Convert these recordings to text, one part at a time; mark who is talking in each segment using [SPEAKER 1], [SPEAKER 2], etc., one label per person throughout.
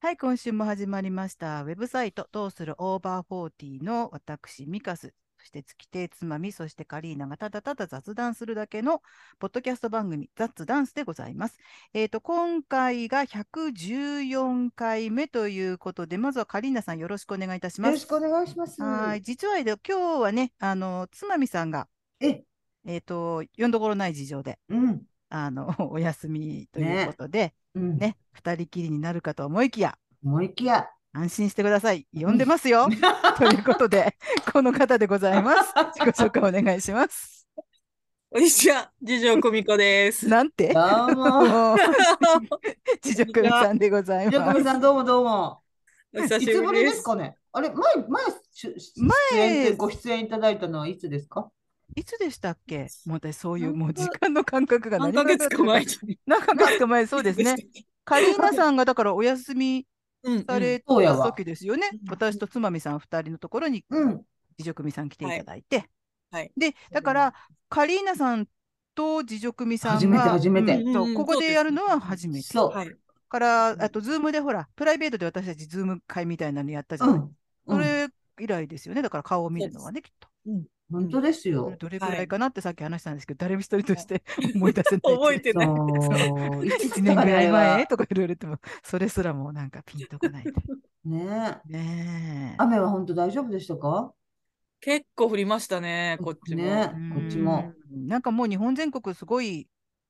[SPEAKER 1] はい、今週も始まりました。ウェブサイト、どうするオーバーフォーティーの私、ミカス、そして月亭つまみ、そしてカリーナがただただ雑談するだけの、ポッドキャスト番組、雑ダンスでございます。えっ、と、今回が114回目ということで、まずはカリーナさん、よろしくお願いいたし
[SPEAKER 2] よ
[SPEAKER 1] ま
[SPEAKER 2] ろし
[SPEAKER 1] す。
[SPEAKER 2] くお願いします。
[SPEAKER 1] はい、実は今日はね、あの、つまみさんが、
[SPEAKER 2] え、
[SPEAKER 1] えっ、と、読んどころない事情で、
[SPEAKER 2] うん、
[SPEAKER 1] あの、 お休みということで、
[SPEAKER 2] うん、
[SPEAKER 1] ね、二、人きりになるかと思いきや、
[SPEAKER 2] 思いきや。
[SPEAKER 1] 安心してください。呼んでますよ。ということで、この方でございます。自己紹介お願いします。
[SPEAKER 3] こんにちは、次女コミコです。
[SPEAKER 1] なんて
[SPEAKER 2] ど うも。
[SPEAKER 1] もう、
[SPEAKER 3] お
[SPEAKER 1] 地上組さんでござい
[SPEAKER 2] ジョコ
[SPEAKER 1] ま
[SPEAKER 2] ミ
[SPEAKER 1] す。
[SPEAKER 2] さん、どうもどうも。
[SPEAKER 3] 久
[SPEAKER 2] い
[SPEAKER 3] し
[SPEAKER 2] つぶ
[SPEAKER 3] ぶ
[SPEAKER 2] り
[SPEAKER 3] り
[SPEAKER 2] で
[SPEAKER 3] ですす。
[SPEAKER 2] かね。あれ、前、前、出出演
[SPEAKER 1] 前
[SPEAKER 2] ってご出演いただいたのはいつですか。
[SPEAKER 1] いつでしたっけもう私、そういうもう時間の感覚が
[SPEAKER 3] 何
[SPEAKER 1] も
[SPEAKER 3] ヶ月か前に。
[SPEAKER 1] 何ヶ月か前、そう ですね。カリーナさんがだからお休み
[SPEAKER 3] うんうん。
[SPEAKER 1] され
[SPEAKER 2] そうや
[SPEAKER 1] た
[SPEAKER 2] わ
[SPEAKER 1] 時ですよね。私とつまみさん二人のところに
[SPEAKER 2] うん、
[SPEAKER 1] 自助組さん来ていただいて。
[SPEAKER 3] はいはい
[SPEAKER 1] で、だから、カリーナさんと自助組さんは
[SPEAKER 2] 初めて初めて
[SPEAKER 1] うんと
[SPEAKER 3] うん
[SPEAKER 1] ここでやるのは初めて。
[SPEAKER 2] そう。
[SPEAKER 3] はい。
[SPEAKER 1] から、
[SPEAKER 2] うん
[SPEAKER 1] あと、ズームでほら、プライベートで私たち、ズーム会みたいなのやったじゃ
[SPEAKER 2] う
[SPEAKER 1] ない、
[SPEAKER 2] ん、う
[SPEAKER 1] そ
[SPEAKER 2] ん、
[SPEAKER 1] れ以来ですよね。だから、顔を見るのはね、きっと。
[SPEAKER 2] 本当で すよ。
[SPEAKER 1] どれくらいかなってさっき話したんですけど、誰も一人として思い出せない。
[SPEAKER 3] 覚えて
[SPEAKER 2] そ
[SPEAKER 3] ない。
[SPEAKER 2] う、いつ
[SPEAKER 1] 1年ぐらい前
[SPEAKER 2] ね
[SPEAKER 1] とか言われても、それすらもうなんかピンとこない。
[SPEAKER 2] ねえ。
[SPEAKER 1] ね
[SPEAKER 2] 雨は本当大丈夫でしたか。
[SPEAKER 3] 結構降りましたね、こっちも。
[SPEAKER 1] え。
[SPEAKER 2] ね
[SPEAKER 1] うん
[SPEAKER 2] こっちも。。
[SPEAKER 1] なんかもう日本全国すごい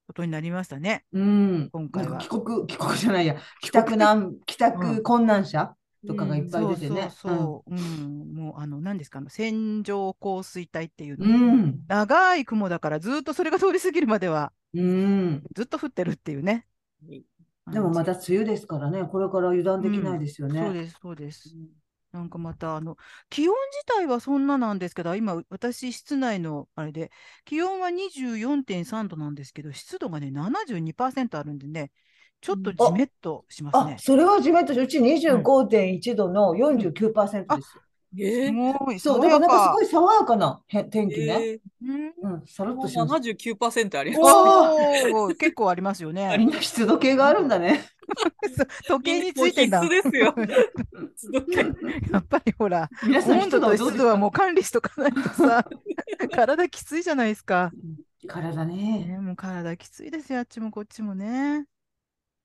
[SPEAKER 1] ことになりましたね。
[SPEAKER 2] うん。
[SPEAKER 1] 今
[SPEAKER 2] な
[SPEAKER 1] 回
[SPEAKER 2] んか
[SPEAKER 1] は
[SPEAKER 2] 帰。国、 帰国じゃないや。帰宅難、帰
[SPEAKER 1] うん
[SPEAKER 2] 宅困難者とかがいっ
[SPEAKER 3] うん
[SPEAKER 2] ぱい出てね。
[SPEAKER 1] そうそうそう、うん、もうあの、何ですか、あの線状降水帯っていうの、
[SPEAKER 2] うん。
[SPEAKER 1] 長い雲だから、ずっとそれが通り過ぎるまでは、
[SPEAKER 2] うん。
[SPEAKER 1] ずっと降ってるっていうね。
[SPEAKER 2] でもま
[SPEAKER 1] た
[SPEAKER 2] だ梅雨ですからね、これから油断できないですよ
[SPEAKER 1] そう
[SPEAKER 2] ね。
[SPEAKER 1] です、そうです。なんかまた、あの、気温自体はそんななんですけど、今、私、室内のあれで、気温は24.3度なんですけど、湿度がね、72%あるんでね、ちょっと
[SPEAKER 3] う
[SPEAKER 2] あ
[SPEAKER 3] ん
[SPEAKER 1] じめっとします
[SPEAKER 2] あ
[SPEAKER 1] ね、。
[SPEAKER 2] それは地面としてうち25.1度の49%です。
[SPEAKER 3] え
[SPEAKER 1] す
[SPEAKER 3] ー
[SPEAKER 1] ごい、
[SPEAKER 2] そう、だからなんかすご
[SPEAKER 1] い。
[SPEAKER 2] い爽やかなへ天気ね。
[SPEAKER 3] えー
[SPEAKER 1] うん
[SPEAKER 2] うん、さらっ
[SPEAKER 3] も
[SPEAKER 2] と
[SPEAKER 3] う
[SPEAKER 2] します。
[SPEAKER 3] 79%あります。
[SPEAKER 1] おー結構ありますよ
[SPEAKER 2] あ
[SPEAKER 1] ね
[SPEAKER 2] み。んな湿度計があるんだね。
[SPEAKER 1] そう時計についてんだ
[SPEAKER 3] もう。必須ですよ。
[SPEAKER 1] やっぱりほら、
[SPEAKER 2] 皆さん
[SPEAKER 1] 温
[SPEAKER 2] 湿
[SPEAKER 1] 度
[SPEAKER 2] 度は
[SPEAKER 1] と
[SPEAKER 2] どう
[SPEAKER 1] 湿
[SPEAKER 2] で
[SPEAKER 1] 度
[SPEAKER 2] す
[SPEAKER 1] は
[SPEAKER 2] か
[SPEAKER 1] もう管理しとかないとさ、体きついじゃないですか。
[SPEAKER 2] 体ね。
[SPEAKER 1] ね、もう体きついですよ、あっちもこっちもね。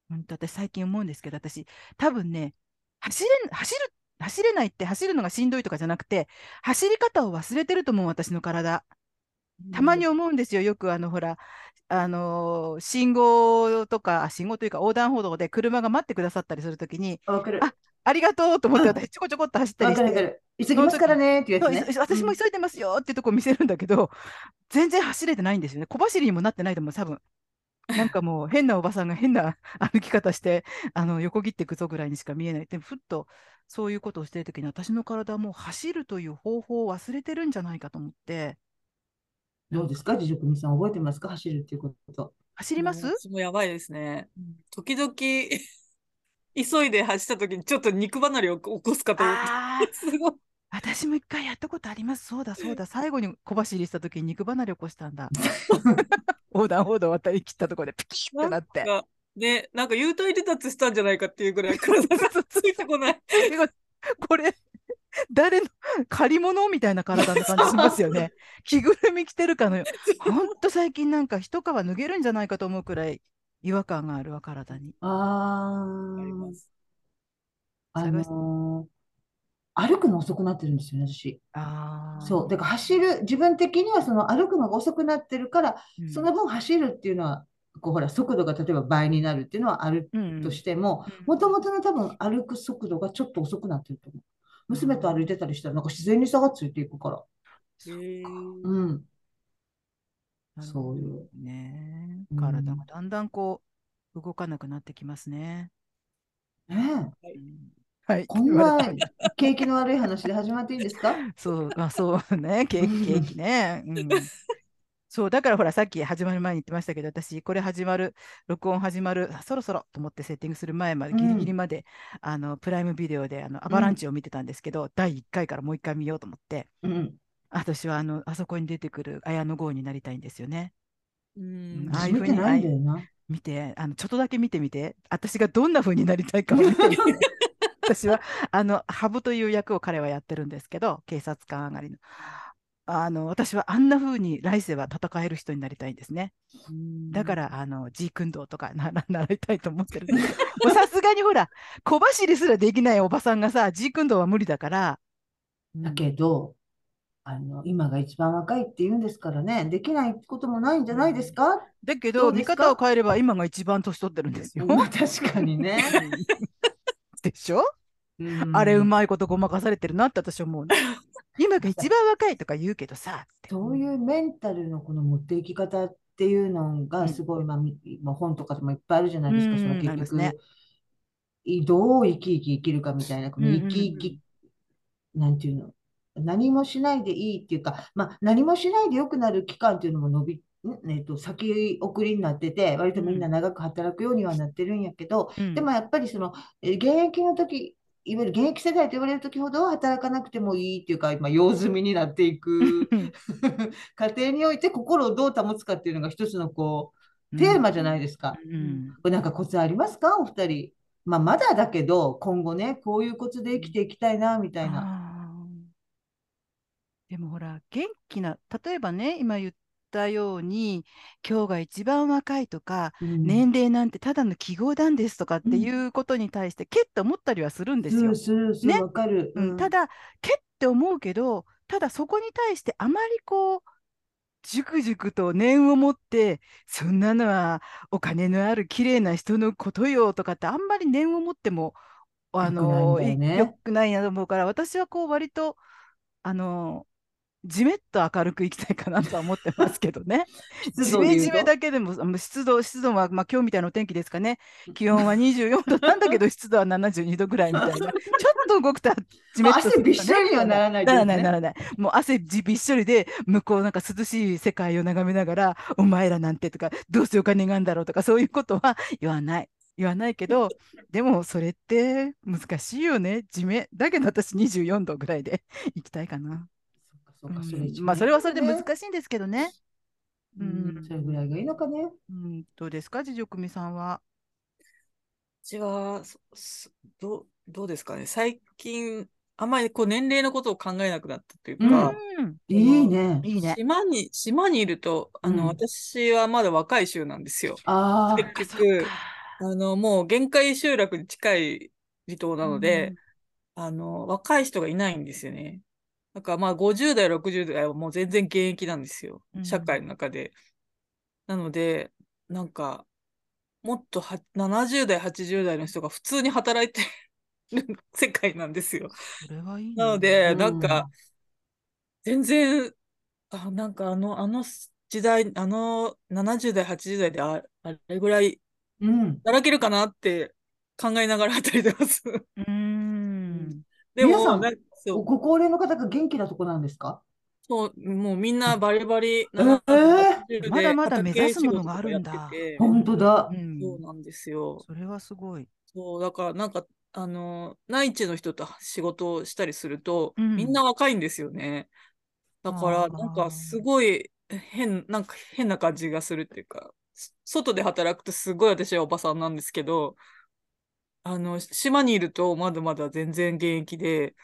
[SPEAKER 1] 本当、私最近思うんですけど、私、多分ね、走れん、走る、走れないって走るのがしんどいとかじゃなくて、走り方を忘れてると思う、私の体。たまに思うんですよ、よくあの、ほら、あのー信号とか、あ信号というか横断歩道で車が待ってくださったりするときに、
[SPEAKER 2] わかる。
[SPEAKER 1] あありがとうと思って
[SPEAKER 2] うん
[SPEAKER 1] 私ちょこちょこっと走った
[SPEAKER 2] わ
[SPEAKER 1] りし
[SPEAKER 2] かるわか
[SPEAKER 1] て、
[SPEAKER 2] る。急ぎますからねっていうや
[SPEAKER 1] そ
[SPEAKER 2] つ
[SPEAKER 1] う
[SPEAKER 2] ね。
[SPEAKER 1] いそ私も急いでますよっていうとこ見せるんだけど、全然走れてないんですよね。小走りにもなってないと思う、多分。なんかもう変なおばさんが変な 歩き方して、あの横切っていくぞぐらいにしか見えない。でもふっとそういうことをしてるときに、私の体はもう走るという方法を忘れてるんじゃないかと思って、
[SPEAKER 2] どうですか、自助組さん、覚えてますか、走るっていうこと。
[SPEAKER 1] 走ります、
[SPEAKER 3] 私もやばいですね。時々、急いで走った時にちょっと肉離れを起こすかと思っ
[SPEAKER 1] あ
[SPEAKER 3] て。すごい。
[SPEAKER 1] あ、私も一回やったことあります。そうだそうだ、最後に小走りしたときに肉離れ起こしたん だ。 横断歩道渡り切ったところでピキッってなって。
[SPEAKER 3] がね、なんか幽体離脱したんじゃないかっていうぐらい体がついてこ ない。
[SPEAKER 1] てかこれ、誰の借り物みたいな体の感じしますよ ね。着ぐるみ着てるかのよ。ほんと最近なんか一皮脱げるんじゃないかと思うくらい違和感があるわ、体に。
[SPEAKER 2] あ
[SPEAKER 3] ありま
[SPEAKER 2] ー、
[SPEAKER 3] す
[SPEAKER 2] あ
[SPEAKER 1] 探して
[SPEAKER 2] のー歩くの遅くなってるんですよね、私。
[SPEAKER 1] あ
[SPEAKER 2] そう、だから走る、自分的にはその歩くのが遅くなってるから、
[SPEAKER 1] う
[SPEAKER 2] その分走るっていうのは、こうほら、速度が例えば倍になるっていうのはある
[SPEAKER 1] 分
[SPEAKER 2] としても
[SPEAKER 1] うん、
[SPEAKER 2] もともとの多分歩く速度がちょっと遅くなってると思う。
[SPEAKER 1] うん
[SPEAKER 2] 娘と歩いてたりしたら、なんか自然に差がついていくから。
[SPEAKER 3] へー
[SPEAKER 2] うん、そう
[SPEAKER 1] う
[SPEAKER 2] いう。
[SPEAKER 1] ね。
[SPEAKER 2] うん
[SPEAKER 1] 体がだんだんこう、動かなくなってきますね。
[SPEAKER 2] ねえ、
[SPEAKER 1] うんはい。
[SPEAKER 2] こん
[SPEAKER 1] 言われ
[SPEAKER 2] な景気の悪い話で始まっていいんですか
[SPEAKER 1] たそう、まあそうね、ケーキ、ケーキね。うんそう、だからほら、さっき始まる前に言ってましたけど、私、これ始まる、録音始まる、あそろそろと思ってセッティングする前まで、ギリギリまで、あの、プライムビデオで、あの、アバランチを見てたんですけど、第1回からもう1回見ようと思って、
[SPEAKER 2] うん、
[SPEAKER 1] 私は、あの、あそこに出てくる綾野剛になりたいんですよね。
[SPEAKER 3] うん
[SPEAKER 1] ああ
[SPEAKER 2] 私
[SPEAKER 1] いうふう
[SPEAKER 2] 見
[SPEAKER 1] に
[SPEAKER 2] てないんだよな。、
[SPEAKER 1] 見て、あの、ちょっとだけ見てみて、私がどんな風になりたいかを見てみて私は、あの、ハブという役を彼はやってるんですけど、警察官上がりの。あの、私はあんな風に来世は戦える人になりたいんですね。だからら、あの、ジークンドーとかな ら習いたいと思ってるんですけど。もうさすがにほら、小走りすらできないおばさんがさ、ジークンドーは無理だから、
[SPEAKER 2] だけど、あの、今が一番若いって言うんですからね、できないこともないんじゃないですか
[SPEAKER 1] だけ
[SPEAKER 2] ど
[SPEAKER 1] ど、
[SPEAKER 2] うで
[SPEAKER 1] 見
[SPEAKER 2] すか
[SPEAKER 1] 方を変えれば今が一番年取ってるんです よ。
[SPEAKER 2] まあ確かにね。
[SPEAKER 1] でしょ
[SPEAKER 2] うん
[SPEAKER 1] あれうまいことごまかされてるなって私は 思うの。今が一番若いとか言うけどさって。
[SPEAKER 2] そういうメンタルのこの持っていき方っていうの
[SPEAKER 1] うん
[SPEAKER 2] がすごい、まあ、みまあ本とかでもいっぱいあるじゃないですか、その
[SPEAKER 1] うんうん
[SPEAKER 2] 結
[SPEAKER 1] あります
[SPEAKER 2] 局、
[SPEAKER 1] ね
[SPEAKER 2] いどう生き生き生きるかみたいな、この
[SPEAKER 1] うんうんう
[SPEAKER 2] 生
[SPEAKER 1] ん
[SPEAKER 2] き生き、なんていうの、何もしないでいいっていうか、まあ、何もしないで良くなる期間っていうのも伸び、んえっと、先送りになってて、割とみんな長く働くようにはなってるんやけど、
[SPEAKER 1] うん
[SPEAKER 2] でもやっぱりその、えー現役の時、いわゆる現役世代と言われる時ほどは働かなくてもいいっていうか、今、用済みになっていく 過程において心をどう保つかっていうのが一つのこう、テーマじゃないですか。
[SPEAKER 1] うん
[SPEAKER 2] これなんかコツありますか、お二人。まあ、まだだけど、今後ね、こういうコツで生きていきたいな、みたいな。
[SPEAKER 1] あーでもほら元気な例えばね今言ったように今日が一番若いとか
[SPEAKER 2] うん
[SPEAKER 1] 年齢なんてただの記号なんですとかっていうことに対してけって思ったりはするんですすよ
[SPEAKER 2] る。するする
[SPEAKER 1] ね
[SPEAKER 2] わかる。
[SPEAKER 1] うん、ただ
[SPEAKER 2] だ、
[SPEAKER 1] けって思うけどただそこに対してあまりこうじゅくじゅくと念を持ってそんなのはお金のある綺麗な人のことよとかってあんまり念を持ってもあの
[SPEAKER 2] 良くないんだよね
[SPEAKER 1] 良くないなと思うから私はこう割とあのじめっと明るくいきたいかなとは思ってますけどね。
[SPEAKER 2] 湿
[SPEAKER 1] じ
[SPEAKER 2] 度で
[SPEAKER 1] め
[SPEAKER 2] 言う
[SPEAKER 1] じめ
[SPEAKER 2] と
[SPEAKER 1] だけでも、あの湿度、湿度は、まあ、今日みたいなお天気ですかね。気温は24度なんだけど、湿度は72度ぐらいみたいな。ちょっと動くと、じ
[SPEAKER 2] ま
[SPEAKER 1] めっ
[SPEAKER 2] あ
[SPEAKER 1] と
[SPEAKER 2] 汗びっしょりにはな
[SPEAKER 1] ら
[SPEAKER 2] らない
[SPEAKER 1] な
[SPEAKER 2] で
[SPEAKER 1] ら
[SPEAKER 2] す
[SPEAKER 1] ない、な
[SPEAKER 2] ね。
[SPEAKER 1] らない。もう汗じびっしょりで、向こうなんか涼しい世界を眺めながら、お前らなんてとか、どうせお金があんだろうとか、そういうことは言わない。言わないけど、でもそれって難しいよね。じめ。だけど私24度ぐらいで行きたいかな。
[SPEAKER 2] そっかそっかそれ
[SPEAKER 1] うん
[SPEAKER 2] 一
[SPEAKER 1] まあ、
[SPEAKER 2] 番
[SPEAKER 1] それはそれで
[SPEAKER 2] いいよね
[SPEAKER 1] 難しいんですけどね。うん
[SPEAKER 2] それぐらいがいいのかね。
[SPEAKER 1] うん、どうですか、自助組さんは。
[SPEAKER 3] 私は、そそどう、どうですかね。最近、あんまりこう年齢のことを考えなくなったというか、
[SPEAKER 1] うん、
[SPEAKER 2] いいね。
[SPEAKER 1] いいね。
[SPEAKER 3] 島に、島にいると、あの、
[SPEAKER 2] うん
[SPEAKER 3] 私はまだ若い州なんですよ。
[SPEAKER 2] ああ、
[SPEAKER 3] 結局、あの、もう限界集落に近い離島なので、あの、若い人がいないんですよね。だからまあ50代、60代はもう全然現役なんですよ
[SPEAKER 1] う。ん
[SPEAKER 3] 社会の中で。なので、なんか、もっとは70代、80代の人が普通に働いてる 世界なんですよ。
[SPEAKER 1] それはいいね。
[SPEAKER 3] なので、
[SPEAKER 2] うん
[SPEAKER 3] なんか、全然、あ、なんかあの、あの時代、あの70代、80代であ、あれぐらい
[SPEAKER 2] うん。
[SPEAKER 3] 働けるかなって考えながら働いてます。
[SPEAKER 1] うーん。
[SPEAKER 3] で
[SPEAKER 2] 皆さ
[SPEAKER 3] も、
[SPEAKER 2] ん
[SPEAKER 3] なんかそう
[SPEAKER 2] ごご高齢の方が元気なとこなんですか
[SPEAKER 3] そう、もうみんなバリバリ、
[SPEAKER 2] えー
[SPEAKER 3] 70
[SPEAKER 1] ま
[SPEAKER 3] で
[SPEAKER 1] だまだ目指すものがあ
[SPEAKER 3] 畑仕事とか
[SPEAKER 1] る
[SPEAKER 3] や
[SPEAKER 1] ん
[SPEAKER 3] って
[SPEAKER 1] だ
[SPEAKER 3] て
[SPEAKER 2] 本当だ
[SPEAKER 1] う。ん。
[SPEAKER 3] そうなんですよ。
[SPEAKER 1] それはすごい。
[SPEAKER 3] そう、だからなんか、あの、内地の人と仕事をしたりすると、
[SPEAKER 1] うん
[SPEAKER 3] みんな若いんですよね。だから、
[SPEAKER 1] あー
[SPEAKER 3] なんかすごい変、なんか変な感じがするっていうか、そ外で働くとすごい私はおばさんなんですけど、あの、島にいるとまだまだ全然現役で、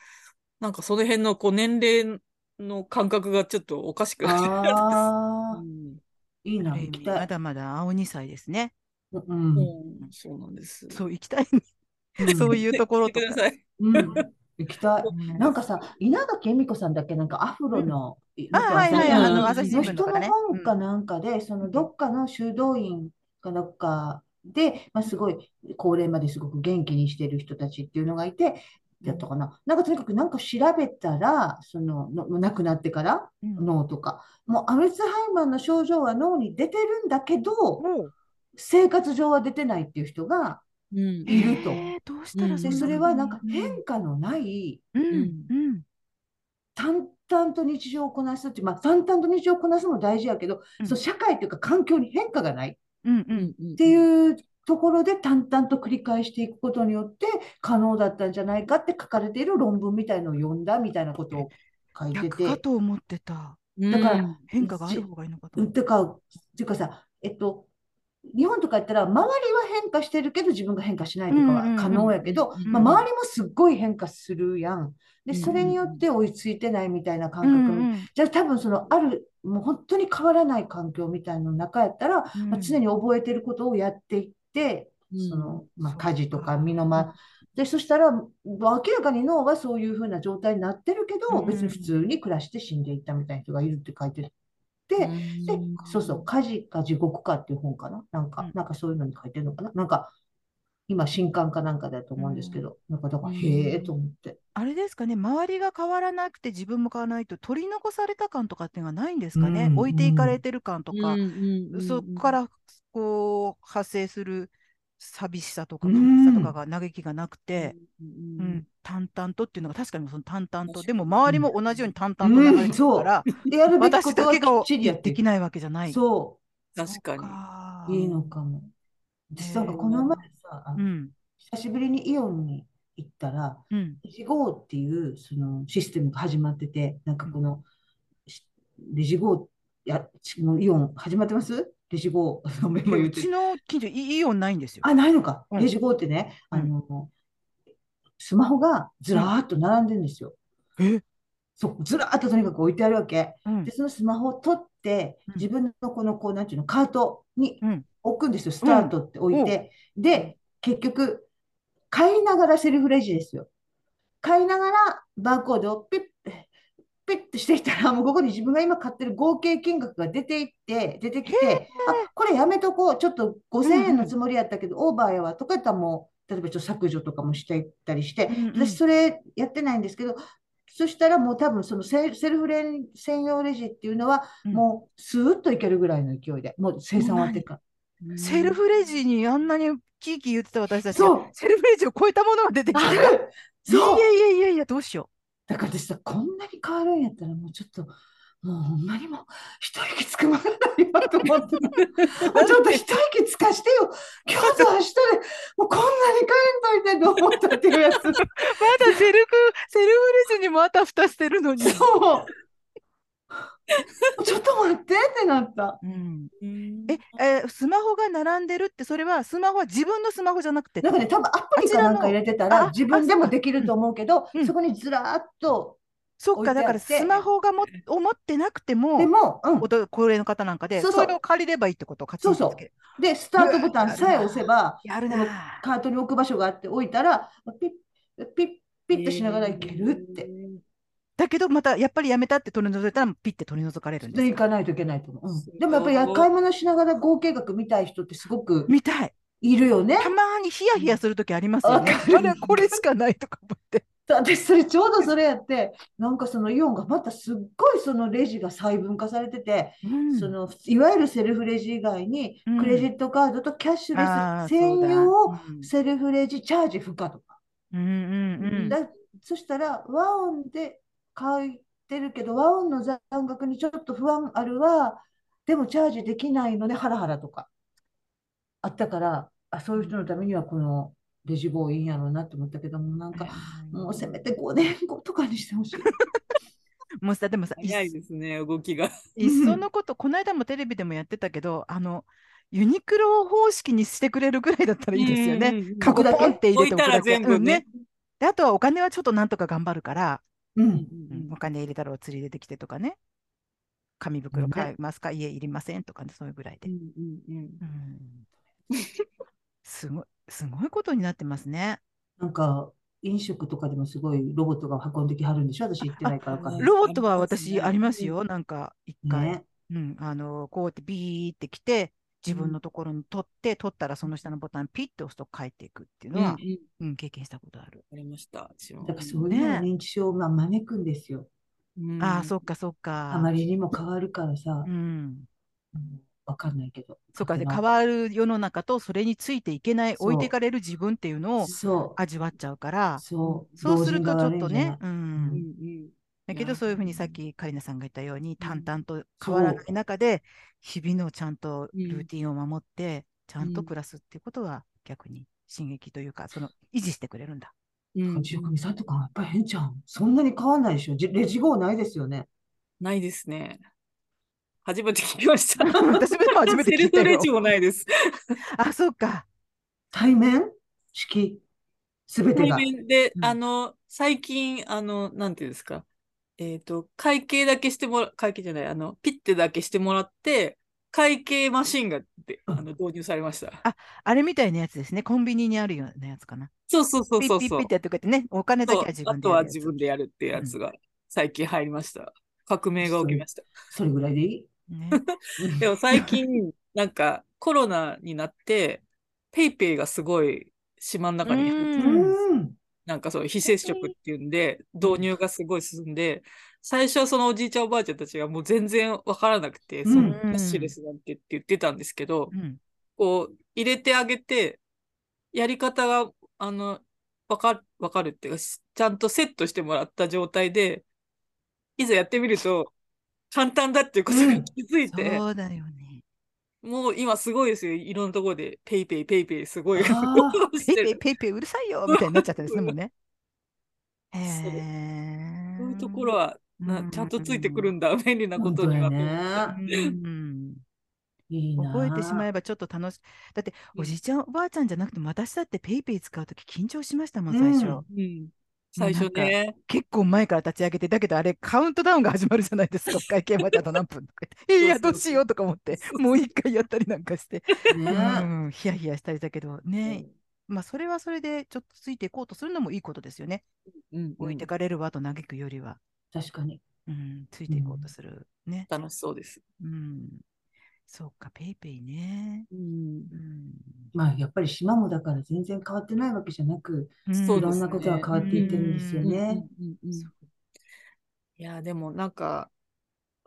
[SPEAKER 3] なんかその辺のこう年齢の感覚がちょっとおかしくなって
[SPEAKER 2] あ あ、
[SPEAKER 3] うん
[SPEAKER 2] いい
[SPEAKER 1] あ
[SPEAKER 2] な、
[SPEAKER 1] る意味
[SPEAKER 2] 行きた
[SPEAKER 1] ま
[SPEAKER 2] い。
[SPEAKER 1] だまだ青2歳ですね。
[SPEAKER 2] うん、
[SPEAKER 3] うんそうなんです。
[SPEAKER 1] そう、行きたい。
[SPEAKER 2] うん
[SPEAKER 1] そういうところ
[SPEAKER 3] 聞いて
[SPEAKER 1] と
[SPEAKER 3] くだ
[SPEAKER 1] か。
[SPEAKER 3] さい。
[SPEAKER 2] うん、行きたい。
[SPEAKER 1] ね
[SPEAKER 2] なんかさ、稲垣恵美子さんだっけ、なんかアフロの、い
[SPEAKER 1] あはいはい、
[SPEAKER 2] なんか
[SPEAKER 1] あ
[SPEAKER 3] うん
[SPEAKER 1] の、朝日新
[SPEAKER 2] の
[SPEAKER 1] 聞と
[SPEAKER 2] 人
[SPEAKER 1] かが
[SPEAKER 2] の
[SPEAKER 1] ね。
[SPEAKER 2] 本かなんかで、そのどっかの修道院かどっかで、まあ、すごい高齢まですごく元気にしてる人たちっていうのがいて、だったかな。なんかとにかくなんか調べたら、その、の亡くなってから
[SPEAKER 1] うんうん
[SPEAKER 2] 脳とか、もうアルツハイマーの症状は脳に出てるんだけど、
[SPEAKER 1] おう
[SPEAKER 2] 生活上は出てないっていう人が、
[SPEAKER 3] うん
[SPEAKER 2] いると
[SPEAKER 1] へーどうしたら
[SPEAKER 2] で、
[SPEAKER 1] んな
[SPEAKER 2] それはなんか
[SPEAKER 1] うん
[SPEAKER 2] 変化のない、
[SPEAKER 1] うん。うん。
[SPEAKER 2] 淡々と日常をこなすって、まあ、淡々と日常をこなすも大事やけど、
[SPEAKER 1] うん
[SPEAKER 2] そう社会というか環境に変化がないっ
[SPEAKER 1] うん。う。
[SPEAKER 3] うんん
[SPEAKER 2] ていうところで淡々と繰り返していくことによって可能だったんじゃないかって書かれている論文みたいのを読んだみたいなことを書いて
[SPEAKER 1] 逆か
[SPEAKER 2] て。
[SPEAKER 1] と思ってた。
[SPEAKER 3] うん
[SPEAKER 2] だから
[SPEAKER 3] うん
[SPEAKER 1] 変化がある方がいいのかと
[SPEAKER 2] う
[SPEAKER 1] 思っ
[SPEAKER 2] ん
[SPEAKER 1] て。
[SPEAKER 2] てか、てかさ、えっと、日本とかやったら、周りは変化してるけど、自分が変化しないとか
[SPEAKER 1] うんうんうん
[SPEAKER 2] は可能やけど、
[SPEAKER 3] うん
[SPEAKER 2] まあ、周りもすっごい変化するやん。
[SPEAKER 1] う
[SPEAKER 2] で、
[SPEAKER 1] ん
[SPEAKER 2] それによって追いついてないみたいな感
[SPEAKER 1] う
[SPEAKER 2] 覚。
[SPEAKER 1] んうん
[SPEAKER 2] じゃあ多分そのある、もう本当に変わらない環境みたいなの中やったら、まあ、常に覚えてることをやっていって、
[SPEAKER 3] うん
[SPEAKER 2] その、まあ、
[SPEAKER 1] そう
[SPEAKER 2] 家事とか身の
[SPEAKER 1] うん
[SPEAKER 2] 回で、そしたら、もう明らかに脳はそういうふうな状態になってるけど、
[SPEAKER 1] うん
[SPEAKER 2] 別に普通に暮らして死んでいったみたいな人がいるって書いてて、
[SPEAKER 3] で
[SPEAKER 2] で、そうそう、家事か地獄かっていう本かななん
[SPEAKER 1] う
[SPEAKER 2] か
[SPEAKER 1] ん、
[SPEAKER 2] なんかそういうのに書いてるのかななんか、今、新刊かなんかだと思うんですけど、なんかだから、
[SPEAKER 3] うん
[SPEAKER 2] へえと思って。
[SPEAKER 1] あれですかね、周りが変わらなくて自分も変わらないと取り残された感とかっていうのはないんですかね、
[SPEAKER 2] うん
[SPEAKER 1] 置いていかれてる感とか、そこかららこう発生する寂しさとか
[SPEAKER 2] う
[SPEAKER 1] 悲
[SPEAKER 2] ん
[SPEAKER 1] しさとかが嘆きがなくて、うん淡々とっていうのが確かにその淡々と、
[SPEAKER 3] 確かに
[SPEAKER 1] でも周りも同じように淡々と流れてるから、
[SPEAKER 2] で、やるべきこ
[SPEAKER 1] 私
[SPEAKER 2] と
[SPEAKER 1] だ
[SPEAKER 2] は
[SPEAKER 1] けが
[SPEAKER 2] きっちりやって
[SPEAKER 1] で
[SPEAKER 2] い
[SPEAKER 1] きないわけじゃない。
[SPEAKER 2] そ
[SPEAKER 3] 確
[SPEAKER 1] そっ
[SPEAKER 3] か
[SPEAKER 1] か
[SPEAKER 2] う、いいのかも。私なんかこの前さ、あの
[SPEAKER 1] うん、
[SPEAKER 2] 久しぶりにイオンに行ったら、
[SPEAKER 1] うん、
[SPEAKER 2] レジ号っていうそのシステムが始まってて、なんかこの、しレジ号、いや、ちのイオン始まってますレジ 号、メモ言
[SPEAKER 1] う
[SPEAKER 2] って
[SPEAKER 1] ちの近所イイオンないんですよ。
[SPEAKER 2] あ、ないのか。
[SPEAKER 1] うん
[SPEAKER 2] レジ号ってね、あの、スマホがずらーっと並んでるんですよ。
[SPEAKER 1] え、
[SPEAKER 2] そう、ずらーっととにかく置いてあるわけ。
[SPEAKER 1] うん
[SPEAKER 2] で、、そのスマホを取って
[SPEAKER 1] うん、
[SPEAKER 2] 自分のこの、こう、なんていうの、カートに
[SPEAKER 1] うん
[SPEAKER 2] 置くんですよ。スタートって置いて。で、結局、買いながらセルフレジですよ。買いながらバーコードをピッ、ピッてしてきたら、 もうここに自分が今買ってる合計金額が出ていって、出てきて、あ、これやめとこう。ちょっと5000
[SPEAKER 1] うんうん
[SPEAKER 2] 円のつもりやったけど、オーバーやわ。とかやったらもう、例えばちょっと削除とかもしていったりして、
[SPEAKER 1] うんうん
[SPEAKER 2] 私それやってないんですけど、そしたらもう多分そのセセルフレン専用レジっていうのは
[SPEAKER 1] うん
[SPEAKER 2] もうスーッといけるぐらいの勢いで、もう生産終わってるから。
[SPEAKER 3] に。
[SPEAKER 1] セルフレジにあんなにキーキー言ってた私たち
[SPEAKER 2] そう
[SPEAKER 1] が、セルフレジを超えたものが出て きて、いや
[SPEAKER 2] あそう
[SPEAKER 1] いやいやいや、どうしよ
[SPEAKER 2] だから私さ、こんなに変わるんやったらもうちょっと、もうほんまにもう一息つくまらないわと 思ってた。もうちょっと一息つかしてよ。今日と明日でもうこんなに帰んといてと思ったっていうやつ。
[SPEAKER 1] う。まだセルフ、セルフレジにもあたふたしてるのに。
[SPEAKER 2] そう。ちょっと待ってってなった。
[SPEAKER 1] うん、
[SPEAKER 3] うん
[SPEAKER 1] え、えースマホが並んでるって、それはスマホは自分のスマホじゃなくて、
[SPEAKER 2] なんかね、多分アプリかなんか入れてたら
[SPEAKER 1] あちらのあ
[SPEAKER 2] 自分でもできると思うけど
[SPEAKER 1] うんうん、
[SPEAKER 2] そこにずらーっと、
[SPEAKER 1] そっか、だ
[SPEAKER 2] 置いて
[SPEAKER 1] か
[SPEAKER 2] あ
[SPEAKER 1] ら
[SPEAKER 2] って
[SPEAKER 1] スマホがもを持ってなくても、
[SPEAKER 2] でも、うん
[SPEAKER 1] お、と高齢の方なんかで、
[SPEAKER 2] そう
[SPEAKER 1] そ
[SPEAKER 2] そう
[SPEAKER 1] れを借りればいいってこと、カチンとつける
[SPEAKER 2] で、スタートボタンさえ押せば、
[SPEAKER 1] やるなぁ。
[SPEAKER 2] カートに置く場所があって置いたら、ピッ、ピッ、ピッとしながらいけるって。。
[SPEAKER 1] だけど、またやっぱりやめたって取り除いたら、ピッて取り除かれるんで
[SPEAKER 2] で、
[SPEAKER 1] す
[SPEAKER 2] 行
[SPEAKER 1] か。
[SPEAKER 2] かないといけないと思う。うん
[SPEAKER 3] すごい
[SPEAKER 2] でもやっぱりや買い物しながら合計額見たい人ってすごく
[SPEAKER 1] 見たい。
[SPEAKER 2] いるよね。
[SPEAKER 1] たまにヒヤヒヤするときありますよね。
[SPEAKER 2] わか
[SPEAKER 1] あ
[SPEAKER 2] る
[SPEAKER 1] れ、これしかないとか思って。
[SPEAKER 2] 私それちょうどそれやって、なんかそのイオンがまたすっごいそのレジが細分化されてて、
[SPEAKER 1] うん
[SPEAKER 2] そのいわゆるセルフレジ以外に
[SPEAKER 1] うん
[SPEAKER 2] クレジットカードとキャッシュレ
[SPEAKER 1] あー
[SPEAKER 2] ス専用
[SPEAKER 1] そう
[SPEAKER 2] を
[SPEAKER 1] だ
[SPEAKER 2] セルフレジチャージ不可とか。
[SPEAKER 1] うんうんうんうん。
[SPEAKER 2] だそしたら和音で書いてるけど和音の残額にちょっと不安あるわでもチャージできないのでハラハラとかあったからあそういう人のためにはこのレジ棒いいんやろうなって思ったけどもなんかもうせめて5年後とかにしてほしい。
[SPEAKER 1] もうさ、でもさ、いっ
[SPEAKER 3] 早いですね、動きが。
[SPEAKER 1] いっそのこと、この間もテレビでもやってたけど、あの、ユニクロ方式にしてくれるぐらいだったらいいですよね。
[SPEAKER 3] うんうんうん。
[SPEAKER 1] 過去
[SPEAKER 2] 置くだけ
[SPEAKER 1] ポンって入れ
[SPEAKER 3] 置
[SPEAKER 1] て
[SPEAKER 3] い
[SPEAKER 1] おく
[SPEAKER 3] たら
[SPEAKER 1] だけ。
[SPEAKER 3] 全部
[SPEAKER 1] うんね
[SPEAKER 3] ね。。
[SPEAKER 1] で、あとはお金はちょっとなんとか頑張るから、
[SPEAKER 2] うん
[SPEAKER 1] うんお金入れたらお釣り出てきてとかね。紙袋
[SPEAKER 2] ね
[SPEAKER 1] 買いますか、家いりませんとかね、そういうぐらいで
[SPEAKER 3] う。んうんうん
[SPEAKER 1] うんすごい、すごいことになってますね。
[SPEAKER 2] なんか飲食とかでもすごいロボットが運んできはるんでしょ私行ってないからわかんない。
[SPEAKER 1] ロボットは私あ
[SPEAKER 3] あ
[SPEAKER 1] り
[SPEAKER 3] り
[SPEAKER 1] ま
[SPEAKER 3] ますす
[SPEAKER 1] よ。
[SPEAKER 3] ね
[SPEAKER 1] なんか一回、
[SPEAKER 2] ね。
[SPEAKER 1] うん、あの、こうやってビーって来て、自分のところに取って、取ったらその下のボタンピッて押すと帰っていくっていう
[SPEAKER 3] う
[SPEAKER 1] の
[SPEAKER 3] んうん。あ
[SPEAKER 1] は、うん、経験したことある。
[SPEAKER 3] りました。私も
[SPEAKER 2] だからそういうのを
[SPEAKER 1] ね
[SPEAKER 2] 認知症が招くんですよ。
[SPEAKER 3] うん
[SPEAKER 1] ああ、そっかそっ
[SPEAKER 2] あま
[SPEAKER 1] か。
[SPEAKER 2] りにも変わるからさ
[SPEAKER 1] う、ん。
[SPEAKER 2] うんわかんないけど。
[SPEAKER 1] そっか、で、
[SPEAKER 2] 勝手
[SPEAKER 1] 変
[SPEAKER 2] な
[SPEAKER 1] わる世の中とそれについていけない、
[SPEAKER 2] そう
[SPEAKER 1] 置いていかれる自分っていうのを
[SPEAKER 2] そ
[SPEAKER 1] 味わっちゃうから
[SPEAKER 2] う、、そう、
[SPEAKER 1] そう
[SPEAKER 2] 老
[SPEAKER 1] する
[SPEAKER 2] 人
[SPEAKER 1] と
[SPEAKER 2] が
[SPEAKER 1] ちょ
[SPEAKER 2] 悪
[SPEAKER 1] っ
[SPEAKER 2] い
[SPEAKER 1] と
[SPEAKER 2] んじゃ
[SPEAKER 1] ね、う
[SPEAKER 3] うん
[SPEAKER 1] ん。
[SPEAKER 3] うん。
[SPEAKER 1] だけ
[SPEAKER 3] いや
[SPEAKER 1] どそういうふうに
[SPEAKER 3] うん
[SPEAKER 1] さっきカリナさんが言ったように淡々と
[SPEAKER 2] そ
[SPEAKER 1] 変
[SPEAKER 2] う
[SPEAKER 1] わらない中で日々のちゃんと
[SPEAKER 3] うん
[SPEAKER 1] ルーティンを守ってちゃんと
[SPEAKER 3] うん
[SPEAKER 1] 暮らすっていうことは逆に刺激というかその維持してくれるんだ。
[SPEAKER 3] う
[SPEAKER 2] なん
[SPEAKER 3] ん
[SPEAKER 2] か中華さんとかやっぱり変じゃん。そんなに変わんないでしょ。じレジ号ないですよね。
[SPEAKER 3] ないですね。初めて聞きました。
[SPEAKER 1] 私も今初めて聞
[SPEAKER 3] セル
[SPEAKER 1] いた
[SPEAKER 3] フレ
[SPEAKER 1] よ
[SPEAKER 3] ジ。もないです。
[SPEAKER 1] あ、そうか。
[SPEAKER 2] 対面式すべて
[SPEAKER 3] 対
[SPEAKER 2] が。
[SPEAKER 3] 面で
[SPEAKER 1] う、ん
[SPEAKER 3] あの、最近、あの、なんていうんですか。えっと、会計だけしてもら、会計じゃない、あの、ピッてだけしてもらって、会計マシンがで、あの、導入されました。
[SPEAKER 1] あれみたいなやつですね。コンビニにあるようなやつかな。
[SPEAKER 3] そうそうそう
[SPEAKER 1] ピ
[SPEAKER 3] そ
[SPEAKER 1] ッ
[SPEAKER 3] う
[SPEAKER 1] ピッ
[SPEAKER 3] そ
[SPEAKER 1] ピッ
[SPEAKER 3] う
[SPEAKER 1] っ。てやってくれてね、お金だけ
[SPEAKER 3] そ
[SPEAKER 1] は
[SPEAKER 3] う
[SPEAKER 1] 自
[SPEAKER 3] あ
[SPEAKER 1] 分で
[SPEAKER 3] と
[SPEAKER 1] やる
[SPEAKER 3] は
[SPEAKER 1] やつ
[SPEAKER 3] 自分でやるってやつが最近入りました。革命が起きました。
[SPEAKER 2] それぐらいでいい
[SPEAKER 1] ね。
[SPEAKER 2] うん
[SPEAKER 3] でも最近、なんかコロナになって、ペイペイがすごい島の中に入って
[SPEAKER 1] う
[SPEAKER 2] うんん。
[SPEAKER 3] なんかそう、非接触っていうんで、導入がすごい進んで、最初はそのおじいちゃんおばあちゃんたちがもう全然わからなくて、
[SPEAKER 2] うん
[SPEAKER 3] そのキャッシュレスなんてって言ってたんですけど、
[SPEAKER 1] うん
[SPEAKER 3] こう、入れてあげて、やり方が、あの、わかる、わかるっていうか、しちゃんとセットしてもらった状態で、いざやってみると、簡単だっていうこと
[SPEAKER 2] う
[SPEAKER 3] に
[SPEAKER 2] ん
[SPEAKER 3] 気づいて、
[SPEAKER 1] そうだよね。
[SPEAKER 3] もう今すごいですよ。いろんなところで、ペイペイペイペイすごい。
[SPEAKER 2] あ
[SPEAKER 1] ペイ
[SPEAKER 3] して
[SPEAKER 1] ペイ
[SPEAKER 3] る
[SPEAKER 1] ペイペイうるさいよみたいになっちゃったんですね、もうね。へ
[SPEAKER 3] そう
[SPEAKER 1] え。
[SPEAKER 3] そういうところは、なちゃんとついてくる
[SPEAKER 1] ん
[SPEAKER 3] んだ、便利なことには。
[SPEAKER 2] 本当やね
[SPEAKER 1] うん
[SPEAKER 2] いいな。
[SPEAKER 1] 覚えてしまえばちょっと楽しだって
[SPEAKER 3] うん
[SPEAKER 1] おじいちゃんおばあちゃんじゃなくても私だってペイペイ使うとき緊張しましたもん最初、
[SPEAKER 2] うん
[SPEAKER 3] うん、最初ね、
[SPEAKER 1] 結構前から立ち上げてだけどあれカウントダウンが始まるじゃないですか会計まであと何分とか言っていやいやどうしようとか思ってもう一回やったりなんかして、う
[SPEAKER 2] ね。
[SPEAKER 1] ん、ヒヤヒヤしたりだけどね、まあそれはそれでちょっとついていこうとするのもいいことですよね
[SPEAKER 3] うん
[SPEAKER 1] 置いてかれるわと嘆くよりは、
[SPEAKER 2] 確かに。
[SPEAKER 1] うん、ついていこうとするね、
[SPEAKER 3] 楽しそうです。
[SPEAKER 1] うん、そうかペイペイね、
[SPEAKER 3] うん
[SPEAKER 1] うん
[SPEAKER 2] まあ、やっぱり島もだから全然変わってないわけじゃなく、
[SPEAKER 3] そう
[SPEAKER 2] い
[SPEAKER 3] で
[SPEAKER 2] ろ
[SPEAKER 3] す
[SPEAKER 2] ん
[SPEAKER 3] ね
[SPEAKER 2] なことが変わっていってるんですよね。
[SPEAKER 3] うんうんうんうんいや、でもなんか、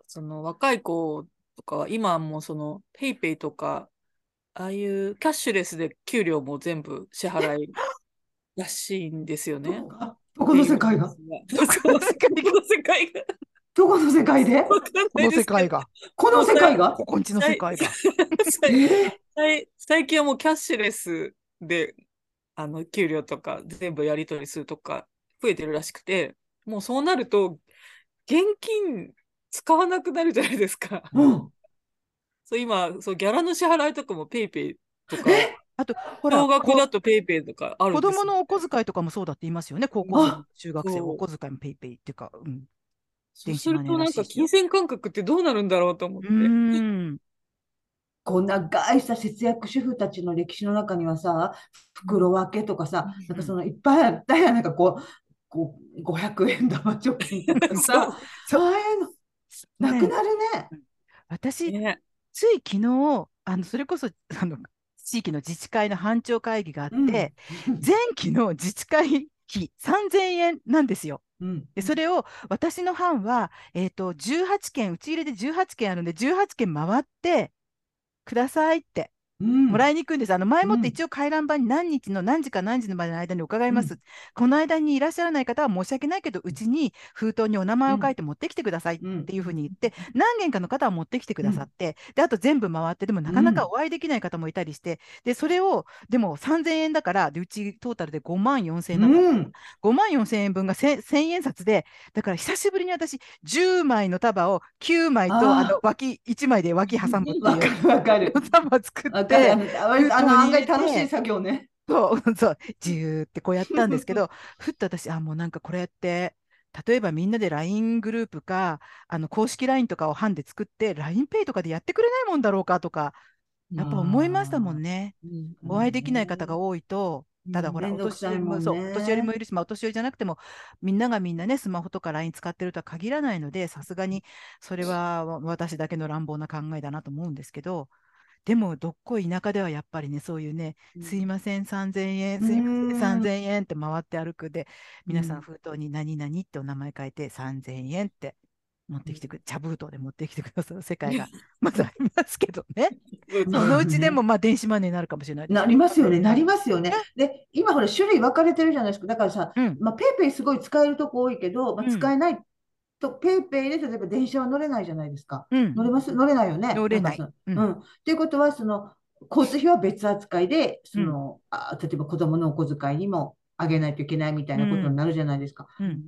[SPEAKER 3] その若い子とかは、今はもうその、ペイペイとか、ああいうキャッシュレスで給料も全部支払 いらしいんですよね。
[SPEAKER 2] あ、どこの世界が
[SPEAKER 3] どこの世界が。どこの世界が。
[SPEAKER 2] どこの世界で
[SPEAKER 3] わかん
[SPEAKER 1] こ
[SPEAKER 3] な
[SPEAKER 1] の世
[SPEAKER 3] いですけど
[SPEAKER 1] 界が
[SPEAKER 2] この世界が
[SPEAKER 1] ここんちの世界が。
[SPEAKER 2] えー
[SPEAKER 3] 最最近はもうキャッシュレスで、あの、給料とか全部やり取りするとか増えてるらしくて、もうそうなると、現金使わなくなるじゃないですか。
[SPEAKER 2] うん。
[SPEAKER 3] そう今、そうギャラの支払いとかもペイペイとか、
[SPEAKER 2] え
[SPEAKER 1] あと、ほら、
[SPEAKER 3] 小学
[SPEAKER 1] こ
[SPEAKER 3] だとペイペイとかある
[SPEAKER 1] 子
[SPEAKER 3] んです
[SPEAKER 1] 供
[SPEAKER 3] よ
[SPEAKER 1] のお小遣いとかもそうだって言いますよね。高校生
[SPEAKER 2] あ、
[SPEAKER 1] 中学生、
[SPEAKER 3] そう
[SPEAKER 1] お小遣いもペイペイっていうか、うん。
[SPEAKER 3] そう
[SPEAKER 1] 電
[SPEAKER 3] す
[SPEAKER 1] 子
[SPEAKER 3] る
[SPEAKER 1] マネー
[SPEAKER 3] と
[SPEAKER 1] ら
[SPEAKER 3] なん
[SPEAKER 1] しい
[SPEAKER 3] か
[SPEAKER 1] し。
[SPEAKER 3] 金銭感覚ってどうなるんだろうと思
[SPEAKER 1] う
[SPEAKER 3] って。
[SPEAKER 1] ーん。
[SPEAKER 2] こう長いさ節約主婦たちの歴史の中にはさ袋分けとかさ
[SPEAKER 1] うん
[SPEAKER 2] なんかそのいっぱいあったやんなんかこうこう500円玉貯金とかさそういうのなく
[SPEAKER 1] ね
[SPEAKER 2] なるね。
[SPEAKER 1] 私、
[SPEAKER 3] ね
[SPEAKER 1] つい昨日、あの、それこそ、あの、地域の自治会の班長会議があって、前期の自治会費3000円なんですよ。
[SPEAKER 2] うんうん
[SPEAKER 1] でそれを私の班は、えー、と18件、打ち入れで18件あるんで、18件回ってくださいって。
[SPEAKER 2] うん
[SPEAKER 1] もらいに行くんです。あの前もっ
[SPEAKER 2] うん
[SPEAKER 1] て一応回覧板に何日の何時か何時のまでの間に伺います。この間にいらっしゃらない方は申し訳ないけど、うちに封筒にお名前を書いて持ってきてくださいっ
[SPEAKER 2] うん
[SPEAKER 1] ていうふうに言って、何件かの方は持ってきてくださって、で、あと全部回って、でもなかなかお会いできない方もいたりして、で、それを、でも3000円だから、でうちトータルで5万4000円なの。
[SPEAKER 2] うん
[SPEAKER 1] 5万4000円分が 1000, 1000円札で、だから久しぶりに私、10枚の束を9枚と、
[SPEAKER 2] あー
[SPEAKER 1] あの、脇、1枚で脇挟む
[SPEAKER 2] わ
[SPEAKER 1] っ
[SPEAKER 2] か
[SPEAKER 1] ていう。
[SPEAKER 2] るわかる。
[SPEAKER 1] 束作
[SPEAKER 2] わ
[SPEAKER 1] って
[SPEAKER 2] かるあのあのあの案外楽しい作業ね。
[SPEAKER 1] そう、 そう、ジューってこうやったんですけど、ふっと私、あ、もうなんかこれって、例えばみんなで LINE グループか、あの公式 LINE とかを班で作って LINEPay とかでやってくれないもんだろうかとか、やっぱ思いましたもんね。
[SPEAKER 3] うん
[SPEAKER 2] うん。
[SPEAKER 1] お会いできない方が多いと、ただほら、
[SPEAKER 2] め
[SPEAKER 1] お
[SPEAKER 2] んどく
[SPEAKER 1] 年
[SPEAKER 2] さ
[SPEAKER 1] 寄
[SPEAKER 2] い
[SPEAKER 1] り
[SPEAKER 2] も
[SPEAKER 1] も、
[SPEAKER 2] ん
[SPEAKER 1] そう、お
[SPEAKER 2] ね
[SPEAKER 1] 年寄りもいるし、まあ、お年寄りじゃなくても、みんながみんなね、スマホとか LINE 使ってるとは限らないので、さすがに、それはわ私だけの乱暴な考えだなと思うんですけど、でも、どっこい田舎ではやっぱりね、そういうね、
[SPEAKER 3] うん
[SPEAKER 1] すいません、3000円、
[SPEAKER 2] うーん
[SPEAKER 1] すいません、3000円って回って歩くで、皆さ
[SPEAKER 2] うんん
[SPEAKER 1] 封筒に何々ってお名前書いて、3000円って持ってきてく、茶封筒で持ってきてくださる世界が、 まずありますけどね。
[SPEAKER 3] うん
[SPEAKER 1] そのうちでも、まあ、電子マネーになるかもしれないです
[SPEAKER 2] なりますよね、なりますよね。で、今ほら種類分かれてるじゃないですか。だからさ、
[SPEAKER 1] うん
[SPEAKER 2] まあ、ペイペイすごい使えるとこ多いけど、まあ、
[SPEAKER 1] うん
[SPEAKER 2] 使えないと、ペイペイで例えば電車は乗れないじゃないですか。
[SPEAKER 1] うん
[SPEAKER 2] 乗れます乗れないよね。
[SPEAKER 1] 乗れない
[SPEAKER 2] んか
[SPEAKER 1] う
[SPEAKER 2] そ
[SPEAKER 1] ん
[SPEAKER 2] のうん。っていうことは、その、交通費は別扱いで、その、あ、例えば子供のお小遣いにもあげないといけないみたいなことになるじゃないですか。
[SPEAKER 1] うん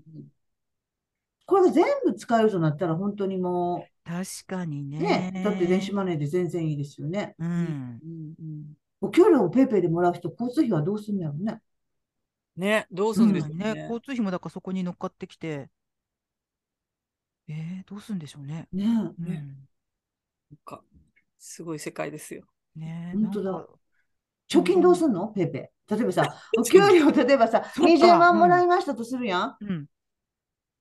[SPEAKER 2] これが全部使えるとなったら、本当にも
[SPEAKER 1] 確かにね。
[SPEAKER 2] ね、だって電子マネーで全然いいですよね。
[SPEAKER 1] うん。
[SPEAKER 3] うんうん
[SPEAKER 2] お給料をペイペイでもらう人、交通費はどうすんだろうね。
[SPEAKER 3] ね、どうす
[SPEAKER 1] そ
[SPEAKER 3] る
[SPEAKER 1] うん
[SPEAKER 3] で
[SPEAKER 1] だ
[SPEAKER 3] す
[SPEAKER 1] ね
[SPEAKER 3] かね。
[SPEAKER 1] 交通費もだからそこに乗っかってきて。えー、どうするんでしょうね。
[SPEAKER 2] ね
[SPEAKER 1] う
[SPEAKER 3] ね
[SPEAKER 1] ん。
[SPEAKER 3] なんかすごい世界ですよ。
[SPEAKER 1] ね
[SPEAKER 2] 本当だ
[SPEAKER 1] なんか
[SPEAKER 2] 貯金どうすんのペイペイ。例えば さ、お給料、例えばさ、
[SPEAKER 1] そうか
[SPEAKER 2] 20万もらいましたとするやん。
[SPEAKER 1] うん。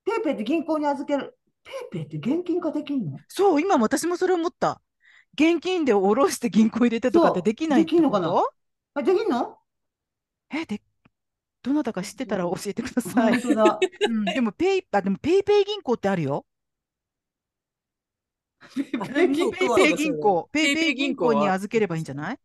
[SPEAKER 2] ペイペイって銀行に預ける。ペイペイって現金化できんの
[SPEAKER 1] そう、今私もそれ思った。現金で下ろして銀行入れてとかって
[SPEAKER 2] そう
[SPEAKER 1] できないって
[SPEAKER 2] できんのかな
[SPEAKER 1] こと
[SPEAKER 2] あ、できんの
[SPEAKER 1] え、で、どなたか知ってたら教えてくださ
[SPEAKER 2] 本
[SPEAKER 1] い。
[SPEAKER 2] 当だ。
[SPEAKER 1] うん、でもペイ、あ、でもペイペイ銀行ってあるよ。
[SPEAKER 2] ペイペ
[SPEAKER 1] ペ
[SPEAKER 2] イ
[SPEAKER 1] イ
[SPEAKER 2] 銀
[SPEAKER 1] ペイ
[SPEAKER 2] 行は
[SPEAKER 1] ペイ銀行、ペイペ
[SPEAKER 3] ペ
[SPEAKER 1] イ銀
[SPEAKER 3] イ銀
[SPEAKER 1] 行
[SPEAKER 3] 行
[SPEAKER 1] に
[SPEAKER 3] は
[SPEAKER 1] 預ければいいんじゃない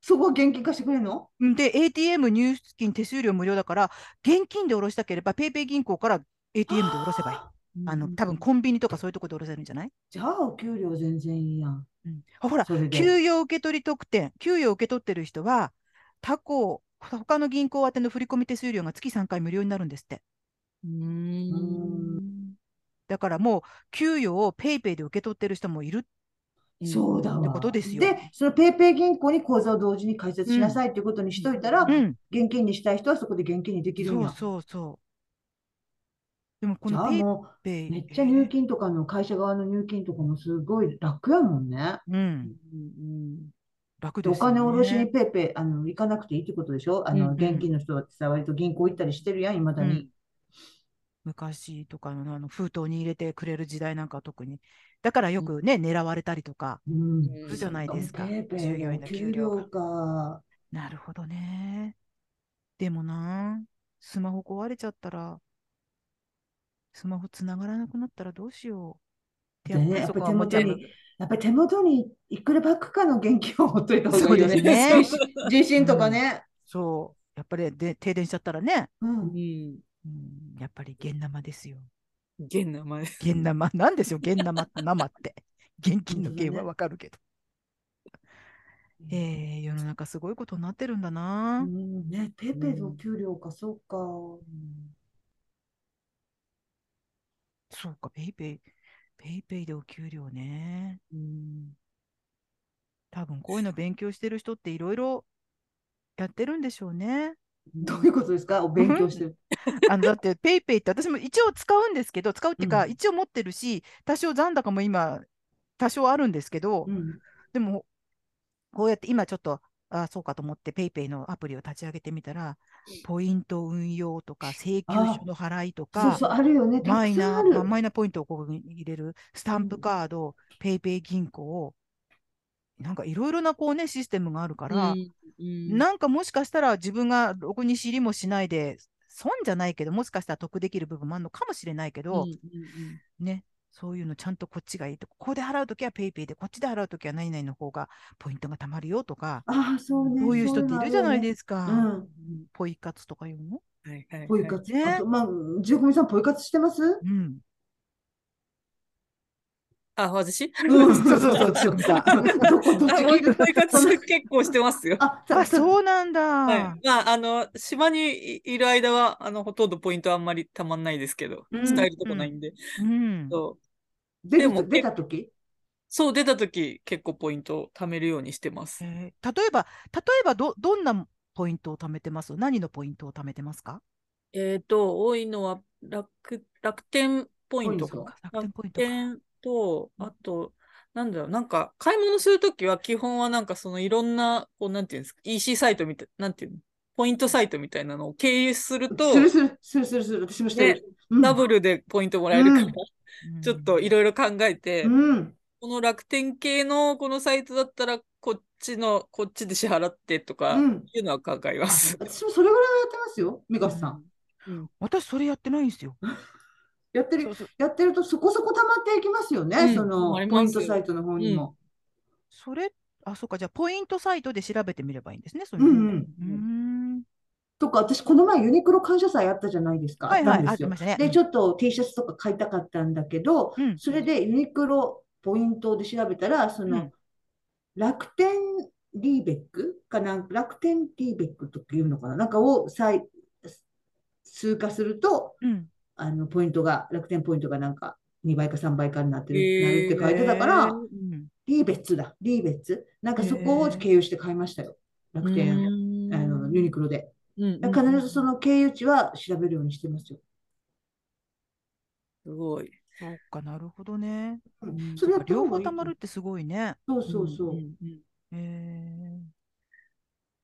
[SPEAKER 2] そこは現金化してくれるの
[SPEAKER 1] うんで、ATM 入出金手数料無料だから、現金で下ろしたければ、ペイペイ銀行から ATM で下ろせばいい。
[SPEAKER 2] い
[SPEAKER 1] あの、多分コンビニとかそういうとこで下ろせるんじゃない
[SPEAKER 2] じゃあ、お給料全然いいやん。
[SPEAKER 1] うん、あほら、
[SPEAKER 2] それで
[SPEAKER 1] 給与受取特典、給与受け取ってる人は、他行、他の銀行宛ての振込手数料が月3回無料になるんですって。
[SPEAKER 3] うーん。
[SPEAKER 1] だからもう、給与をペイペイで受け取ってる人もいる。
[SPEAKER 2] そうだ
[SPEAKER 1] って
[SPEAKER 2] わ。
[SPEAKER 1] ことですよ
[SPEAKER 2] で、そのペイペイ銀行に口座を同時に開設しなさいっていうことにしといたら、
[SPEAKER 1] うん、
[SPEAKER 2] 現金にしたい人はそこで現金にできるん
[SPEAKER 1] そう
[SPEAKER 2] や。
[SPEAKER 1] そうそう。でも、こ
[SPEAKER 2] じゃ
[SPEAKER 1] の
[SPEAKER 2] あ
[SPEAKER 1] ペイ
[SPEAKER 2] も
[SPEAKER 1] ペ
[SPEAKER 2] う、
[SPEAKER 1] イ、
[SPEAKER 2] めっちゃ入金とかの会社側の入金とかもすごい楽やもんね。
[SPEAKER 1] うん、楽
[SPEAKER 2] で
[SPEAKER 1] で
[SPEAKER 2] お
[SPEAKER 1] すよ
[SPEAKER 2] 金おろし
[SPEAKER 1] ね
[SPEAKER 2] にペイペイ、あの、行かなくていいってことでしょあ
[SPEAKER 1] う
[SPEAKER 2] の、
[SPEAKER 1] んうん
[SPEAKER 2] 現金の人はさ、割と銀行行ったりしてるやん、いまだ
[SPEAKER 1] う
[SPEAKER 2] に
[SPEAKER 1] ん。昔とかのあの封筒に入れてくれる時代なんかは特に。だからよくね、狙われたりとか。
[SPEAKER 2] うん。
[SPEAKER 3] うん
[SPEAKER 1] じゃないですか
[SPEAKER 2] ペイペイ
[SPEAKER 1] 従業員
[SPEAKER 2] の
[SPEAKER 1] の
[SPEAKER 2] 給
[SPEAKER 1] 給料が
[SPEAKER 2] 料か。
[SPEAKER 1] なるほどね。でもな、スマホ壊れちゃったら、スマホつながらなくなったらどうしよう。ってやっぱ
[SPEAKER 2] ね
[SPEAKER 1] り
[SPEAKER 2] やっ
[SPEAKER 1] そ
[SPEAKER 2] ぱ
[SPEAKER 1] こは
[SPEAKER 2] 手
[SPEAKER 1] 思っちゃ
[SPEAKER 2] 元
[SPEAKER 1] います。
[SPEAKER 2] に、やっぱり手元にいくらばっかかの現金を持っといた方
[SPEAKER 1] そ
[SPEAKER 2] が
[SPEAKER 1] う
[SPEAKER 2] いい
[SPEAKER 1] で
[SPEAKER 2] よ
[SPEAKER 1] す
[SPEAKER 2] ね。
[SPEAKER 1] ね。
[SPEAKER 2] 地震とかね。
[SPEAKER 1] そう。やっぱりで停電しちゃったらね、
[SPEAKER 2] うん。
[SPEAKER 3] うん。
[SPEAKER 1] うん、やっぱり現生ですよ。
[SPEAKER 3] 現名前。
[SPEAKER 1] 現生、なんですよ、現生って、生って。現金の
[SPEAKER 2] 本当だね
[SPEAKER 1] 現はわかるけど。えー、世の中すごいことになってるんだ
[SPEAKER 2] う
[SPEAKER 1] な。
[SPEAKER 2] んね、ペイペイのお給料か、そうか。
[SPEAKER 1] そうか、ペイペイ、ペイペイでお給料ね。
[SPEAKER 3] うん
[SPEAKER 1] 多分こういうの勉強してる人っていろいろやってるんでしょうね。
[SPEAKER 2] どういうことですかお勉強してる。
[SPEAKER 1] あのだってペイペイって私も一応使うんですけど使うっていうか
[SPEAKER 2] うん
[SPEAKER 1] 一応持ってるし多少残高も今多少あるんですけど
[SPEAKER 2] うん。
[SPEAKER 1] でもこうやって今ちょっとあそうかと思ってペイペイのアプリを立ち上げてみたらポイント運用とか請求書の払いと
[SPEAKER 2] そう
[SPEAKER 1] か
[SPEAKER 2] そう、あるよね。た
[SPEAKER 1] マ
[SPEAKER 2] く
[SPEAKER 1] イ
[SPEAKER 2] さん
[SPEAKER 1] ナ
[SPEAKER 2] あ
[SPEAKER 1] ー
[SPEAKER 2] る。
[SPEAKER 1] マイナポイントをここに入れるスタンプカードペイペイ銀行なんかいろいろなこうねシステムがあるから。
[SPEAKER 3] うん
[SPEAKER 1] なんかもしかしたら自分がろくに知りもしないで損じゃないけどもしかしたら得できる部分もあるのかもしれないけ
[SPEAKER 3] うん
[SPEAKER 1] ど、ねそういうのちゃんとこっちがいいとここで払うときは PayPay ペイペイでこっちで払うときは何々の方がポイントがたまるよとか
[SPEAKER 2] ああ、そうね。
[SPEAKER 1] こういう人っているじゃない
[SPEAKER 2] す
[SPEAKER 1] ですか、
[SPEAKER 2] か。うん。
[SPEAKER 3] うん
[SPEAKER 1] ポイ活とかいうの、
[SPEAKER 3] はいはいはい
[SPEAKER 2] ポイ活。
[SPEAKER 1] ね
[SPEAKER 2] あと、まあ、ジオコミさん、ポイ活してます
[SPEAKER 1] うん、
[SPEAKER 3] あ、私
[SPEAKER 2] うん、そう そうそう、ジオコミさん。どこ、どっち
[SPEAKER 3] ポ
[SPEAKER 2] 聞い
[SPEAKER 3] イ
[SPEAKER 2] てた
[SPEAKER 3] 活結構してますよ。
[SPEAKER 2] あ、
[SPEAKER 1] あ
[SPEAKER 2] う。
[SPEAKER 1] そうなんだ、
[SPEAKER 3] はい。まあ、あの、島にいる間は、あの、ほとんどポイントあんまりたまんないですけど、
[SPEAKER 1] うん
[SPEAKER 3] 使えるとこないんで。
[SPEAKER 1] うん、
[SPEAKER 3] そう
[SPEAKER 2] 出る
[SPEAKER 3] でも
[SPEAKER 2] 出た時
[SPEAKER 3] そう、出たとき、結構ポイントを貯めるようにしてます。
[SPEAKER 1] えー例えば例えばどどんなポイントを貯めてます何のポイントを貯めてますか
[SPEAKER 3] えっと、多いのは楽、楽天ポイント
[SPEAKER 2] ポイント
[SPEAKER 3] か
[SPEAKER 1] か。楽天ポ
[SPEAKER 3] 楽
[SPEAKER 1] イントか
[SPEAKER 3] 天と、あと、なんだろう、なんか、買い物するときは、基本はなんか、そのいろんな、こう、なんていうんですか、EC サイトみたい、なんていうの、ポイントサイトみたいなのを経由すると
[SPEAKER 2] す、るする、するするする、私もしてる。うん
[SPEAKER 3] ダブルでポイントもらえるから、
[SPEAKER 2] うん
[SPEAKER 1] うん
[SPEAKER 3] ちょっといろいろ考えて、
[SPEAKER 2] うん。
[SPEAKER 3] この楽天系のこのサイトだったら、こっちの、こっちで支払ってとか、
[SPEAKER 2] うん。
[SPEAKER 3] いうのは考えます。
[SPEAKER 2] 私もそれぐらいはやってますよ、ミカさん。
[SPEAKER 3] うん
[SPEAKER 1] 私それやってないんですよ。
[SPEAKER 2] やって
[SPEAKER 1] そ
[SPEAKER 2] る
[SPEAKER 1] う、そう
[SPEAKER 2] やってるとそこそこ溜まっていきますよね、
[SPEAKER 3] うん
[SPEAKER 2] その
[SPEAKER 3] 溜まり
[SPEAKER 2] ポイ
[SPEAKER 3] ま
[SPEAKER 2] ン
[SPEAKER 3] す
[SPEAKER 2] トサイトの方にも。
[SPEAKER 1] それ、あ、そうか、じゃあ、ポイントサイトで調べてみればいいんですね、そう
[SPEAKER 2] う
[SPEAKER 1] いうんの
[SPEAKER 2] う
[SPEAKER 1] ね。
[SPEAKER 2] ん。
[SPEAKER 1] うーん。
[SPEAKER 2] とか、私、この前ユニクロ感謝祭あったじゃないですか、
[SPEAKER 1] はい
[SPEAKER 2] あ
[SPEAKER 1] は
[SPEAKER 2] った
[SPEAKER 1] い、
[SPEAKER 2] ん
[SPEAKER 1] あっ
[SPEAKER 2] です
[SPEAKER 1] て
[SPEAKER 2] よ。
[SPEAKER 1] ましたね。
[SPEAKER 2] で、ちょっと T シャツとか買いたかったんだけど、
[SPEAKER 1] うん、
[SPEAKER 2] それでユニクロポイントで調べたら、そ
[SPEAKER 1] うん
[SPEAKER 2] の楽天リーベックかな、楽天リーベックとかいうのかな、なんかを再通過すると、
[SPEAKER 1] うん、
[SPEAKER 2] あのポイントが、楽天ポイントがなんか2倍か3倍かになってる、なるっ
[SPEAKER 3] え
[SPEAKER 2] て書いてたから、
[SPEAKER 3] ー
[SPEAKER 1] うん
[SPEAKER 2] リーベッツだ、リーベッツ。なんかそこを経由して買いましたよ。楽天、あの、ユニクロで。
[SPEAKER 3] うんうん
[SPEAKER 2] 必ずその経由地は調べるようにしてますよ。
[SPEAKER 3] すごい。
[SPEAKER 1] そうかなるほどね。
[SPEAKER 3] うん
[SPEAKER 2] それ
[SPEAKER 1] な
[SPEAKER 2] は
[SPEAKER 1] んか両方
[SPEAKER 2] た
[SPEAKER 1] たまるってすごいね。
[SPEAKER 2] そうそうそ
[SPEAKER 3] ん
[SPEAKER 2] う。
[SPEAKER 3] んうん
[SPEAKER 1] へえ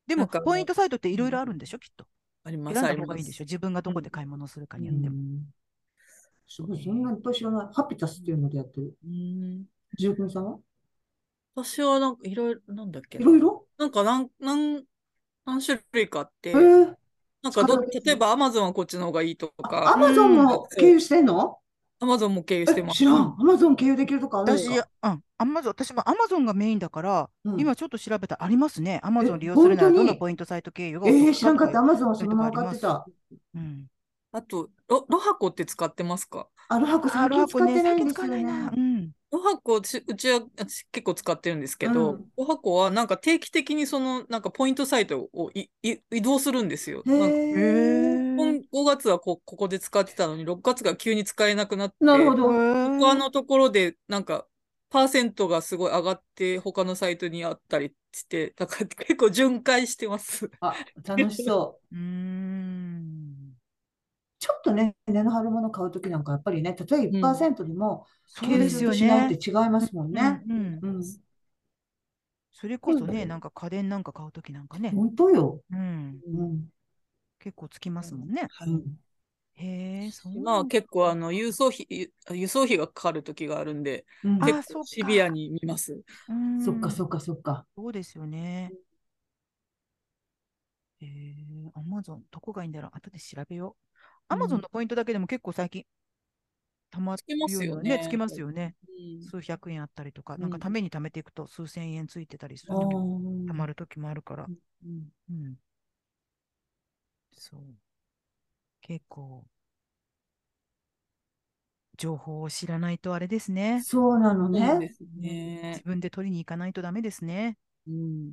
[SPEAKER 1] で
[SPEAKER 3] な
[SPEAKER 1] も
[SPEAKER 3] んかあの
[SPEAKER 1] ポイントサイトっていろいろあるんでしょきっと。
[SPEAKER 3] あります
[SPEAKER 1] 選ん
[SPEAKER 3] あ
[SPEAKER 1] だ
[SPEAKER 3] り
[SPEAKER 1] 方
[SPEAKER 3] ま
[SPEAKER 1] がいいん
[SPEAKER 3] す
[SPEAKER 1] でしょ自分がどこで買い物するかによっても。
[SPEAKER 2] うんすごい、そんなにいっぱい知らない。ハピタスっていうのでやってる。
[SPEAKER 3] うん
[SPEAKER 2] ジュン君さんは
[SPEAKER 3] 私はなんかいろいろなんだっけ
[SPEAKER 2] い
[SPEAKER 3] な
[SPEAKER 2] ろいろ
[SPEAKER 3] なんかなんなん何種類かあって、
[SPEAKER 2] えー、
[SPEAKER 3] なんかど
[SPEAKER 2] そうなんですね
[SPEAKER 3] 例えばアマゾンはこっちの方がいいと
[SPEAKER 2] ア
[SPEAKER 3] か、
[SPEAKER 2] マゾンも
[SPEAKER 3] うん
[SPEAKER 2] 経由してんの
[SPEAKER 3] アマゾンも経由して
[SPEAKER 2] え、
[SPEAKER 3] ます。
[SPEAKER 2] 知らん。アマゾン経由できるとかあるん
[SPEAKER 1] 私、
[SPEAKER 2] か
[SPEAKER 1] うん、アマゾン、私もアマゾンがメインだから、
[SPEAKER 2] うん
[SPEAKER 1] 今ちょっと調べたらありますね。アマゾン利用す
[SPEAKER 2] 本
[SPEAKER 1] るな
[SPEAKER 2] 当
[SPEAKER 1] ら
[SPEAKER 2] に
[SPEAKER 1] どのポイントサイト経由がお
[SPEAKER 2] え
[SPEAKER 1] 得
[SPEAKER 2] ー、知らんかった。ア
[SPEAKER 1] と
[SPEAKER 2] マゾンはそのまま買ってた。
[SPEAKER 1] うん。
[SPEAKER 3] あとロ、ロハコって使ってますか
[SPEAKER 2] アルハコ最近使ってないんで
[SPEAKER 1] 最近
[SPEAKER 2] すよ
[SPEAKER 1] 使わないな。
[SPEAKER 2] ね
[SPEAKER 1] う。ん。
[SPEAKER 3] ロハコ、しうちは私結構使ってるんですけど、
[SPEAKER 2] うん
[SPEAKER 3] ロハコはなんか定期的にそのなんかポイントサイトをいい移動するんですよ。
[SPEAKER 2] へ
[SPEAKER 3] なんか
[SPEAKER 1] へ
[SPEAKER 2] ー。
[SPEAKER 3] 今5月はこここで使ってたのに、6月が急に使えなくなって、
[SPEAKER 2] なるほど。
[SPEAKER 1] 他
[SPEAKER 3] 他のところでなんかパーセントがすごい上がって他のサイトにあったりしてだから 結構巡回してます。
[SPEAKER 2] あ、楽 しそう。
[SPEAKER 1] うーん。
[SPEAKER 2] ちょっとね、値の張るもの買うときなんか、やっぱりね、たとえ
[SPEAKER 3] ん
[SPEAKER 2] 1%でも、
[SPEAKER 1] そうですよ
[SPEAKER 2] しないっ
[SPEAKER 1] ね。
[SPEAKER 2] て違いますもんね。
[SPEAKER 1] うんうん
[SPEAKER 2] うん、
[SPEAKER 1] それこそね、
[SPEAKER 2] うん
[SPEAKER 1] なんか家電なんか買うときなんかね、
[SPEAKER 2] 本当よ。
[SPEAKER 1] うん、
[SPEAKER 2] うん、
[SPEAKER 1] 結構つきますもんね。
[SPEAKER 2] うん。
[SPEAKER 1] へえ、そうな
[SPEAKER 3] まあ
[SPEAKER 1] んだ。
[SPEAKER 3] 結構あの郵送費ゆ輸送費がかかる時があるんで
[SPEAKER 2] うん
[SPEAKER 1] あーそ
[SPEAKER 3] 結
[SPEAKER 1] っ
[SPEAKER 3] 構
[SPEAKER 1] か
[SPEAKER 3] シビアに見ます。
[SPEAKER 1] うん
[SPEAKER 2] そっかそっかそっか。
[SPEAKER 1] そうですよね。えー、アマゾン、どこがいいんだろう後で調べよう。アマゾンのポイントだけでも結構最近、たまっ
[SPEAKER 3] つきます
[SPEAKER 1] よ
[SPEAKER 3] よ
[SPEAKER 1] う
[SPEAKER 3] ね。
[SPEAKER 1] つきますよね。
[SPEAKER 3] うん
[SPEAKER 1] 数百円あったりとか、
[SPEAKER 3] うん
[SPEAKER 1] なんかために貯めていくと数千円ついてたりす
[SPEAKER 2] あ
[SPEAKER 1] る時も、
[SPEAKER 2] ー
[SPEAKER 1] たまる時もあるから
[SPEAKER 3] う。ん
[SPEAKER 1] うん。そう。結構、情報を知らないとあれですね。
[SPEAKER 2] そうなの
[SPEAKER 3] そう
[SPEAKER 2] ね
[SPEAKER 3] で。すね
[SPEAKER 1] 自。分で取りに行かないとダメですね。
[SPEAKER 3] うん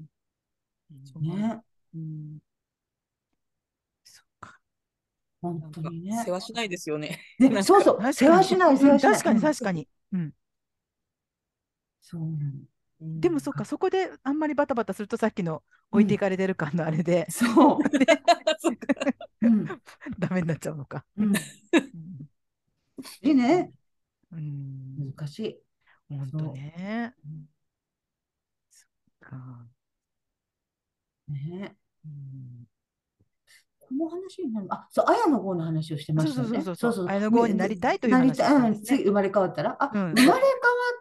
[SPEAKER 1] そう
[SPEAKER 2] ね、
[SPEAKER 3] うん
[SPEAKER 1] そっか。
[SPEAKER 2] 本
[SPEAKER 3] なん
[SPEAKER 2] 当
[SPEAKER 3] か
[SPEAKER 2] にね。
[SPEAKER 3] 世話しないですよね。
[SPEAKER 2] ね
[SPEAKER 3] なんか
[SPEAKER 2] そうそう、世話しない、世話しない。
[SPEAKER 1] 確かに確か
[SPEAKER 2] に。
[SPEAKER 1] に。うん。
[SPEAKER 2] そうなの。
[SPEAKER 1] でもそっか、そこであんまりバタバタするとさっきの置いていかれてる感のあれで、
[SPEAKER 2] そう。
[SPEAKER 3] そっか
[SPEAKER 2] うん、
[SPEAKER 1] ダメになっちゃうのか。
[SPEAKER 2] うん。
[SPEAKER 1] うん
[SPEAKER 2] いいね。
[SPEAKER 1] うん、
[SPEAKER 2] 難しい。
[SPEAKER 1] 本当ね。
[SPEAKER 2] うん
[SPEAKER 1] か
[SPEAKER 2] ね。
[SPEAKER 1] うん
[SPEAKER 2] この話になる。あ、そう、綾野剛の話をしてま
[SPEAKER 1] そう
[SPEAKER 2] した
[SPEAKER 1] そうそ
[SPEAKER 2] よね。
[SPEAKER 1] うそうそう
[SPEAKER 2] そうそう
[SPEAKER 1] 綾野剛になりたいという
[SPEAKER 2] なり
[SPEAKER 1] 話
[SPEAKER 2] た
[SPEAKER 1] だった
[SPEAKER 2] うんん、
[SPEAKER 1] ですね
[SPEAKER 2] 次生まれ変わったら、あ、
[SPEAKER 1] うん
[SPEAKER 2] 生まれ変わっ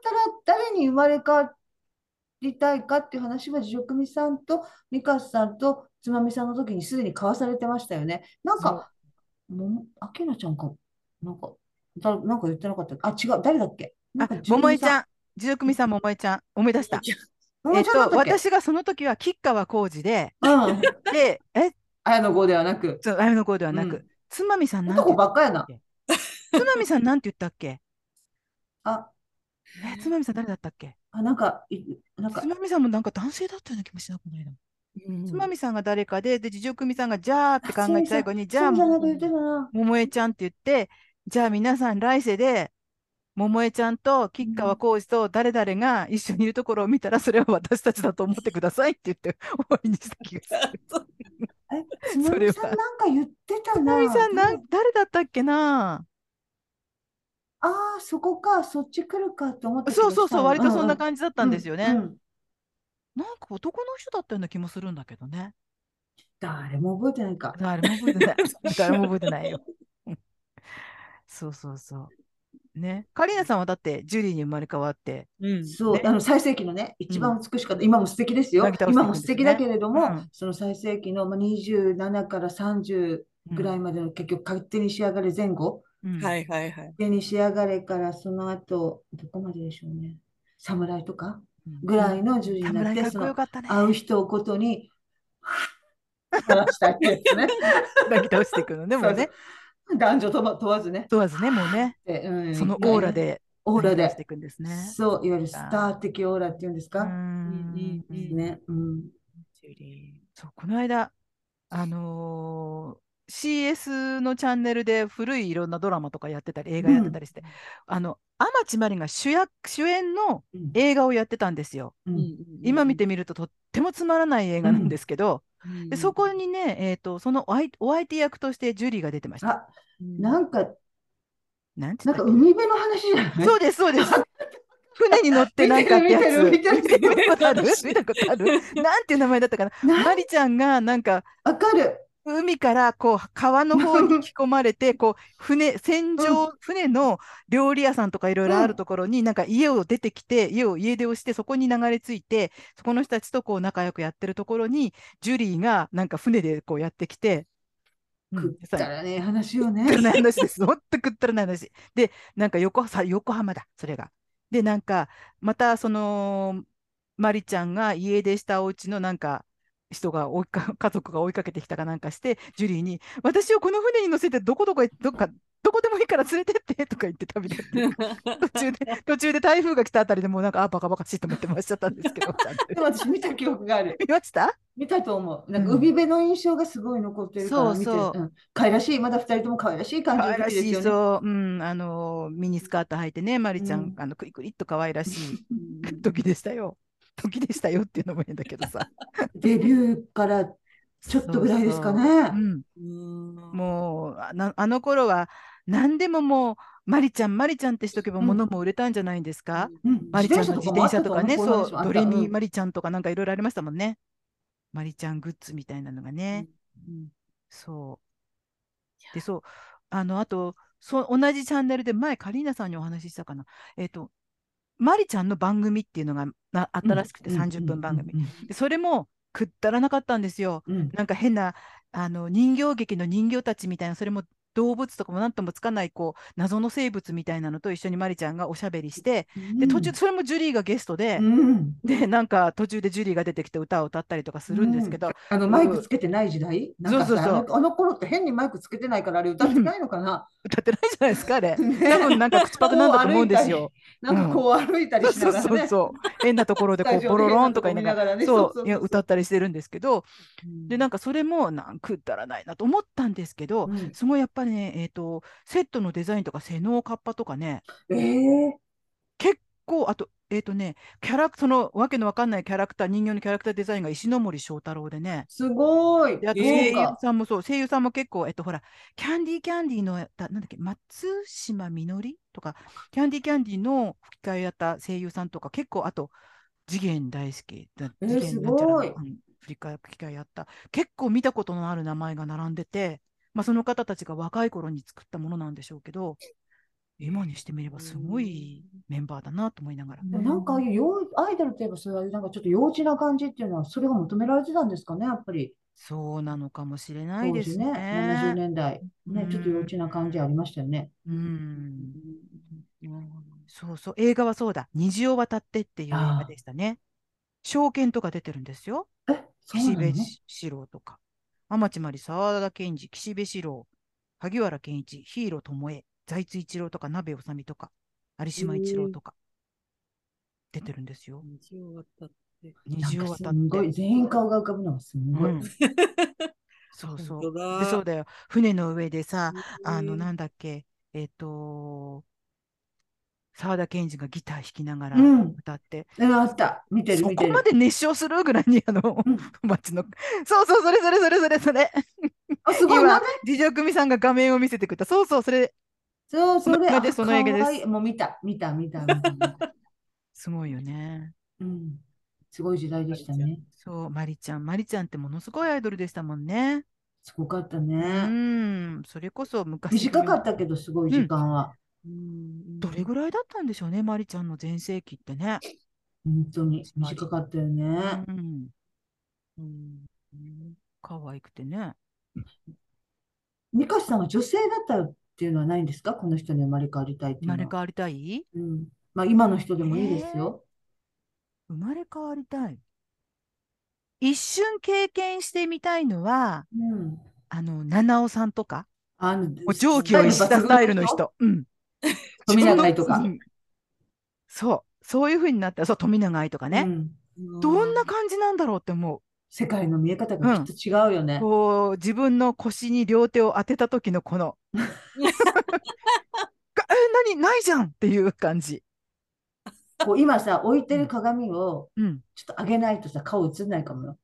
[SPEAKER 2] たら誰に生まれ変わりたいかっていう話は、ジョクミさんとミカさんとつまみさんの時にすでに交わされてましたよね。なんか、もも、あきなちゃんか、なんか、だ、なんか言ってなかったっけあ、違う、誰だっけなん
[SPEAKER 1] あ
[SPEAKER 2] か、ジョク
[SPEAKER 1] 桃
[SPEAKER 2] ミ
[SPEAKER 1] 井ちゃ
[SPEAKER 2] さん。
[SPEAKER 1] ん、持続組さん、桃井ちゃん、思い出した。
[SPEAKER 2] 桃
[SPEAKER 1] え
[SPEAKER 2] 井
[SPEAKER 1] っ
[SPEAKER 2] ちゃんだ
[SPEAKER 1] と、
[SPEAKER 2] ったっけ
[SPEAKER 1] 私がその時は吉川浩司で、
[SPEAKER 2] うん。
[SPEAKER 1] で、え、
[SPEAKER 2] 綾野剛ではなく、
[SPEAKER 1] そうあれの声ではな
[SPEAKER 2] う
[SPEAKER 1] く
[SPEAKER 2] ん、
[SPEAKER 1] つまみさんなんて言
[SPEAKER 2] 男
[SPEAKER 1] っ
[SPEAKER 2] ばっかやな。
[SPEAKER 1] つまみさんなんて言ったっ け
[SPEAKER 2] あ、
[SPEAKER 1] え、つまみさん誰だったっけ
[SPEAKER 2] あ、なんか、いなんか
[SPEAKER 1] つ、まみさんもなんか男性だったような気もしなくないな。
[SPEAKER 3] うん
[SPEAKER 1] つ まみさんが誰かで、で、自助組さんが、じゃあって考
[SPEAKER 2] あそ
[SPEAKER 1] え
[SPEAKER 2] うそう
[SPEAKER 1] て最後に、じ
[SPEAKER 2] そ
[SPEAKER 1] ゃあ、
[SPEAKER 2] うじゃな
[SPEAKER 1] も
[SPEAKER 2] く言ってたな。
[SPEAKER 1] もえちゃんって言って、じゃあ皆さん来世で、ももえちゃんと吉川浩司と誰々が一緒にいるところを見たら、それは私たちだと思ってくださいって言って終わりにした気がす る。
[SPEAKER 2] え、つ
[SPEAKER 1] そ
[SPEAKER 2] ま
[SPEAKER 1] れ
[SPEAKER 2] み
[SPEAKER 1] は
[SPEAKER 2] さんなんか言ってた
[SPEAKER 1] つまみ
[SPEAKER 2] な。
[SPEAKER 1] さん、なん誰だったっけな
[SPEAKER 2] ああ、そこか、そっち来るかと思った気
[SPEAKER 1] そう
[SPEAKER 2] が
[SPEAKER 1] そう
[SPEAKER 2] した
[SPEAKER 1] そう、
[SPEAKER 2] の
[SPEAKER 1] 割とそんな
[SPEAKER 2] じ
[SPEAKER 1] 感じだったんですよね。
[SPEAKER 2] うんうん
[SPEAKER 1] なんか男の人だったような気もするんだけどね。
[SPEAKER 2] 誰も覚えてないか。
[SPEAKER 1] 誰も覚えて ない。誰も覚えてないよ。そうそうそう。ね。カリーナさんはだって、ジュリーに生まれ変わって、
[SPEAKER 3] うん
[SPEAKER 2] そう、
[SPEAKER 1] ね
[SPEAKER 2] あの最盛期のね、一番美しかった、今も素敵ですよ。
[SPEAKER 1] なぎ倒していくんですよね
[SPEAKER 2] 今も素敵だけれど
[SPEAKER 1] う
[SPEAKER 2] も、
[SPEAKER 1] ん
[SPEAKER 2] その最盛期のまあ27から30ぐらいまでの結局、勝手に仕上がれ前後、
[SPEAKER 1] うん、。
[SPEAKER 3] はいいはいはい。
[SPEAKER 2] 勝手に仕上がれからその後、どこまででしょうね、侍とか
[SPEAKER 1] うん
[SPEAKER 2] ぐらいの女優になっ
[SPEAKER 1] 侍
[SPEAKER 2] て、
[SPEAKER 1] かっ
[SPEAKER 2] そ
[SPEAKER 1] こ
[SPEAKER 2] の
[SPEAKER 1] よかったね。
[SPEAKER 2] 会う人をことに、話したいですね。
[SPEAKER 1] なぎ倒していく の。でもね、
[SPEAKER 2] そう男女とも問わずね。
[SPEAKER 1] 問わずね、もうね、
[SPEAKER 2] でうん
[SPEAKER 1] そのオーラで、
[SPEAKER 2] オー
[SPEAKER 1] な
[SPEAKER 2] ラ
[SPEAKER 1] ぎ
[SPEAKER 2] で
[SPEAKER 1] 倒していくんですね。
[SPEAKER 2] そう、いわゆるスター的オーラっていうんです
[SPEAKER 1] うー
[SPEAKER 2] か。
[SPEAKER 1] ん
[SPEAKER 3] うんうんうん
[SPEAKER 2] ね、うん。
[SPEAKER 3] ジュリ
[SPEAKER 1] そう、この間、あの CS のチャンネルで古いいろんなドラマとかやってたり映画やってたりして、あの天地真理が主役主演の
[SPEAKER 2] うん
[SPEAKER 1] 映画をやってたんですよ。
[SPEAKER 2] うん
[SPEAKER 1] 今見てみるととってもつまらない映画なんですけど、でそこにね、えー、とそのお相お相手役としてジュリーが出てました。
[SPEAKER 2] あ、なんか、
[SPEAKER 1] なんつ
[SPEAKER 2] な
[SPEAKER 1] っ
[SPEAKER 2] ん
[SPEAKER 1] た
[SPEAKER 2] か
[SPEAKER 1] っ
[SPEAKER 2] 海辺の話じゃ
[SPEAKER 1] け
[SPEAKER 2] ない
[SPEAKER 1] そうですそう です。船に乗ってなんかってやつ。
[SPEAKER 2] 見てる見てる見て る
[SPEAKER 1] 見たことある見たこと ある
[SPEAKER 3] な
[SPEAKER 1] なんていう名前だったかな。
[SPEAKER 2] な
[SPEAKER 1] マリちゃんがなんか
[SPEAKER 2] わかる。
[SPEAKER 1] 海からこう川の方に引き込まれ てこう船船上、船の料理屋さんとかいろいろあるところに、なんか家を出てきて家を家出をしてそこに流れ着いてそこの人たちとこう仲良くやってるところにジュリーがなんか船でこうやってきて、うん
[SPEAKER 2] くっ
[SPEAKER 1] さ
[SPEAKER 2] たらねえ話よ
[SPEAKER 1] くっ
[SPEAKER 2] ね
[SPEAKER 1] たら。ない話です。ほんとくったらない話。で、なんか横さ横浜だ、それが。で、なんか、またその、マリちゃんが家出したお家のなんか、人が追いか、 家族が追いかけてきたかなんかして、ジュリーに、私をこの船に乗せて、どこどこへ、どっか、どこでもいいから連れてって とか言って旅立って、 途中で、途中で台風が来たあたりでもうなんか、あ、バカバカしいと思ってましちゃったんですけ ど、ちゃんと
[SPEAKER 2] でも私見た記憶がある。
[SPEAKER 1] 見ました
[SPEAKER 2] 見たと思う。なんか海辺の印象がすごい残ってるから
[SPEAKER 1] そう
[SPEAKER 2] 見て、
[SPEAKER 1] そう
[SPEAKER 2] うん、可愛らしい、まだ二人とも可愛らしい感じ
[SPEAKER 1] 可
[SPEAKER 2] の
[SPEAKER 1] 愛ら
[SPEAKER 2] 時
[SPEAKER 1] しい、
[SPEAKER 2] ですよね。
[SPEAKER 1] そう、うん、あの、ミニスカート履いてね、マリちゃん、
[SPEAKER 2] うん
[SPEAKER 1] あの、くりくりっと可愛らしい。 時でしたよ。時でしたよっていうのも変だけどさ。
[SPEAKER 2] デビューからちょっとぐらいですか
[SPEAKER 1] そうそう
[SPEAKER 2] ね。
[SPEAKER 1] うん、もうあなあの頃は何でももうマリちゃんマリちゃんってしとけば
[SPEAKER 2] うん
[SPEAKER 1] 物も売れたんじゃないんですか、
[SPEAKER 2] うん、
[SPEAKER 1] マリちゃんの自転車とかね、
[SPEAKER 2] 自
[SPEAKER 1] そ
[SPEAKER 2] 転
[SPEAKER 1] う
[SPEAKER 2] 車とかもあったかなこの話もあった
[SPEAKER 1] ドレミ
[SPEAKER 2] うん
[SPEAKER 1] マリちゃんとかなんかいろいろありましたもんね。マリちゃんグッズみたいなのがね。そう。で、そう。あの、あと、そう同じチャンネルで前、カリーナさんにお話ししたかな。えっ、と、マリちゃんの番組っていうのがなあったらしくて、30分番組。。でそれもくったらなかったんですよ。
[SPEAKER 2] うんうんうんうん
[SPEAKER 1] なんか変なあの人形劇の人形たちみたいなそれも動物とかも何ともつかないこう謎の生物みたいなのと一緒にマリちゃんがおしゃべりしてで途中それもジュリーがゲストで、
[SPEAKER 2] うん
[SPEAKER 1] でなんか途中でジュリーが出てきて歌を歌ったりとかするんですけど、
[SPEAKER 2] あのマイクつけてない時代なんか
[SPEAKER 1] そうそうそう
[SPEAKER 2] さあのあの頃って変にマイクつけてないからあれ歌ってないのかな。
[SPEAKER 1] 歌ってないじゃないですかあれ
[SPEAKER 2] ね
[SPEAKER 1] 多分なんか口パクなんだと思うんですよ。
[SPEAKER 2] なんかこう歩いたり
[SPEAKER 1] そう
[SPEAKER 2] し な
[SPEAKER 1] そうそう
[SPEAKER 2] がらね。
[SPEAKER 1] そう。変なところでこ
[SPEAKER 2] ス
[SPEAKER 1] う
[SPEAKER 2] タジオ
[SPEAKER 1] ボロロンとか言い
[SPEAKER 2] 変
[SPEAKER 1] な
[SPEAKER 2] な
[SPEAKER 1] が
[SPEAKER 2] とこ見ながら
[SPEAKER 1] ら
[SPEAKER 2] ね
[SPEAKER 1] そ
[SPEAKER 2] そうそう
[SPEAKER 1] ういや
[SPEAKER 2] そう
[SPEAKER 1] 歌ったりしてるんですけど、でなんか
[SPEAKER 2] か
[SPEAKER 1] それもなんかくだらないなと思ったんですけど、すごいやっぱりね、えーと、セットのデザインとか、瀬能カッパとかね、
[SPEAKER 2] ええ
[SPEAKER 1] 結構、あと、えーとね、キャラクそのわけのわかんないキャラクター、人形のキャラクターデザインが石ノ森章太郎でね、
[SPEAKER 2] すごい。
[SPEAKER 1] であと
[SPEAKER 3] え
[SPEAKER 1] 声
[SPEAKER 3] ー
[SPEAKER 2] そう
[SPEAKER 1] 優
[SPEAKER 2] か
[SPEAKER 1] さんもそう、声優さんも結構、えっと、ほら、キャンディーキャンディーの、だなんだっけ、松島みのりとか、キャンディーキャンディーの吹き替えやった声優さんとか、結構、あと、次元大好き、だ
[SPEAKER 2] えー
[SPEAKER 1] 次元なんちゃらの
[SPEAKER 2] すご
[SPEAKER 1] うん吹き替え吹き替えやった、結構見たことのある名前が並んでて、まあ、その方たちが若い頃に作ったものなんでしょうけど、今にしてみればすごいメンバーだなと思いながら。
[SPEAKER 2] でもなんかああいう幼アイドルといえばそういうなんかちょっと幼稚な感じっていうのはそれが求められてたんですかねやっぱり
[SPEAKER 1] そうなのかもしれない
[SPEAKER 2] 当
[SPEAKER 1] で
[SPEAKER 2] 時
[SPEAKER 1] す
[SPEAKER 2] ね70
[SPEAKER 1] ね。
[SPEAKER 2] 年代ねちょっと幼稚な感じありましたよね。
[SPEAKER 1] うんそうそう、映画はそうだ、虹を渡ってっていう映
[SPEAKER 2] あ
[SPEAKER 1] 画
[SPEAKER 2] あ
[SPEAKER 1] でしたね。証券とか出てるんですよ。
[SPEAKER 2] えそう
[SPEAKER 1] 岸
[SPEAKER 2] なの
[SPEAKER 1] 辺四郎とか。天地真理、沢田研二、岸辺四郎、萩原健一、ヒーロー巴財津一郎とか、鍋治美とか、有島一郎とか、出てるんですよ。
[SPEAKER 2] なん
[SPEAKER 1] 虹を
[SPEAKER 2] かす
[SPEAKER 1] 渡っ
[SPEAKER 2] んごい
[SPEAKER 1] て。
[SPEAKER 2] 全員顔が浮かぶのがすんごい。
[SPEAKER 1] うんそうそう。
[SPEAKER 3] 本当だ
[SPEAKER 1] で、そうだよ。船の上でさ、あの、なんだっけ、えっ、と、沢田研二がギター弾きながら
[SPEAKER 2] うん
[SPEAKER 1] 歌って、
[SPEAKER 2] うんあった見てる
[SPEAKER 1] そ
[SPEAKER 2] 見て
[SPEAKER 1] こ
[SPEAKER 2] る。
[SPEAKER 1] まで熱唱するぐらいに、あの、
[SPEAKER 2] うん
[SPEAKER 1] 街の、そうそう、それそれそれそれそれ、
[SPEAKER 2] あすごいな
[SPEAKER 1] 今、自助組さんが画面を見せてくれた、そうそう、それ、
[SPEAKER 2] そうそ
[SPEAKER 1] そ
[SPEAKER 2] れ
[SPEAKER 1] の映画
[SPEAKER 2] あ
[SPEAKER 1] ですその映画です
[SPEAKER 2] 可愛いもう見た見た見た見た見た。
[SPEAKER 1] すごいよね。
[SPEAKER 2] うんすごい時代で したね。
[SPEAKER 1] そう、マリちゃん、マリちゃんってものすごいアイドルでしたもんね。
[SPEAKER 2] すごかった
[SPEAKER 1] う
[SPEAKER 2] ね。
[SPEAKER 1] ん、それこそ昔。
[SPEAKER 2] 短かったけどすごい時間は
[SPEAKER 1] どれぐらいだったんでしょうね、マリちゃんの全盛期ってね。
[SPEAKER 2] 本当に短かったよね。
[SPEAKER 1] うん。可愛くてね。
[SPEAKER 2] ミカさんは女性だったっていうのはないんですかこの人に生まれ変わりたいってい
[SPEAKER 1] 生ま
[SPEAKER 2] うのは。
[SPEAKER 1] れ変わりたい
[SPEAKER 2] うん。まあ今の人でもいいですよ。
[SPEAKER 1] 生まれ変わりたい。一瞬経験してみたいのは、
[SPEAKER 2] うん。
[SPEAKER 1] あの、七尾さんとか、
[SPEAKER 2] あの、
[SPEAKER 1] もう上気を逸したスタイルの
[SPEAKER 2] スタ
[SPEAKER 1] 人。 うん。
[SPEAKER 2] イル抜群の人。富永愛とか。
[SPEAKER 1] うんそう。そういう風になったら、そう、富永愛とかね。
[SPEAKER 2] うん
[SPEAKER 1] どんな感じなんだろうって思う。
[SPEAKER 2] 世界の見え方がきっと違うよね。
[SPEAKER 1] こう自分の腰に両手を当てた時のこのがえ何ないじゃんっていう感じ。
[SPEAKER 2] こう今さ、置いてる鏡を
[SPEAKER 1] うん、
[SPEAKER 2] ちょっと上げないとさ、顔映んないかもよ。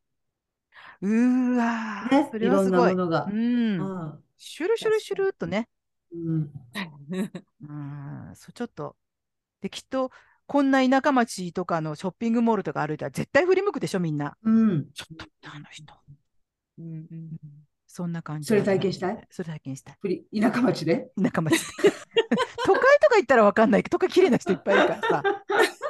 [SPEAKER 1] うーわー、
[SPEAKER 2] ね、
[SPEAKER 1] そ
[SPEAKER 2] い
[SPEAKER 1] れは
[SPEAKER 2] ろ
[SPEAKER 1] す
[SPEAKER 2] んな
[SPEAKER 1] ごい。
[SPEAKER 2] ものが
[SPEAKER 1] う。、
[SPEAKER 2] うんん。
[SPEAKER 1] シュルシュルシュルっとね。
[SPEAKER 2] うん。
[SPEAKER 1] うん、そうちょっと。で、きっと、こんな田舎町とかのショッピングモールとか歩いたら絶対振り向くでしょ、みんな。
[SPEAKER 2] うん。
[SPEAKER 1] ちょっと、あの人。
[SPEAKER 3] うんうん
[SPEAKER 1] そんな感じ。
[SPEAKER 2] それ体験したい
[SPEAKER 1] それ体験したい。
[SPEAKER 2] ふり田舎町で。
[SPEAKER 1] 田舎町。 都会とか行ったらわかんないけど、都会綺麗な人いっぱいいるからさ。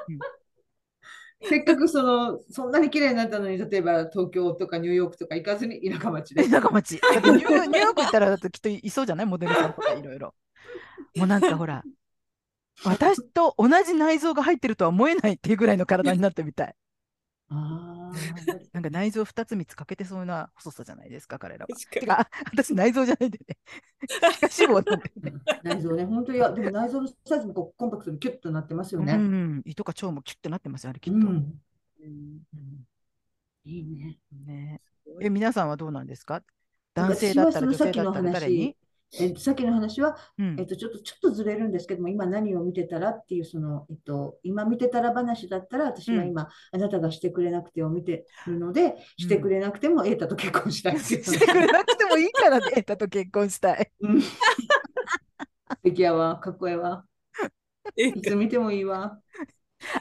[SPEAKER 2] せっかくその、そんなに綺麗になったのに、例えば東京とかニューヨークとか行かずに田舎町 で。
[SPEAKER 1] 田舎町。だってニューヨークニューヨーク行ったらだってきっといそうじゃないモデルさんとかいろいろ。もうなんかほら、私と同じ内臓が入ってるとは思えないっていうぐらいの体になってみたい。
[SPEAKER 2] あ
[SPEAKER 1] なんか内臓2つ3つ欠けてそうな細さじゃないですか、彼らは。て
[SPEAKER 3] 確か
[SPEAKER 1] か、私内臓じゃないんで ね。皮下脂肪なんでね。
[SPEAKER 2] あ、内臓ね、本当に、いや、でも内臓のサイズもこうコンパクトにキュッとなってますよ
[SPEAKER 1] う
[SPEAKER 2] ね。
[SPEAKER 1] ん、胃とか腸もキュッてなってますよ、あれきっ
[SPEAKER 2] う
[SPEAKER 1] と。
[SPEAKER 2] ん。
[SPEAKER 3] に。
[SPEAKER 1] うん
[SPEAKER 2] いいね。
[SPEAKER 1] ね
[SPEAKER 3] すごい
[SPEAKER 1] え、皆さんはどうなんですか
[SPEAKER 2] なん
[SPEAKER 1] 男
[SPEAKER 2] か
[SPEAKER 1] 性だったら女
[SPEAKER 2] 私は
[SPEAKER 1] 性
[SPEAKER 2] そ
[SPEAKER 1] だ
[SPEAKER 2] の
[SPEAKER 1] ったら
[SPEAKER 2] さっきの
[SPEAKER 1] 誰
[SPEAKER 2] 話
[SPEAKER 1] に、
[SPEAKER 2] えっと、さっきの話は、
[SPEAKER 1] うん
[SPEAKER 2] えっと、ちょっと、ちょっとずれるんですけども、今何を見てたらっていう、その、えっと、今見てたら話だったら、私は今、あなたがしてくれなくてを見てるので、してくれなくても、瑛太と結婚したいって いう。
[SPEAKER 1] してくれなくてもいいからね、エタと結婚したい。
[SPEAKER 2] うん。素敵やわ、かっこええわ。
[SPEAKER 3] え
[SPEAKER 2] いつ見てもいいわ。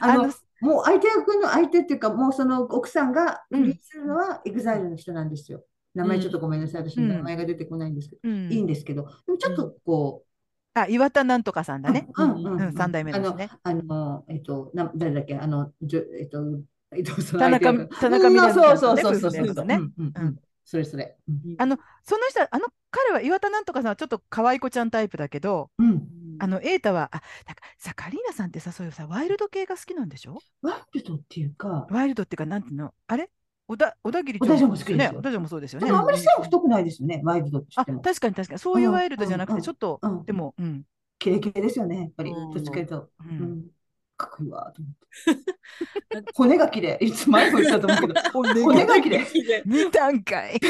[SPEAKER 1] あ
[SPEAKER 2] あ
[SPEAKER 1] の
[SPEAKER 2] の、もう相手役の相手っていうか、もうその奥さんが
[SPEAKER 1] う
[SPEAKER 2] 不
[SPEAKER 1] ん
[SPEAKER 2] 倫するのは EXILE の人なんですよ。名前ちょっとごめんなさい、私
[SPEAKER 1] うん
[SPEAKER 2] 名前が出てこないんですけど、
[SPEAKER 1] うん
[SPEAKER 2] いいんですけど、でもちょっとこ
[SPEAKER 1] あ、岩田なんとかさん
[SPEAKER 2] う、
[SPEAKER 1] だね。
[SPEAKER 2] うんうんうん
[SPEAKER 1] うん、三代目
[SPEAKER 2] あ
[SPEAKER 1] です
[SPEAKER 2] の、
[SPEAKER 1] ね。
[SPEAKER 2] あの、えっと、な、誰だっけ、あの、じゅ、えっと、えっと、その
[SPEAKER 1] 田
[SPEAKER 2] 相手
[SPEAKER 1] 中
[SPEAKER 2] 役
[SPEAKER 1] 田中
[SPEAKER 2] うん
[SPEAKER 1] みな実
[SPEAKER 2] そう
[SPEAKER 1] さんとね
[SPEAKER 2] そうそ
[SPEAKER 1] 夫
[SPEAKER 2] う
[SPEAKER 1] 婦
[SPEAKER 2] そ
[SPEAKER 1] の
[SPEAKER 2] うそ
[SPEAKER 1] や
[SPEAKER 2] う
[SPEAKER 1] つだね
[SPEAKER 2] うんうんうん
[SPEAKER 1] うん
[SPEAKER 2] それそれ。うん
[SPEAKER 1] あの、その人、あの、彼は岩田なんとかさんはちょっと可愛い子ちゃんタイプだけど、
[SPEAKER 2] うん。
[SPEAKER 1] あの、瑛太は、あ、なんかさ、カリーナさんってさ、そういうさ、ワイルド系が好きなんでしょ
[SPEAKER 2] ワイルドっていうか、
[SPEAKER 1] ワイルドっていうか、なんていうのあれ小田、小田切
[SPEAKER 2] 小田
[SPEAKER 1] ちゃ
[SPEAKER 2] ちゃ
[SPEAKER 1] ん
[SPEAKER 2] んも好きですよ
[SPEAKER 1] ね。小田ちゃんもそうですよ
[SPEAKER 2] で
[SPEAKER 1] ね。
[SPEAKER 2] もあんまり背は太くないですよね、ワイルドって言
[SPEAKER 1] あ、
[SPEAKER 2] っても。
[SPEAKER 1] 確かに確かに。そういうワイルドじゃなく
[SPEAKER 2] うんう
[SPEAKER 1] て、
[SPEAKER 2] ん
[SPEAKER 1] ちょっと、
[SPEAKER 2] うん
[SPEAKER 1] でも、うん。
[SPEAKER 2] キレキレですよね、やっぱり。
[SPEAKER 3] うん
[SPEAKER 2] どっちかというと。
[SPEAKER 1] う
[SPEAKER 2] うんん。かっこいいわ、と思って。骨が綺麗。いつも前も言ったと思うけど、骨が綺麗。
[SPEAKER 1] 見たんかい。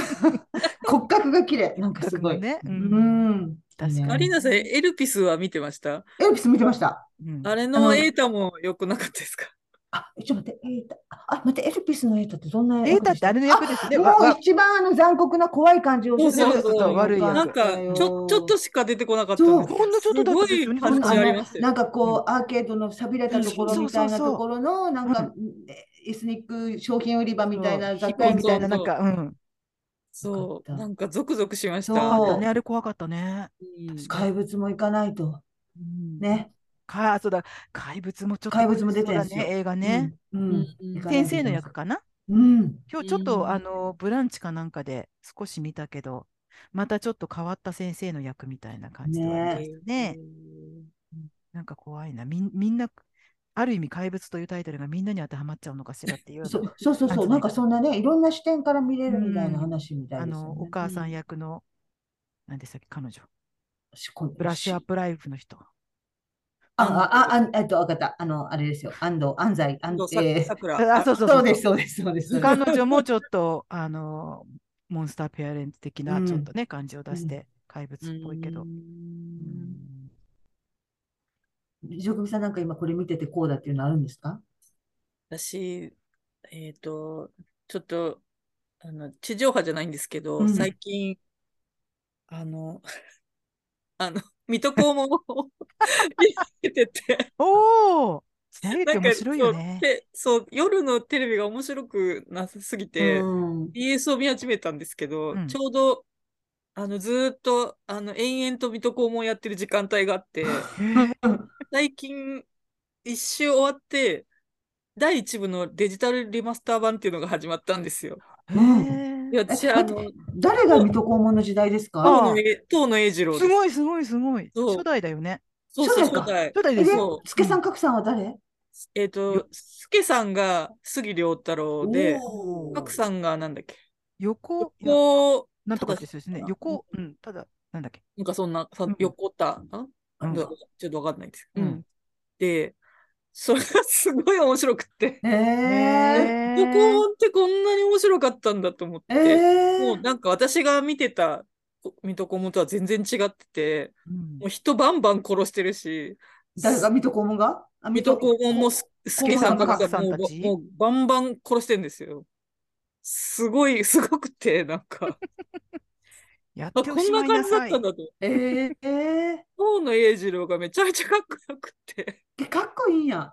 [SPEAKER 2] 骨格が綺麗。なんかすごい。
[SPEAKER 1] ね。う。
[SPEAKER 2] うんん。
[SPEAKER 1] 確かに
[SPEAKER 3] アリーナさん、エルピスは見てました
[SPEAKER 2] エルピス見てました。
[SPEAKER 1] うん
[SPEAKER 3] あれ
[SPEAKER 2] あ
[SPEAKER 3] の
[SPEAKER 2] の
[SPEAKER 3] エータも良くなかったですか
[SPEAKER 2] あ、ちょっと待って、エイタ。あ、待って、エルピスのエイタってどんな
[SPEAKER 1] 瑛
[SPEAKER 2] 役
[SPEAKER 1] 太
[SPEAKER 2] で
[SPEAKER 1] っ
[SPEAKER 2] してた
[SPEAKER 1] あれの役ですね。わ
[SPEAKER 2] も
[SPEAKER 1] わ
[SPEAKER 2] う一番あの残酷な怖い感じを
[SPEAKER 3] そう
[SPEAKER 1] そうそうそう悪いやつ
[SPEAKER 3] なんか、ちょ、ちょっとしか出てこなかったんです
[SPEAKER 1] そうほんのちょっとだ
[SPEAKER 3] す
[SPEAKER 1] け
[SPEAKER 3] ご
[SPEAKER 1] です
[SPEAKER 3] い
[SPEAKER 1] よね
[SPEAKER 3] パンチありましたよ
[SPEAKER 2] なんかこう、アーケードの寂れたところみたいなところの、なんか、エスニック商品売り場みたいな雑貨
[SPEAKER 1] こ
[SPEAKER 2] 屋
[SPEAKER 1] う
[SPEAKER 2] み
[SPEAKER 1] み
[SPEAKER 2] た
[SPEAKER 1] た
[SPEAKER 2] い
[SPEAKER 1] い
[SPEAKER 2] な
[SPEAKER 1] な、
[SPEAKER 3] そ
[SPEAKER 1] な
[SPEAKER 3] うん
[SPEAKER 1] か、うん。
[SPEAKER 3] そ
[SPEAKER 2] よか
[SPEAKER 3] う、
[SPEAKER 2] った
[SPEAKER 3] なんかゾクゾクしました。
[SPEAKER 1] あ
[SPEAKER 2] そう
[SPEAKER 1] ったね、あれ怖かったね。
[SPEAKER 3] うん
[SPEAKER 1] 確か
[SPEAKER 2] 怪物も行かないと。ね。
[SPEAKER 1] か、そうだ、怪物もちょっと、
[SPEAKER 2] 怪物も出てんす
[SPEAKER 1] そ
[SPEAKER 2] よ
[SPEAKER 1] うだね、映画ね。
[SPEAKER 2] うん。うん
[SPEAKER 3] うん
[SPEAKER 1] 先生の役。かな
[SPEAKER 2] うん。
[SPEAKER 1] 今日ちょっ
[SPEAKER 3] うん
[SPEAKER 1] と、あの、ブランチかなんかで少し見たけど、またちょっと変わった先生の役みたいな感じではありましたね。なんか怖いな。みんみんな、ある意味怪物というタイトルがみんなに当てはまっちゃうのかしらっていうような
[SPEAKER 2] そうそうそうそう、なんかそんなね、いろんな視点から見れるみたいな話みたい
[SPEAKER 1] あ
[SPEAKER 2] です
[SPEAKER 1] の、
[SPEAKER 2] よ
[SPEAKER 1] お
[SPEAKER 2] ね。
[SPEAKER 1] 母さん役の、なんでしたっけ、彼女。
[SPEAKER 2] しこ
[SPEAKER 1] ブラッシュアップライフの人。
[SPEAKER 2] あ、あ、あ、あえっと、わかった。あの、あれですよ。安藤、安西、安
[SPEAKER 3] そう
[SPEAKER 2] えー
[SPEAKER 3] さくら。
[SPEAKER 1] あ、そうそう
[SPEAKER 2] そう
[SPEAKER 1] そう
[SPEAKER 2] です、そうです、そうです。
[SPEAKER 1] 彼女もちょっと、あの、モンスターペアレンツ的な、
[SPEAKER 2] うん
[SPEAKER 1] ちょっとね、感じを出し
[SPEAKER 2] う
[SPEAKER 1] て、怪物っぽいけど
[SPEAKER 3] う。ん
[SPEAKER 2] ジョグミさんなんか今これ見ててこうだっていうのあるんですか
[SPEAKER 3] 私、えっ、と、ちょっと、あの、地上波じゃないんですけど、
[SPEAKER 2] うん
[SPEAKER 3] 最近、あの、 あの、水戸黄門を 見てて、
[SPEAKER 1] おお時代
[SPEAKER 3] な
[SPEAKER 1] 劇
[SPEAKER 3] んか
[SPEAKER 1] 面白いよね
[SPEAKER 3] そう。でそう、夜のテレビが面白くなさすぎて、
[SPEAKER 2] うん。
[SPEAKER 3] BS を見始めたんですけど、
[SPEAKER 1] うん
[SPEAKER 3] ちょうど、あの、ずーっと、あの、延々と水戸黄門やってる時間帯があって、
[SPEAKER 1] へ
[SPEAKER 3] 最近、一周終わって、第一部のデジタルリマスター版っていうのが始まったんですよ。
[SPEAKER 1] ー
[SPEAKER 3] いや、私、
[SPEAKER 2] え
[SPEAKER 3] あ
[SPEAKER 2] 待って
[SPEAKER 3] の、
[SPEAKER 2] 誰が水戸黄門の時代です
[SPEAKER 1] あ
[SPEAKER 2] か
[SPEAKER 3] 当のえ当の英二郎です
[SPEAKER 1] ごいすごいすごい。
[SPEAKER 3] そう
[SPEAKER 1] 初代だよね。
[SPEAKER 3] そうそう、
[SPEAKER 2] 初代か
[SPEAKER 3] 初代。
[SPEAKER 1] 初代
[SPEAKER 2] え
[SPEAKER 1] です
[SPEAKER 2] で
[SPEAKER 1] よ。
[SPEAKER 3] そう、
[SPEAKER 2] 助さん、格さんは誰
[SPEAKER 3] えっ、と、すけさんが杉良太郎で、
[SPEAKER 2] おー
[SPEAKER 3] 角さんがなんだっけ、
[SPEAKER 1] 横、いや
[SPEAKER 3] 横、
[SPEAKER 1] なんとかって人ですね
[SPEAKER 3] た。だ
[SPEAKER 1] 横、うん、ただ、なんだっけ。
[SPEAKER 3] なんかそんな、さ
[SPEAKER 1] うん
[SPEAKER 3] 横田、あ
[SPEAKER 1] うん
[SPEAKER 3] どちょっとわかんないです。
[SPEAKER 1] うん
[SPEAKER 3] で、それがすごい面白くって。
[SPEAKER 2] え
[SPEAKER 1] へ
[SPEAKER 3] 高
[SPEAKER 1] ー
[SPEAKER 3] 校ってこんなに面白かったんだと思っ
[SPEAKER 2] え
[SPEAKER 3] て。
[SPEAKER 2] え
[SPEAKER 3] もうなんか私が見てた水戸黄門とは全然違ってて、
[SPEAKER 1] うん
[SPEAKER 3] もう人バンバン殺してるし、
[SPEAKER 2] 誰が水戸黄門があ
[SPEAKER 3] 水戸黄門もす助さん
[SPEAKER 1] 黄門
[SPEAKER 3] 格
[SPEAKER 1] 格さ
[SPEAKER 3] さん
[SPEAKER 1] ん
[SPEAKER 3] も
[SPEAKER 1] た
[SPEAKER 3] う
[SPEAKER 1] ち
[SPEAKER 3] もうバンバン殺してんですよ。すごい、すごくて、なん か、
[SPEAKER 1] やっ
[SPEAKER 3] あ
[SPEAKER 1] て
[SPEAKER 3] こ
[SPEAKER 1] おし
[SPEAKER 3] ん
[SPEAKER 1] ま
[SPEAKER 3] ない
[SPEAKER 1] な
[SPEAKER 3] 感じだっ
[SPEAKER 1] さい
[SPEAKER 3] たん。だと。
[SPEAKER 2] ええ
[SPEAKER 3] 大野英二郎がめちゃめちゃかっこよくて。
[SPEAKER 2] えかっこいいんや。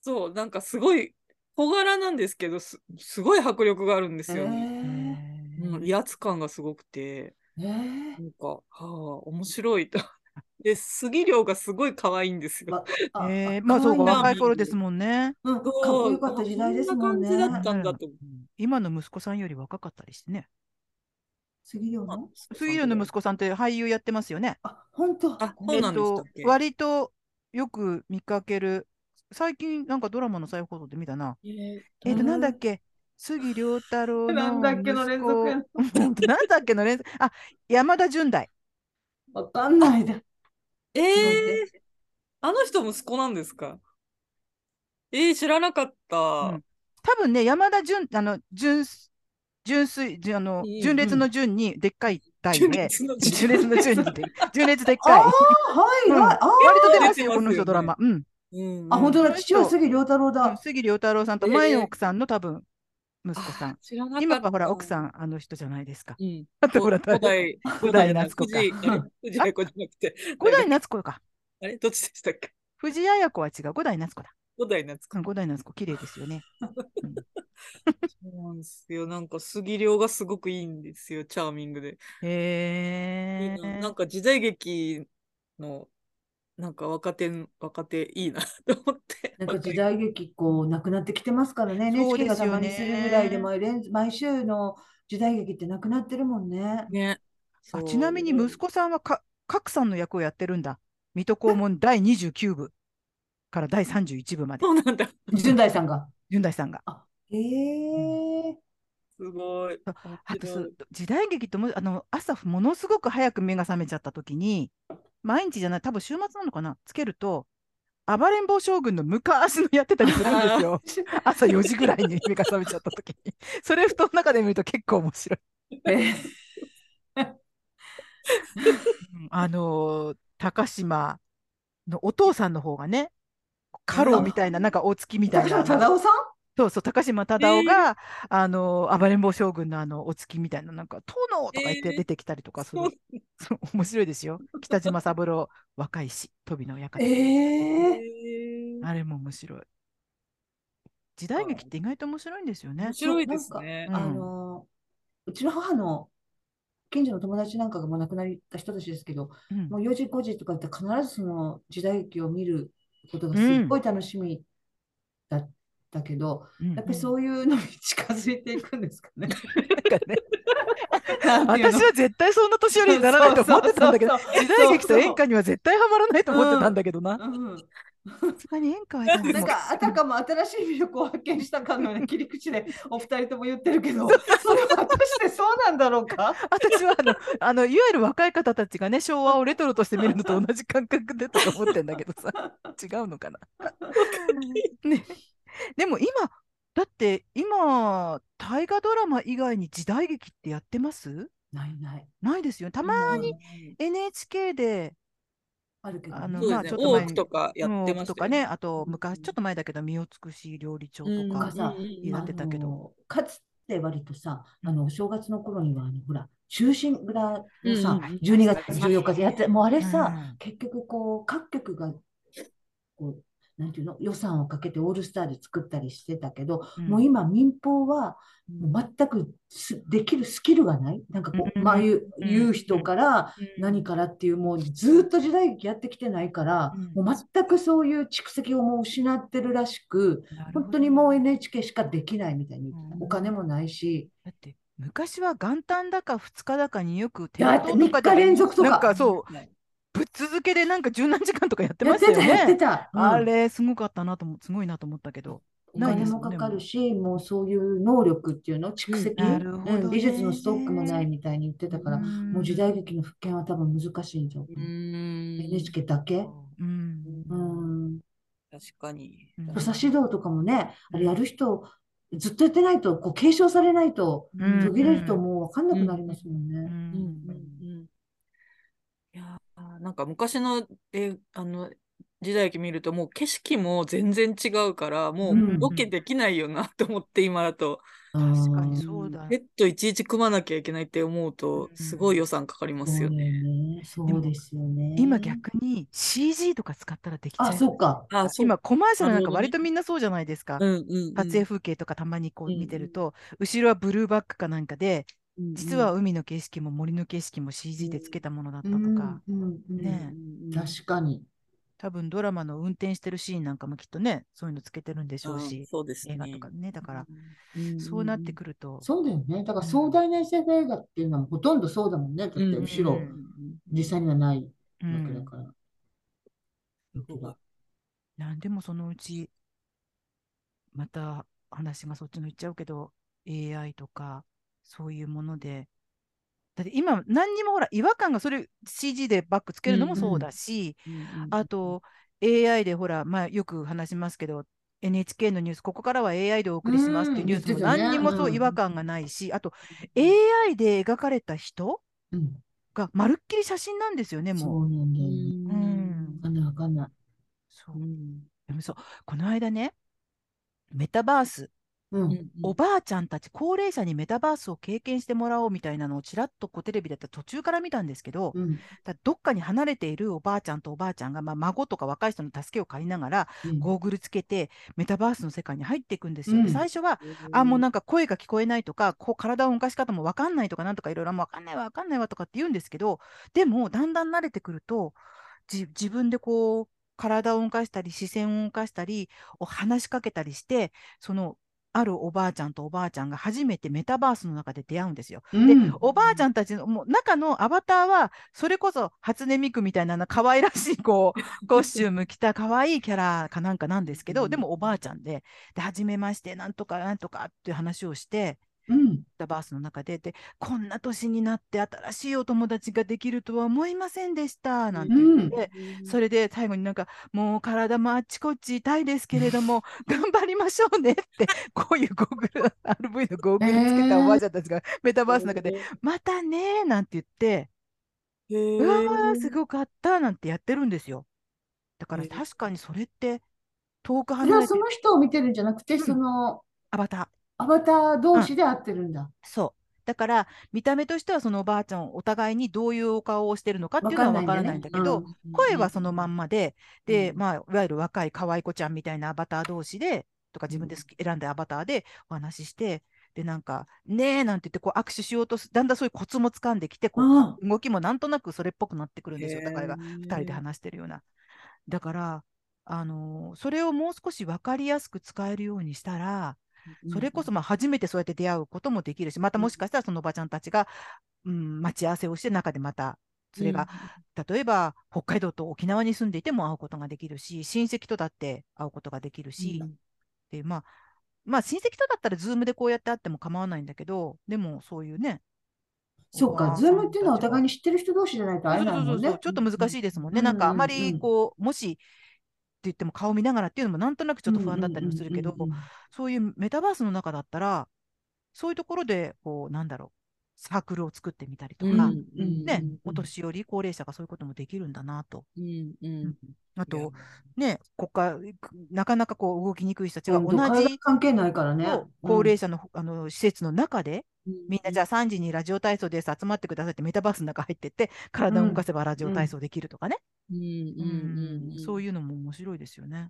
[SPEAKER 3] そう、なんかすごい小柄なんですけど、す、すごい迫力があるんですよね。
[SPEAKER 1] へ
[SPEAKER 2] え
[SPEAKER 1] ー
[SPEAKER 3] うん、威圧感がすごくて、
[SPEAKER 2] ええ
[SPEAKER 3] なんか、はあ、面白いと。 で、杉良がすごい可愛いんですよ。
[SPEAKER 2] わあ
[SPEAKER 1] えー
[SPEAKER 2] あ
[SPEAKER 1] まあそうか
[SPEAKER 2] 可愛いな
[SPEAKER 1] 若い頃ですもんね。
[SPEAKER 2] うん、かっ
[SPEAKER 3] そ
[SPEAKER 2] こ
[SPEAKER 3] う
[SPEAKER 2] よかった時代ですもんね。
[SPEAKER 3] こんな感じだったんだと思う。
[SPEAKER 1] うん今の息子さんより若かったりしてね。
[SPEAKER 2] 杉良
[SPEAKER 3] まあ
[SPEAKER 2] の
[SPEAKER 1] 水曜の息子さんって俳優やってますよね。
[SPEAKER 2] あ、本当。
[SPEAKER 3] あ
[SPEAKER 2] ご
[SPEAKER 3] そ
[SPEAKER 1] え
[SPEAKER 2] め
[SPEAKER 3] うん
[SPEAKER 2] ん
[SPEAKER 3] な
[SPEAKER 1] っ
[SPEAKER 3] んでしたっ
[SPEAKER 1] と
[SPEAKER 3] け
[SPEAKER 1] 割とよく見かける最近なんかドラマの再放送で見たな。
[SPEAKER 3] え
[SPEAKER 2] うん
[SPEAKER 1] えっとなんだっけ杉良太郎の
[SPEAKER 2] なんだっけの連続やな
[SPEAKER 1] 息子なんだっけの連続あ山田純大
[SPEAKER 2] わかんないだ。
[SPEAKER 3] えーあの人息子なんですかえー、知らなかった。
[SPEAKER 1] ん多分ね山田純あの純純粋純あの
[SPEAKER 3] うん
[SPEAKER 1] 純烈の純にでっかい大
[SPEAKER 3] 純
[SPEAKER 1] で
[SPEAKER 3] 烈の
[SPEAKER 1] 純烈の純に で純烈でっ
[SPEAKER 2] あ
[SPEAKER 1] かい
[SPEAKER 2] あ、はい、
[SPEAKER 1] うん
[SPEAKER 2] はい。あー
[SPEAKER 1] 割と出ます
[SPEAKER 3] 出て
[SPEAKER 1] よ
[SPEAKER 3] ますよ
[SPEAKER 1] こ
[SPEAKER 3] ね
[SPEAKER 1] の人ドラマうん
[SPEAKER 3] うんうん
[SPEAKER 2] あ、本当だ。
[SPEAKER 1] うん
[SPEAKER 2] 父は杉良太郎
[SPEAKER 1] うん
[SPEAKER 2] だ。
[SPEAKER 1] 杉良太郎さんと前の奥さんの多分息子さん
[SPEAKER 3] あ知らなかった。
[SPEAKER 1] 今はほら奥さんあの人じゃないですか
[SPEAKER 3] うん。
[SPEAKER 1] あとほら
[SPEAKER 3] 古
[SPEAKER 1] 誰
[SPEAKER 3] 代、
[SPEAKER 1] 古代夏子か
[SPEAKER 3] 藤井あれ藤井彩子じゃなくて。
[SPEAKER 1] 五代夏子か。
[SPEAKER 3] あれどっちでしたっけ
[SPEAKER 1] 藤あや子は違う。五代夏子だ。
[SPEAKER 3] 五代夏
[SPEAKER 1] う
[SPEAKER 3] 子。
[SPEAKER 1] ん五代夏子、綺麗ですよね。
[SPEAKER 3] そうなんですよ。なんか杉良がすごくいいんですよ。チャーミングで。いい
[SPEAKER 1] へ
[SPEAKER 3] な
[SPEAKER 1] え。
[SPEAKER 3] なんか時代劇のなんか若手、若手いいなと思って。
[SPEAKER 2] なんか時代劇こうなくなってきてますからね。
[SPEAKER 1] そう
[SPEAKER 2] NHK
[SPEAKER 1] で
[SPEAKER 2] が
[SPEAKER 1] す
[SPEAKER 2] た
[SPEAKER 1] よ
[SPEAKER 2] ま
[SPEAKER 1] ね
[SPEAKER 2] にするぐらいで毎連毎週の時代劇ってなくなってるもんね。
[SPEAKER 3] ね。
[SPEAKER 1] あちなみに
[SPEAKER 3] そう
[SPEAKER 1] 息子さんはか、賀来さんの役をやってるんだ。水戸黄門第29部から第31部まで
[SPEAKER 3] そ。うなんだ。
[SPEAKER 2] 純大さんが。
[SPEAKER 1] 純大さんが。
[SPEAKER 2] ええ
[SPEAKER 3] すごい。
[SPEAKER 1] あと
[SPEAKER 3] 面
[SPEAKER 1] そ
[SPEAKER 3] 白
[SPEAKER 1] う
[SPEAKER 3] い
[SPEAKER 1] 時代劇ともあの朝ものすごく早く目が覚めちゃった時に毎日じゃない多分週末なのかなつけると暴れん坊将軍の昔のやってたりするんですよ 朝4時ぐらいに目が覚めちゃった時にそれ布団の中で見ると結構面白い。
[SPEAKER 2] え
[SPEAKER 1] うんあのー高島のお父さんの方がね家老みたいななんか大月みたい
[SPEAKER 2] 高
[SPEAKER 1] な
[SPEAKER 2] 島忠夫さん
[SPEAKER 1] そうそう高島忠夫が、あのー暴れん坊将軍のあのお月みたいななんか「殿!」とか言って
[SPEAKER 3] えー
[SPEAKER 1] 出てきたりとかする、
[SPEAKER 3] そう
[SPEAKER 1] そう面白いですよ北島三郎若いし飛びの館、
[SPEAKER 2] ええ
[SPEAKER 3] えー
[SPEAKER 1] あれも面白い時代劇って意外と面白いんですよね
[SPEAKER 3] 面白いですね。
[SPEAKER 1] なんか
[SPEAKER 2] あのうちの母の近所の友達なんかがもう亡くなった人たちですけど、
[SPEAKER 1] うん
[SPEAKER 2] もう4時5時とかって必ずその時代劇を見ることがすっごい楽しみだったけど、
[SPEAKER 1] うん
[SPEAKER 2] やっぱりそういうのに近づいていくんですか ね。
[SPEAKER 1] なんかね
[SPEAKER 2] なんていうの
[SPEAKER 1] 私は絶対そんな年寄りにならないと思ってたんだけど
[SPEAKER 2] そうそうそう
[SPEAKER 1] 時代劇と演歌には絶対ハマらないと思ってたんだけどな。
[SPEAKER 2] うん
[SPEAKER 1] さすがに演歌はやらい
[SPEAKER 2] なんかあたかも新しい魅力を発見したかの ような切り口でお二人とも言ってるけど、それは果たしてそうなんだろうか。
[SPEAKER 1] 私はあのあのいわゆる若い方たちがね昭和をレトロとして見るのと同じ感覚でとか思ってんだけどさ違うのかな。 ね、でも今だって今大河ドラマ以外に時代劇ってやってます
[SPEAKER 2] ないない。
[SPEAKER 1] ないですよたまに NHK で、
[SPEAKER 2] あるけどね、
[SPEAKER 1] あの
[SPEAKER 3] そう
[SPEAKER 1] ま
[SPEAKER 3] で
[SPEAKER 1] あ
[SPEAKER 3] す
[SPEAKER 1] ちょ
[SPEAKER 3] ね
[SPEAKER 1] っ。と
[SPEAKER 3] 多
[SPEAKER 1] 前
[SPEAKER 3] く
[SPEAKER 1] に
[SPEAKER 3] とかやってましたよ
[SPEAKER 1] とかねあと昔
[SPEAKER 3] うん
[SPEAKER 1] ちょっと前だけど「身を尽くし料理長」
[SPEAKER 3] うん
[SPEAKER 1] とか
[SPEAKER 2] なんか。さ
[SPEAKER 3] うん
[SPEAKER 1] やってたけど
[SPEAKER 2] あのかつて割とさ、あのお正月の頃にはあのほら中心蔵のさ、
[SPEAKER 3] うんうん
[SPEAKER 2] 12月14日でやって、もうあれさ、
[SPEAKER 1] うん
[SPEAKER 2] 結局こう各局がこうなんていうの予算をかけてオールスターで作ったりしてたけど、
[SPEAKER 1] うん
[SPEAKER 2] もう今民放はもう全くすできるスキルがない、なんかこう、
[SPEAKER 1] うん
[SPEAKER 2] まあ言う
[SPEAKER 1] うん
[SPEAKER 2] 言う人から
[SPEAKER 1] うん
[SPEAKER 2] 何からっていうもうずっと時代劇やってきてないから、
[SPEAKER 1] うん
[SPEAKER 2] もう全くそういう蓄積をもう失ってるらしく。
[SPEAKER 1] なるほど
[SPEAKER 2] 本当にもう NHK しかできないみたいに
[SPEAKER 1] うん
[SPEAKER 2] お金もないし、
[SPEAKER 1] だって昔は元旦だか2日だかによくテ
[SPEAKER 2] だ
[SPEAKER 1] レ
[SPEAKER 2] って
[SPEAKER 1] 東とかで
[SPEAKER 2] 3日連続とか
[SPEAKER 1] なんかそう
[SPEAKER 3] はい
[SPEAKER 1] ぶっ続けでなんか十何時間とかやって
[SPEAKER 2] や
[SPEAKER 1] ま
[SPEAKER 2] っ
[SPEAKER 1] した
[SPEAKER 2] て
[SPEAKER 1] よ
[SPEAKER 2] たやって
[SPEAKER 1] ね。
[SPEAKER 2] た、うん
[SPEAKER 1] あれすごかったなと思すごいなと思ったけど。
[SPEAKER 2] お
[SPEAKER 1] ない
[SPEAKER 2] 金
[SPEAKER 1] です
[SPEAKER 2] も
[SPEAKER 1] よね
[SPEAKER 2] かかるし、もうそういう能力っていうの、蓄積、
[SPEAKER 1] なるほどね
[SPEAKER 2] うん美術のストックもないみたいに言ってたから、もう時代劇の復権は多分難しいんじゃん。
[SPEAKER 3] うーん
[SPEAKER 2] NHK だけ。
[SPEAKER 1] うん
[SPEAKER 2] うん、
[SPEAKER 3] 確かに。
[SPEAKER 1] うん
[SPEAKER 2] 土佐指導とかもね、あれやる人、ずっとやってないと、こう継承されないと、
[SPEAKER 1] うん
[SPEAKER 2] 途切れるともう分かんなくなりますもん
[SPEAKER 1] う
[SPEAKER 2] ね。
[SPEAKER 3] う
[SPEAKER 1] ん
[SPEAKER 3] んうんうんいやーなんか昔のえあの時代劇見るともう景色も全然違うからも
[SPEAKER 2] うん
[SPEAKER 3] うロケできないよなと思って今だと
[SPEAKER 1] 確かにそう
[SPEAKER 2] あ
[SPEAKER 1] だ。
[SPEAKER 3] ペットいちいち組まなきゃいけないって思うと
[SPEAKER 1] うん
[SPEAKER 3] すごい予算かかり
[SPEAKER 2] ー
[SPEAKER 3] ますよね。
[SPEAKER 2] そうだよねそうですよね。
[SPEAKER 1] 今逆に CG とか使ったらできちゃ
[SPEAKER 2] あ、そうか。
[SPEAKER 3] あそう
[SPEAKER 1] 今コマーシャルなん
[SPEAKER 3] なる
[SPEAKER 1] か
[SPEAKER 3] ほどね
[SPEAKER 1] 割とみんなそうじゃないですか
[SPEAKER 3] う。んうん
[SPEAKER 1] 撮影風景とかたまにこう
[SPEAKER 3] うんうん
[SPEAKER 1] 見てると、後ろはブルーバックかなんかで、実は海の景色も森の景色も CG でつけたものだったとか、
[SPEAKER 2] うんうんうん
[SPEAKER 1] ね
[SPEAKER 2] 確かに。
[SPEAKER 1] 多分ドラマの運転してるシーンなんかもきっとね、そういうのつけてるんでしょう
[SPEAKER 3] うん
[SPEAKER 1] し、
[SPEAKER 3] そうですね
[SPEAKER 1] 映画とかね、だから、
[SPEAKER 3] んんん
[SPEAKER 1] そうなってくると、
[SPEAKER 2] そうだよね。だから壮大な SF 映画っていうのはほとんどそうだもんね。だって
[SPEAKER 3] うん
[SPEAKER 2] 後ろ
[SPEAKER 1] う、ん
[SPEAKER 2] 実際にはない
[SPEAKER 1] うん
[SPEAKER 2] わけだから。
[SPEAKER 3] そうだ
[SPEAKER 1] なんでもそのうち、また話がそっちの行っちゃうけど、AI とか、そういうもので、だって今、何にもほら、違和感がそれ CG でバックつけるのもそうだし、あと AI でほら、まあ、よく話しますけど、NHK のニュース、ここからは AI でお送りしますっていうニュースも
[SPEAKER 2] うん言ってたね
[SPEAKER 1] 何にもそううん違和感がないし、あと AI で描かれた人
[SPEAKER 2] うん。
[SPEAKER 1] がまるっきり写真なんですよね、もう。
[SPEAKER 2] そうなんだ
[SPEAKER 3] う
[SPEAKER 2] よね。
[SPEAKER 3] ん
[SPEAKER 1] うん
[SPEAKER 2] わかんないわかんない。
[SPEAKER 1] そうでもそうこの間ね、メタバース、
[SPEAKER 2] う
[SPEAKER 3] うん
[SPEAKER 2] ん。
[SPEAKER 3] うん
[SPEAKER 1] おばあちゃんたち、高齢者にメタバースを経験してもらおうみたいなのをちらっとこうテレビだったら途中から見たんですけど、
[SPEAKER 2] うん。
[SPEAKER 1] だどっかに離れているおばあちゃんとおばあちゃんが、まあ、孫とか若い人の助けを借りながら、
[SPEAKER 2] うん
[SPEAKER 1] ゴーグルつけて、メタバースの世界に入っていくんですよ。
[SPEAKER 2] うん
[SPEAKER 1] で最初は、あ、もうなんか声が聞こえないとか、こう体の動かし方もわかんないとか、なんとかいろいろ、もうわかんないわ、わかんないわとかって言うんですけど、でも、だんだん慣れてくると、じ自分でこう、体を動かしたり、視線を動かしたり、を話しかけたりして、その、あるおばあちゃんとおばあちゃんが初めてメタバースの中で出会うんですよ。で
[SPEAKER 2] うん
[SPEAKER 1] おばあちゃんたちのもう中のアバターはそれこそ初音ミクみたいなあの可愛らしいこ うコスチューム着た可愛いキャラかなんかなんですけどでもおばあちゃんで「で初めましてなんとかなんとか」っていう話をして
[SPEAKER 2] うん。
[SPEAKER 1] メタバースの中でで「こんな年になって新しいお友達ができるとは思いませんでした」なんて言って。それで最後になんかもう体もあっちこっち痛いですけれども 頑張りましょうねってこういうゴーグル RV のゴーグルつけたおばあちゃんたちがメタバースの中で「またね」なんて言って「
[SPEAKER 3] へー、
[SPEAKER 1] うわーすごかった」なんてやってるんですよ。だから
[SPEAKER 3] へー
[SPEAKER 1] 確かにそれって遠く
[SPEAKER 2] それ
[SPEAKER 1] 離
[SPEAKER 2] は
[SPEAKER 1] れて
[SPEAKER 2] その人を見てるんじゃなくて、
[SPEAKER 1] ん
[SPEAKER 2] その
[SPEAKER 1] アバター。
[SPEAKER 2] アバター同士で会ってるんだ。
[SPEAKER 1] そうだから見た目としてはそのおばあちゃんお互いにどういうお顔をしてるのかっていうのは分からないんだけど、
[SPEAKER 2] うん
[SPEAKER 1] 声はそのまんまで、で、
[SPEAKER 3] うん
[SPEAKER 1] まあ、いわゆる若い可愛い子ちゃんみたいなアバター同士で、とか自分で好き選んだアバターでお話しして、で、なんか、ねえなんて言って、こう握手しようとす、だんだんそういうコツも掴んできて、こう、
[SPEAKER 2] あ
[SPEAKER 1] 動きもなんとなくそれっぽくなってくるんですよ。
[SPEAKER 3] へー
[SPEAKER 1] お互いが2人で話してるような。だから、あのーそれをもう少し分かりやすく使えるようにしたら、それこそまあ初めてそうやって出会うこともできるし、またもしかしたらそのおばちゃんたちが、うん、待ち合わせをして中でまた、それが例えば北海道と沖縄に住んでいても会うことができるし親戚とだって会うことができるし、でまあまあ親戚とだったらズームでこうやって会っても構わないんだけどでもそういうね
[SPEAKER 2] そうか、ズームっていうのはお互いに知ってる人同士じゃないと
[SPEAKER 1] そう
[SPEAKER 2] 会え
[SPEAKER 1] そう
[SPEAKER 2] ない
[SPEAKER 1] そ
[SPEAKER 2] も
[SPEAKER 1] うんそう
[SPEAKER 2] ね。
[SPEAKER 1] ちょっと難しいですもんね、
[SPEAKER 2] うん
[SPEAKER 1] なんかあま
[SPEAKER 2] うんう
[SPEAKER 1] り
[SPEAKER 2] ん
[SPEAKER 1] こうもしって言っても顔見ながらっていうのもなんとなくちょっと不安だったりもするけど、
[SPEAKER 2] うんうんうんうん
[SPEAKER 1] そういうメタバースの中だったらそういうところでこうなんだろうサークルを作ってみたりとか、
[SPEAKER 2] うん
[SPEAKER 1] ね、
[SPEAKER 2] うん
[SPEAKER 1] お年寄り高齢者がそういうこともできるんだなと。
[SPEAKER 3] うんうんん、
[SPEAKER 1] あ
[SPEAKER 3] い
[SPEAKER 1] と
[SPEAKER 3] や、
[SPEAKER 1] ね、国家、くなかなかこう動きにくい人たちが
[SPEAKER 2] 本当
[SPEAKER 1] 同
[SPEAKER 2] 体
[SPEAKER 1] じ
[SPEAKER 2] 関係ないからね。
[SPEAKER 1] そう
[SPEAKER 2] うん
[SPEAKER 1] 高齢者の,、あの施設の中で、みんなじゃ
[SPEAKER 3] ゃ
[SPEAKER 1] あ3時にラジオ体操です、集まってくださいってメタバースの中入ってって、体を動かせばラジオ体操できるとかね、
[SPEAKER 3] うんうんうん、
[SPEAKER 1] そう
[SPEAKER 3] い
[SPEAKER 1] いうのも面白いですよね。
[SPEAKER 3] うん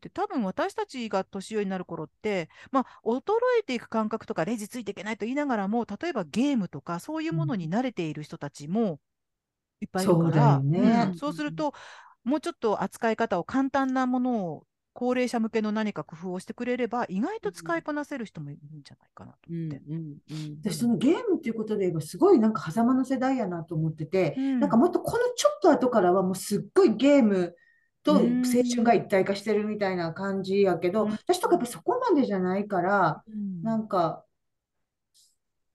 [SPEAKER 1] で多分私たちが年寄りになる頃って、まあ、衰えていく感覚とかレジついていけないと言いながらも例えばゲームとかそういうものに慣れている人たちもいっぱいいる
[SPEAKER 2] そ
[SPEAKER 1] か
[SPEAKER 2] うだ
[SPEAKER 1] ら
[SPEAKER 2] よね
[SPEAKER 1] うんそうするともうちょっと扱い方を簡単なものを高齢者向けの何か工夫をしてくれれば意外と使いこなせる人もいるんじゃないかなと思って。
[SPEAKER 3] うんうん
[SPEAKER 2] 私、そのゲームっていうことで言えば、すごいなんか狭間の世代やなと思ってて、
[SPEAKER 1] うん
[SPEAKER 2] なんかもっとこのちょっと後からは、もうすっごいゲームと青
[SPEAKER 1] うん
[SPEAKER 2] 春が一体化してるみたいな感じやけど、
[SPEAKER 1] うん
[SPEAKER 2] 私とかやっぱそこまでじゃないから、
[SPEAKER 1] うん
[SPEAKER 2] なんか、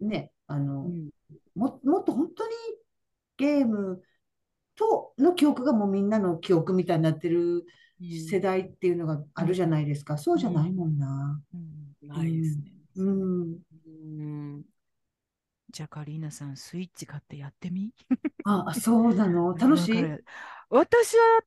[SPEAKER 2] ね、あの、
[SPEAKER 3] うん
[SPEAKER 2] も、もっと本当にゲームとの記憶がもうみんなの記憶みたいになってる世代っていうのがあるじゃないですか。そうじゃないもんな。
[SPEAKER 1] うん
[SPEAKER 3] ないですね。
[SPEAKER 2] うん。
[SPEAKER 3] うん。
[SPEAKER 1] じゃあカリーナさんスイッチ買ってやってみ
[SPEAKER 2] あ、あそうなの。楽しい
[SPEAKER 1] だから私は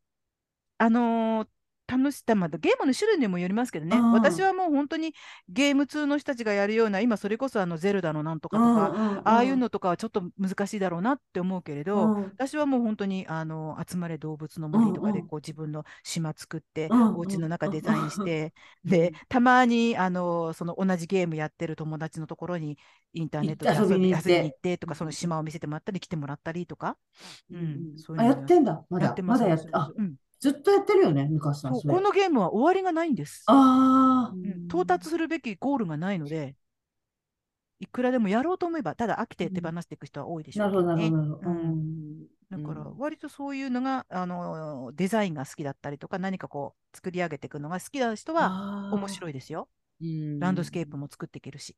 [SPEAKER 1] あのー楽しさまだゲームの種類にもよりますけどね
[SPEAKER 2] ああ
[SPEAKER 1] 私はもう本当にゲーム通の人たちがやるような今それこそあのゼルダのなんとか
[SPEAKER 2] う
[SPEAKER 1] と
[SPEAKER 2] ん
[SPEAKER 1] か、
[SPEAKER 2] うん
[SPEAKER 1] ああいう
[SPEAKER 2] うん
[SPEAKER 1] のとかはちょっと難しいだろうなって思うけれど、
[SPEAKER 2] うん
[SPEAKER 1] 私はもう本当にあの集まれ動物の森とか
[SPEAKER 2] うんう
[SPEAKER 1] で
[SPEAKER 2] ん
[SPEAKER 1] こう自分の島作って、
[SPEAKER 2] うんうん
[SPEAKER 1] お家の中デザイン して、
[SPEAKER 3] うん
[SPEAKER 1] でたまにあのその同じゲームやってる友達のところにインターネットで
[SPEAKER 2] 行って遊びに行って
[SPEAKER 1] 遊びに行ってとかその島を見せてもらったり来てもらったりとか、うん
[SPEAKER 3] うん
[SPEAKER 1] そういう
[SPEAKER 2] あ、
[SPEAKER 1] の
[SPEAKER 2] や
[SPEAKER 1] を
[SPEAKER 2] ってんだ。ま
[SPEAKER 1] や
[SPEAKER 2] だ
[SPEAKER 1] っ、て
[SPEAKER 2] ますだやっ
[SPEAKER 1] そう
[SPEAKER 2] あ
[SPEAKER 1] そう、うん
[SPEAKER 2] ずっとやってるよね、ミカさん、
[SPEAKER 1] そう
[SPEAKER 2] それ。
[SPEAKER 1] このゲームは終わりがないんです、
[SPEAKER 2] ああ、
[SPEAKER 1] うん到達するべきゴールがないのでいくらでもやろうと思えばただ飽きて手放していく人は多いでしょ
[SPEAKER 2] な
[SPEAKER 1] う
[SPEAKER 2] る
[SPEAKER 1] け
[SPEAKER 2] ほど、
[SPEAKER 1] ど
[SPEAKER 2] な
[SPEAKER 1] ね
[SPEAKER 2] るほ。ど、なるほど。う
[SPEAKER 1] うん
[SPEAKER 2] ん。
[SPEAKER 1] だから
[SPEAKER 3] うん
[SPEAKER 1] 割とそういうのが、あのデザインが好きだったりとか何かこう作り上げていくのが好きな人は
[SPEAKER 2] ああ、
[SPEAKER 1] 面白いですよ。
[SPEAKER 3] うん
[SPEAKER 1] ランドスケープも作っていけるし、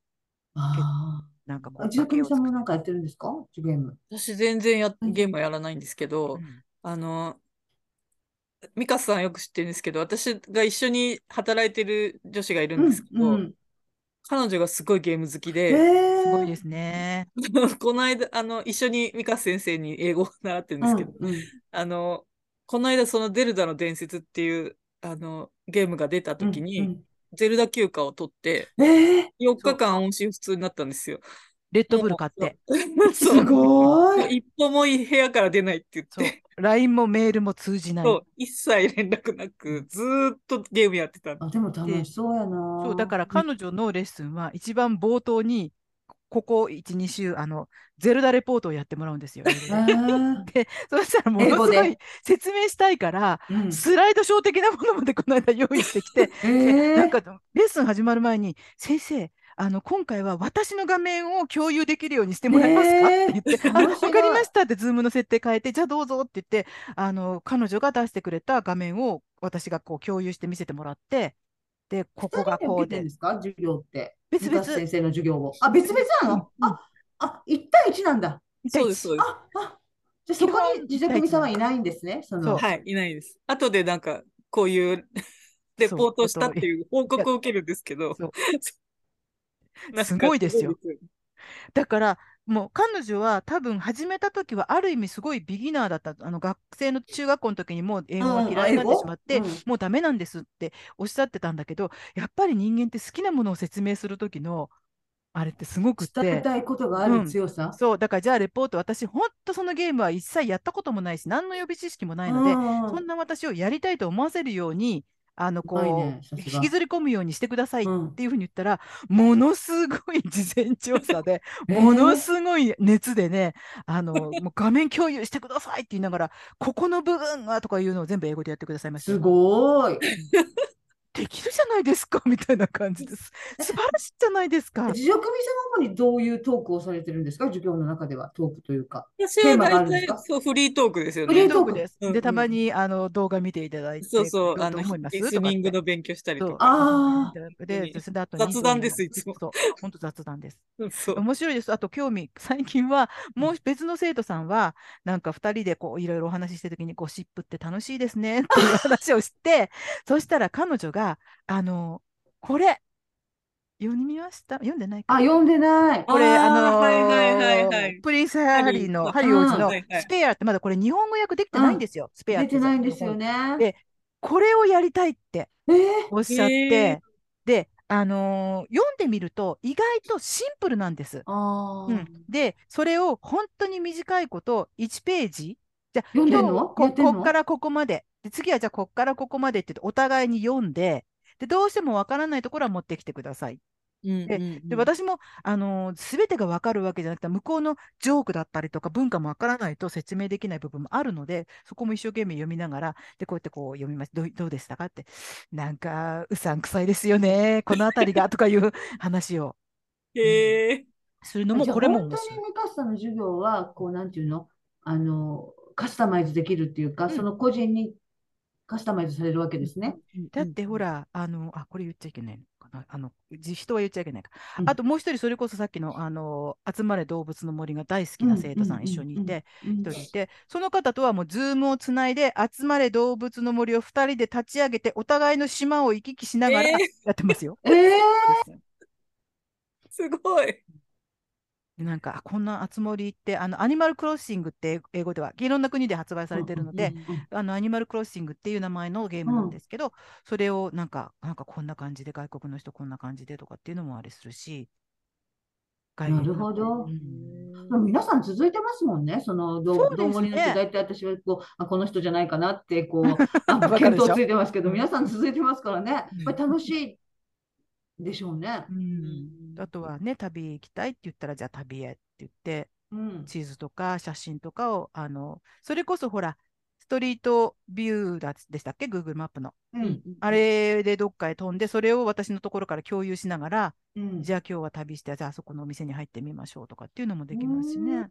[SPEAKER 2] あ
[SPEAKER 1] なんかこ
[SPEAKER 2] あ。
[SPEAKER 1] う
[SPEAKER 2] あ、千
[SPEAKER 1] 崖
[SPEAKER 2] み
[SPEAKER 1] を
[SPEAKER 2] さん
[SPEAKER 1] 作
[SPEAKER 2] も
[SPEAKER 1] っ
[SPEAKER 2] なんかやってるんですかゲーム。
[SPEAKER 3] 私全然や
[SPEAKER 2] うん
[SPEAKER 3] ゲームはやらないんですけど、あの、ミカさんよく知ってるんですけど、私が一緒に働いてる女子がいるんですけど、
[SPEAKER 2] うんうん。
[SPEAKER 3] 彼女がすごいゲーム好き
[SPEAKER 2] え
[SPEAKER 3] で、
[SPEAKER 1] うん
[SPEAKER 2] え
[SPEAKER 1] すごいですね。
[SPEAKER 3] この間、あの、一緒にミカ先生に英語を習ってるんですけど、
[SPEAKER 2] うんうん
[SPEAKER 3] あの、この間そのゼルダの伝説っていう、あの、ゲームが出た時に、
[SPEAKER 2] うんうん
[SPEAKER 3] ゼルダ休暇を取って、
[SPEAKER 2] ええ
[SPEAKER 3] 4日間音信不通になったんですよ。
[SPEAKER 1] レッドブル買って、
[SPEAKER 3] そう
[SPEAKER 2] すごい。
[SPEAKER 3] 一歩もいい部屋から出ないって言っ
[SPEAKER 1] そう
[SPEAKER 3] て、
[SPEAKER 1] LINE もメールも通じない。
[SPEAKER 3] そう一切連絡なく、ずーっとゲームやってた。
[SPEAKER 2] あ、でも楽しそうやな。
[SPEAKER 1] そうだから彼女のレッスンは一番冒頭にここ1、2週あのゼルダレポートをやってもらうんですよ。英語で
[SPEAKER 2] え
[SPEAKER 1] そしたらものすご
[SPEAKER 2] 英語
[SPEAKER 1] い
[SPEAKER 2] で
[SPEAKER 1] 説明したいから、
[SPEAKER 2] えうん
[SPEAKER 1] スライドショー的なものまでこの間用意してきて、
[SPEAKER 2] ええ
[SPEAKER 1] なんかレッスン始まる前に「先生あの今回は私の画面を共有できるようにしてもらえますか?」
[SPEAKER 2] えー
[SPEAKER 1] って言 って「あ
[SPEAKER 2] 面
[SPEAKER 1] わ
[SPEAKER 2] 白い
[SPEAKER 1] かりました」って Zoom の設定変えて「じゃあどうぞ」って言ってあの彼女が出してくれた画面を私がこう共有して見せてもらってでここが
[SPEAKER 2] 二人で
[SPEAKER 1] こう
[SPEAKER 2] 受けてるん
[SPEAKER 1] で
[SPEAKER 2] ですか授業って。
[SPEAKER 1] 別々
[SPEAKER 2] 部活先生の授業を。あ、別々なの
[SPEAKER 1] うんうん
[SPEAKER 2] あ、あ、一対一なんだ。
[SPEAKER 3] そうです、そうです。
[SPEAKER 2] あ、あ、じゃあそこに自宅見さんはいないんですね。その。
[SPEAKER 1] そう
[SPEAKER 3] はい、いないです。後でなんか、こういうレポートしたっていう報告を受けるんですけど
[SPEAKER 1] そう、
[SPEAKER 3] なんか
[SPEAKER 1] すごいですよ。
[SPEAKER 3] すごいで
[SPEAKER 1] だからもう彼女は多分始めた時はある意味すごいビギナーだったあの学生の中学校の時にもう英語が嫌いになってしまって、
[SPEAKER 2] うんうん英語
[SPEAKER 1] もうダメなんですっておっしゃってたんだけどやっぱり人間って好きなものを説明する時のあれってすごくっ
[SPEAKER 2] うん伝え
[SPEAKER 1] て
[SPEAKER 2] たいことがある強さ。
[SPEAKER 1] そうだからじゃあレポート私ほんとそのゲームは一切やったこともないし何の予備知識もないので、
[SPEAKER 2] うん
[SPEAKER 1] そんな私をやりたいと思わせるようにあのこう
[SPEAKER 2] うまいねさすが
[SPEAKER 1] 引きずり込むようにしてくださいっ
[SPEAKER 2] うん
[SPEAKER 1] ていうふうに言ったら、ものすごい事前調査で
[SPEAKER 2] えー
[SPEAKER 1] ものすごい熱でね、あのもう画面共有してくださいって言いながらここの部分がとかいうのを全部英語でやってくださいました
[SPEAKER 2] す
[SPEAKER 1] よ。
[SPEAKER 2] ごい。
[SPEAKER 1] できるじゃないですか みたいな感じです。素晴らしいじゃないですか。
[SPEAKER 2] 自宅見さんは主にどういうトークをされてるんですか授業の中ではトークというか。
[SPEAKER 3] す私
[SPEAKER 2] テ
[SPEAKER 3] は
[SPEAKER 2] ーマがあるん
[SPEAKER 3] 大
[SPEAKER 2] です
[SPEAKER 3] 体
[SPEAKER 2] か
[SPEAKER 3] そうフリートークですよ
[SPEAKER 2] フリ
[SPEAKER 3] ね
[SPEAKER 2] ー。トーク
[SPEAKER 1] です。
[SPEAKER 3] うん
[SPEAKER 1] でたまにあの動画見ていただいて
[SPEAKER 3] そうそう、
[SPEAKER 1] ど
[SPEAKER 3] あ
[SPEAKER 1] ど
[SPEAKER 3] の、
[SPEAKER 1] 思います
[SPEAKER 3] リス
[SPEAKER 1] とかっ
[SPEAKER 3] ニ
[SPEAKER 1] て
[SPEAKER 3] ングの勉強したりとか。
[SPEAKER 2] あ
[SPEAKER 1] そうで、
[SPEAKER 3] うん
[SPEAKER 1] そしてあと
[SPEAKER 3] 雑談ですいつも
[SPEAKER 1] そう、本当雑談です。
[SPEAKER 3] そう。
[SPEAKER 1] 面白いです。あと興味、最近はもう別の生徒さんは、なんか2人でこういろいろお話ししてるときに、ゴシップって楽しいですね っていう話をして、そしたら彼女が、あの、これ、読みました読んでない
[SPEAKER 2] あ、
[SPEAKER 1] か。
[SPEAKER 2] 読んでない。
[SPEAKER 1] これ、
[SPEAKER 3] あー
[SPEAKER 1] あのー
[SPEAKER 3] はいはいはいはい
[SPEAKER 1] プリンスハリーの、ハ
[SPEAKER 3] ハ
[SPEAKER 1] リ
[SPEAKER 2] リー
[SPEAKER 1] ー王子
[SPEAKER 2] うん
[SPEAKER 1] の
[SPEAKER 3] はいはい
[SPEAKER 1] スペアってまだこれ日本語訳できてないんですよ。スペアっ
[SPEAKER 2] 出
[SPEAKER 1] て
[SPEAKER 2] てないんですよ。ね。
[SPEAKER 1] でこれをやりたいって。
[SPEAKER 2] えー
[SPEAKER 1] おっしゃっ
[SPEAKER 3] へ
[SPEAKER 1] て、で、あのー読んでみると意外とシンプルなんです。
[SPEAKER 2] あ
[SPEAKER 1] う
[SPEAKER 2] ー
[SPEAKER 1] ん、で、それを本当に短いこと1ページ、じゃあ
[SPEAKER 2] 読んでんの
[SPEAKER 1] 今日は
[SPEAKER 2] や
[SPEAKER 1] こ
[SPEAKER 2] ってんの
[SPEAKER 1] こっからここまで、で次はじゃあこっからここまでって言ってお互いに読んで、でどうしてもわからないところは持ってきてください。
[SPEAKER 3] うん
[SPEAKER 1] で
[SPEAKER 3] うん
[SPEAKER 1] で私も、あのー、全てがわかるわけじゃなくて向こうのジョークだったりとか文化もわからないと説明できない部分もあるのでそこも一生懸命読みながらでこうやってこう読みましたどうどうでしたかってなんかうさんくさいですよねこの辺りがとかいう 話を
[SPEAKER 3] へえ。
[SPEAKER 1] するのも
[SPEAKER 2] じゃあ
[SPEAKER 1] これも
[SPEAKER 2] 本
[SPEAKER 1] 面
[SPEAKER 2] 当
[SPEAKER 1] 白い
[SPEAKER 2] に。ミカさんの授業は、こう、なんていうのあの、カスタマイズできるっていうか、
[SPEAKER 1] ん
[SPEAKER 2] その個人にカスタマイズされるわけですね。
[SPEAKER 1] だってほら、あの、あ、これ言っちゃいけないのかな。ああのじ人は言っちゃいけないか、
[SPEAKER 2] うん
[SPEAKER 1] あともう一人それこそさっきの「あの集まれ動物の森」が大好きな生徒さ
[SPEAKER 2] うんんうんうんうん
[SPEAKER 1] 一緒にいて
[SPEAKER 2] うん
[SPEAKER 1] 一人いてその方とはもうズームをつないで「集まれ動物の森」を二人で立ち上げてお互いの島を行き来しながら
[SPEAKER 3] え
[SPEAKER 1] や
[SPEAKER 3] ー
[SPEAKER 1] ってますよ。
[SPEAKER 2] えー
[SPEAKER 3] すごい。
[SPEAKER 1] でなんかあこんな熱森ってあのアニマルクロッシングって英語ではいろんな国で発売されてるので、
[SPEAKER 2] うんうんうん
[SPEAKER 1] あのアニマルクロッシングっていう名前のゲームなんですけど、それをなんか、なんかこんな感じで、外国の人こんな感じでとかっていうのもあれするし、外
[SPEAKER 2] な
[SPEAKER 1] 国
[SPEAKER 2] るほど
[SPEAKER 1] う。ん
[SPEAKER 2] まあ皆さん続いてますもんね、そのどう、
[SPEAKER 1] そうですね
[SPEAKER 2] どうもりの世代って私はこう、あ、この人じゃないかなって こう、あ
[SPEAKER 1] わかるでしょ
[SPEAKER 2] 見当ついてますけど、皆さん続いてますからね
[SPEAKER 1] うん、
[SPEAKER 2] これ楽しいでしょうね
[SPEAKER 1] う。んあとはね、旅行きたいって言ったら、じゃあ旅へって言って、
[SPEAKER 2] うん。
[SPEAKER 1] 地図とか写真とかを、あのそれこそほら、ストリートビューだでしたっけ、Google マップの。
[SPEAKER 2] うん。
[SPEAKER 1] あれでどっかへ飛んで、それを私のところから共有しながら、
[SPEAKER 2] うん。
[SPEAKER 1] じゃあ今日は旅して、じゃああそこのお店に入ってみましょうとかっていうのもできますし
[SPEAKER 2] う
[SPEAKER 1] ね
[SPEAKER 2] ん。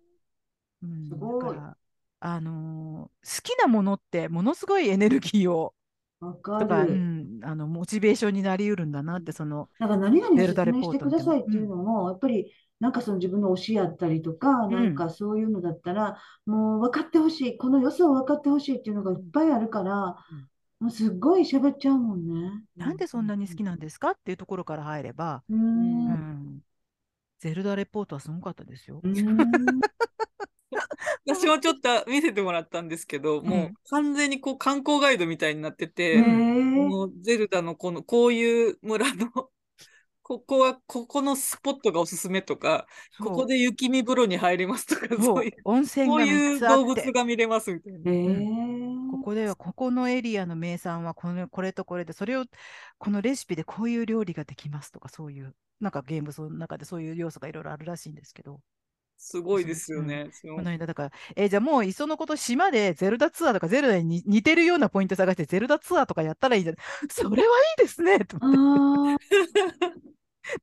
[SPEAKER 1] うん、
[SPEAKER 2] すごい
[SPEAKER 1] だから、あのー好きなものってものすごいエネルギーを
[SPEAKER 2] わ
[SPEAKER 1] と
[SPEAKER 2] か
[SPEAKER 1] か、う
[SPEAKER 2] る。
[SPEAKER 1] ん、あのモチベーションになりうるんだなってその、
[SPEAKER 2] なんか何々
[SPEAKER 1] デルタ
[SPEAKER 2] 説
[SPEAKER 1] レ
[SPEAKER 2] 明
[SPEAKER 1] ポ
[SPEAKER 2] し
[SPEAKER 1] ー
[SPEAKER 2] て
[SPEAKER 1] トみた
[SPEAKER 2] く
[SPEAKER 1] い
[SPEAKER 2] だ
[SPEAKER 1] な
[SPEAKER 2] さいっていうのも、やっぱりなんかその自分の推しやったりとか、
[SPEAKER 1] ん
[SPEAKER 2] なんかそういうのだったら、もう分かってほしい、この良さを分かってほしいっていうのがいっぱいあるから、もうすっごい喋っちゃうもんね。
[SPEAKER 1] なんでそんなに好きなんですかっていうところから入れば、
[SPEAKER 2] う。
[SPEAKER 1] うんん、ゼルダレポートはすごかったですよ。
[SPEAKER 2] うーん
[SPEAKER 3] 私もちょっと見せてもらったんですけど、もううん完全にこう観光ガイドみたいになってて、
[SPEAKER 2] ね
[SPEAKER 3] もうゼルダのこのこういう村の ここはここのスポットがおすすめとか
[SPEAKER 1] そう
[SPEAKER 3] ここで雪見風呂に入れますと か
[SPEAKER 1] そ
[SPEAKER 3] そうういう
[SPEAKER 1] 温泉
[SPEAKER 3] こ
[SPEAKER 1] が
[SPEAKER 3] うい
[SPEAKER 1] 3
[SPEAKER 3] う
[SPEAKER 1] つあ
[SPEAKER 3] 動
[SPEAKER 1] っ
[SPEAKER 3] 物
[SPEAKER 1] て。
[SPEAKER 3] が見れますみたい
[SPEAKER 2] え
[SPEAKER 3] な。
[SPEAKER 2] え
[SPEAKER 1] ここではここのエリアの名産はこのこれとこれでそれをこのレシピでこういう料理ができますとかそういうなんかゲームその中でそういう要素がいろいろあるらしいんですけど
[SPEAKER 3] すごいですよね。
[SPEAKER 1] この間だからえじゃあもういっそのこと島でゼルダツアーとかゼルダに似似てるようなポイント探してゼルダツアーとかやったらいいじゃん それはいいですねと
[SPEAKER 2] あ
[SPEAKER 1] 思って
[SPEAKER 2] ー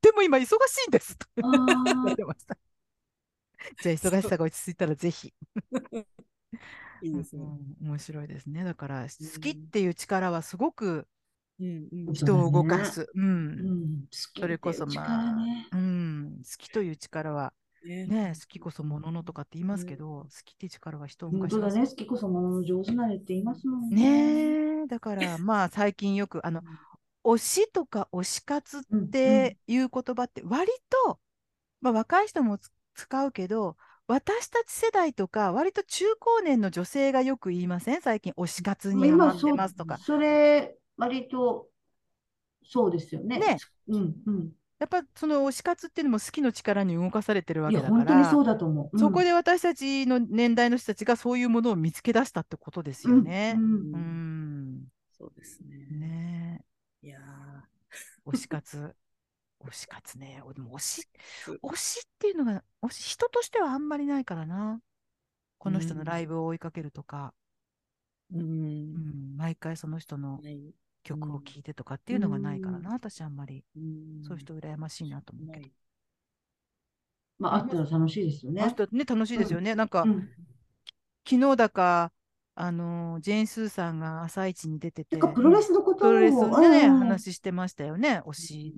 [SPEAKER 1] でも今忙しいんですと
[SPEAKER 2] あ
[SPEAKER 1] 言 わ
[SPEAKER 2] ー
[SPEAKER 1] れましたじゃあ忙しさが落ち着いたらぜひ
[SPEAKER 3] いいですね。
[SPEAKER 1] うん面白いですねだから好きっていう力はすごく
[SPEAKER 3] うんうん
[SPEAKER 2] そ
[SPEAKER 1] 人を動か
[SPEAKER 2] う
[SPEAKER 1] す、うん
[SPEAKER 2] だねうん、好き
[SPEAKER 1] それこ
[SPEAKER 2] って
[SPEAKER 1] そ
[SPEAKER 2] いう
[SPEAKER 1] ま
[SPEAKER 2] 力
[SPEAKER 1] あ、
[SPEAKER 2] ね。
[SPEAKER 1] うん、好きという力は
[SPEAKER 3] ね
[SPEAKER 1] ね、好きこそもののとかって言いますけど、好きっていう力は人を動
[SPEAKER 2] 本
[SPEAKER 1] かし
[SPEAKER 2] 当だ
[SPEAKER 1] ます。
[SPEAKER 2] ね、好きこそもの上手なれって言いますもんね。
[SPEAKER 1] ねえ、だからまあ最近よくあの推しとか推し活っ
[SPEAKER 2] うん
[SPEAKER 1] ていう言葉って割と、まあ、若い人もつ使うけど私たち世代とか割と中高年の女性がよく言いません最近推し活にハマ
[SPEAKER 2] 今
[SPEAKER 1] ってますとか
[SPEAKER 2] そう、それ、割と、そうですよね。
[SPEAKER 1] ね
[SPEAKER 2] うんうん。
[SPEAKER 1] やっぱその推し活っていうのも好きの力に動かされてるわ
[SPEAKER 2] い
[SPEAKER 1] け
[SPEAKER 2] や、
[SPEAKER 1] だから
[SPEAKER 2] 本当にそうだと思う。うん
[SPEAKER 1] そこで私たちの年代の人たちがそういうものを見つけ出したってことですよね
[SPEAKER 2] う。ん
[SPEAKER 1] う、
[SPEAKER 2] うんん
[SPEAKER 3] そうですね。
[SPEAKER 1] ね
[SPEAKER 3] いやー
[SPEAKER 1] え推し活。 推し活ね。おでも推し
[SPEAKER 3] そう、
[SPEAKER 1] 推しっていうのが、推し、人としてはあんまりないからな。この人
[SPEAKER 3] う
[SPEAKER 1] の
[SPEAKER 3] ん
[SPEAKER 1] ライブを追いかけるとか、
[SPEAKER 3] うん
[SPEAKER 1] うん毎回その人の
[SPEAKER 3] ない
[SPEAKER 1] 曲を
[SPEAKER 3] うん
[SPEAKER 1] 聴いてとかっていうのがないから
[SPEAKER 2] う
[SPEAKER 1] な。私あんまり、
[SPEAKER 3] うん
[SPEAKER 1] そういう人羨ましいなと思う
[SPEAKER 3] な
[SPEAKER 1] けど。
[SPEAKER 3] い
[SPEAKER 2] まあ、あったら楽しいですよね。
[SPEAKER 1] あの人ね、楽しいですよね。なんか
[SPEAKER 2] う、ん。
[SPEAKER 1] 昨日だか、あのー、ジェーン・スーさんが朝一に出てて、
[SPEAKER 2] てか、プロレスのこ
[SPEAKER 1] プロレス
[SPEAKER 2] とを、
[SPEAKER 1] のね、
[SPEAKER 2] うん
[SPEAKER 1] 話してましたよね。推し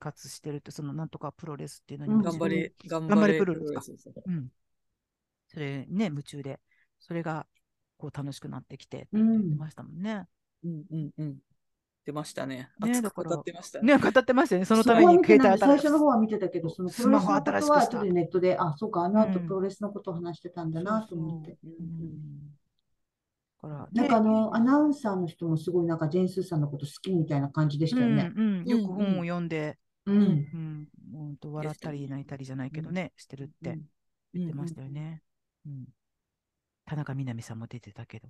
[SPEAKER 1] 活してるって、そのなんとかプロレスっていうのに
[SPEAKER 2] うん
[SPEAKER 1] 夢
[SPEAKER 3] 頑
[SPEAKER 1] 中
[SPEAKER 3] 張
[SPEAKER 1] で、
[SPEAKER 3] れ、頑
[SPEAKER 1] 張
[SPEAKER 3] 張
[SPEAKER 1] れ
[SPEAKER 3] れ
[SPEAKER 1] プロレスか
[SPEAKER 3] プロレス
[SPEAKER 1] うん。それね、夢中で、それがこう楽しくなってきてって
[SPEAKER 2] う
[SPEAKER 1] 言って
[SPEAKER 2] ん。
[SPEAKER 1] ましたもんね。
[SPEAKER 3] うんうんうん。出ましたね。
[SPEAKER 1] ね
[SPEAKER 3] 熱
[SPEAKER 1] だ
[SPEAKER 3] く
[SPEAKER 1] から
[SPEAKER 3] 語ってましたね。
[SPEAKER 1] ね、語ってましたよね。その
[SPEAKER 2] そ
[SPEAKER 1] た
[SPEAKER 2] こ
[SPEAKER 1] め
[SPEAKER 2] は
[SPEAKER 1] に
[SPEAKER 2] 見てない
[SPEAKER 1] 携帯
[SPEAKER 2] 最初の方は見てたけど、そのプロレスのこと
[SPEAKER 1] スマホ新
[SPEAKER 2] は
[SPEAKER 1] しくした
[SPEAKER 2] 後でネットで、あ、そうか、あの後
[SPEAKER 1] うん
[SPEAKER 2] プロレスのことを話してたんだなと思って。
[SPEAKER 3] う
[SPEAKER 1] うん
[SPEAKER 3] うん
[SPEAKER 1] ん。だから、
[SPEAKER 2] なん
[SPEAKER 1] ね
[SPEAKER 2] かあの、アナウンサーの人もすごいなんかジェーンスーさんのこと好きみたいな感じでしたよね。
[SPEAKER 1] うんうん、よく
[SPEAKER 3] うん
[SPEAKER 1] 本を読んで、
[SPEAKER 2] うん。
[SPEAKER 3] うん
[SPEAKER 1] うん、ほんと笑った
[SPEAKER 3] で
[SPEAKER 1] り
[SPEAKER 3] したね
[SPEAKER 1] 泣いたりじゃないけどね、してるって言ってましたよね。うん田中みな実さんも出てたけど、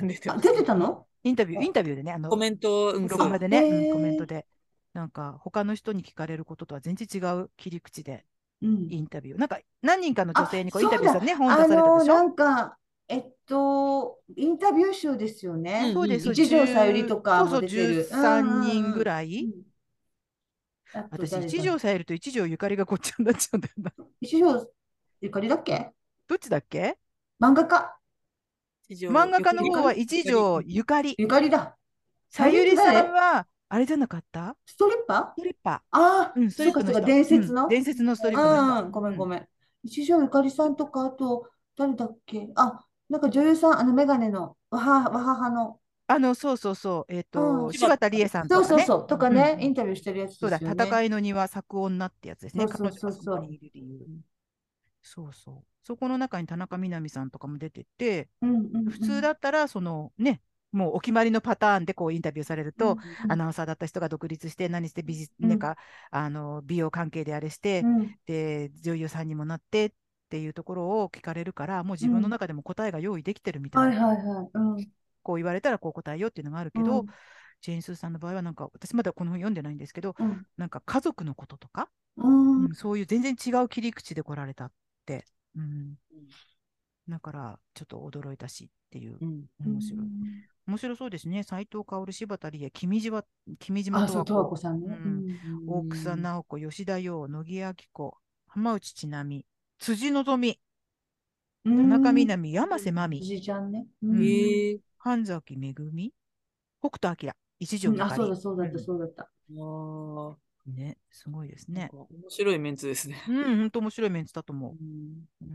[SPEAKER 3] うん。 出て
[SPEAKER 2] あ、
[SPEAKER 3] ま
[SPEAKER 2] 出
[SPEAKER 3] す
[SPEAKER 2] てたの
[SPEAKER 1] インタビュー、インタビューでね、あの
[SPEAKER 3] コ、メント、うん、
[SPEAKER 1] ブ
[SPEAKER 3] そ
[SPEAKER 1] ログ
[SPEAKER 3] う
[SPEAKER 1] までね、うん
[SPEAKER 2] へー
[SPEAKER 1] コメントで、なんか、他の人に聞かれることとは全然違う切り口で
[SPEAKER 2] うん。
[SPEAKER 1] インタビュー。なんか、何人かの女性にこう
[SPEAKER 2] あ
[SPEAKER 1] インタビューしたらね、本出
[SPEAKER 2] あ
[SPEAKER 1] された
[SPEAKER 2] の、
[SPEAKER 1] でしょ
[SPEAKER 2] なんか、えっと、インタビュー集ですよね。
[SPEAKER 3] うん
[SPEAKER 1] そうです。
[SPEAKER 2] 一条さゆり
[SPEAKER 1] 10
[SPEAKER 2] とかも出てる
[SPEAKER 1] そうそう、13
[SPEAKER 2] うんうんうん
[SPEAKER 1] 人ぐら
[SPEAKER 2] う
[SPEAKER 1] い。
[SPEAKER 2] んあと
[SPEAKER 1] 私、
[SPEAKER 2] 誰だ
[SPEAKER 1] 一条さゆりと一条ゆかりがごっちゃになっちゃうんだよな。
[SPEAKER 2] 一条ゆかりだっけ
[SPEAKER 1] どっちだっけ
[SPEAKER 2] 漫画家
[SPEAKER 3] 一条
[SPEAKER 1] 漫画家の
[SPEAKER 3] ゆか
[SPEAKER 1] 方
[SPEAKER 3] り
[SPEAKER 1] は一条ゆかり。
[SPEAKER 2] ゆかりだ。
[SPEAKER 1] さゆりさんは、あれじゃなかった
[SPEAKER 2] ストリッパ
[SPEAKER 1] ストリッパ
[SPEAKER 2] ーああ、
[SPEAKER 1] うん、スト
[SPEAKER 2] そう
[SPEAKER 1] リッ
[SPEAKER 2] か
[SPEAKER 1] プ
[SPEAKER 2] そ
[SPEAKER 1] の人
[SPEAKER 2] うか、伝説
[SPEAKER 1] う
[SPEAKER 2] の
[SPEAKER 1] ん伝説のストリップの
[SPEAKER 2] あ
[SPEAKER 1] 人
[SPEAKER 2] あ、ごめんご
[SPEAKER 1] ん
[SPEAKER 2] めん。一条ゆかりさんとか、あと、誰だっけあ、なんか女優さん、あの、メガネの、わは、わははの。
[SPEAKER 1] あのそうそうそうえっ、
[SPEAKER 2] う
[SPEAKER 1] と
[SPEAKER 2] ん
[SPEAKER 1] 柴田理恵さんと
[SPEAKER 2] そう
[SPEAKER 1] か、ね、
[SPEAKER 2] そうそう、とかね、イン
[SPEAKER 1] ん
[SPEAKER 2] タビューしてるやつ
[SPEAKER 1] そう
[SPEAKER 2] で
[SPEAKER 1] だ
[SPEAKER 2] すよね。
[SPEAKER 1] 戦いの庭作女ってやつですね
[SPEAKER 2] そうそうそうそう
[SPEAKER 1] 彼女がそこにいる理由そうそうそこの中に田中みな実さんとかも出てて
[SPEAKER 2] うんうん
[SPEAKER 1] 普通だったらそのねもうお決まりのパターンでこうインタビューされると、アナウンサーだった人が独立して何して美術、
[SPEAKER 2] うん
[SPEAKER 1] なんかあの美容関係であれして、
[SPEAKER 2] うんうん
[SPEAKER 1] で女優さんにもなってっていうところを聞かれるからもう自分の中でも答えが用意できてるみたいな、
[SPEAKER 2] はいはいはい。うんうん
[SPEAKER 1] こう言われたらこう答えようっていうのがあるけど、ジェーン・スーさんの場合はなんか私まだこの本読んでないんですけど
[SPEAKER 2] うん
[SPEAKER 1] なんか家族のこととか、
[SPEAKER 2] うん
[SPEAKER 1] うんそういう全然違う切り口で来られたって、うん、だからちょっと驚いたしっていう
[SPEAKER 3] うん
[SPEAKER 1] 面白い、面白そうですね斎藤薫柴田理恵君島君島
[SPEAKER 2] あ、
[SPEAKER 1] 十
[SPEAKER 2] そう、
[SPEAKER 1] 和
[SPEAKER 2] 十
[SPEAKER 1] 子
[SPEAKER 2] 和子さんね。
[SPEAKER 1] うん大草直子、吉田羊、乃木明子、浜内千波、辻希美、
[SPEAKER 2] うん
[SPEAKER 1] 田中み
[SPEAKER 2] う
[SPEAKER 1] なん実、山瀬まみ、
[SPEAKER 2] じいちゃんね。
[SPEAKER 1] ん
[SPEAKER 2] うん
[SPEAKER 3] え
[SPEAKER 1] 神崎めぐみ、北斗晶、一条
[SPEAKER 2] う
[SPEAKER 1] ゆ
[SPEAKER 2] んあ、
[SPEAKER 1] か
[SPEAKER 2] そう
[SPEAKER 1] り
[SPEAKER 2] だ、。そうだっ
[SPEAKER 1] う
[SPEAKER 2] た、
[SPEAKER 1] ん
[SPEAKER 2] そうだった。
[SPEAKER 3] ー、あ
[SPEAKER 1] ね、すごいです
[SPEAKER 3] ーなん
[SPEAKER 1] ね
[SPEAKER 3] か。面白いメンツですね。
[SPEAKER 1] うん、本当面白いメンツだと思
[SPEAKER 3] うん
[SPEAKER 1] う。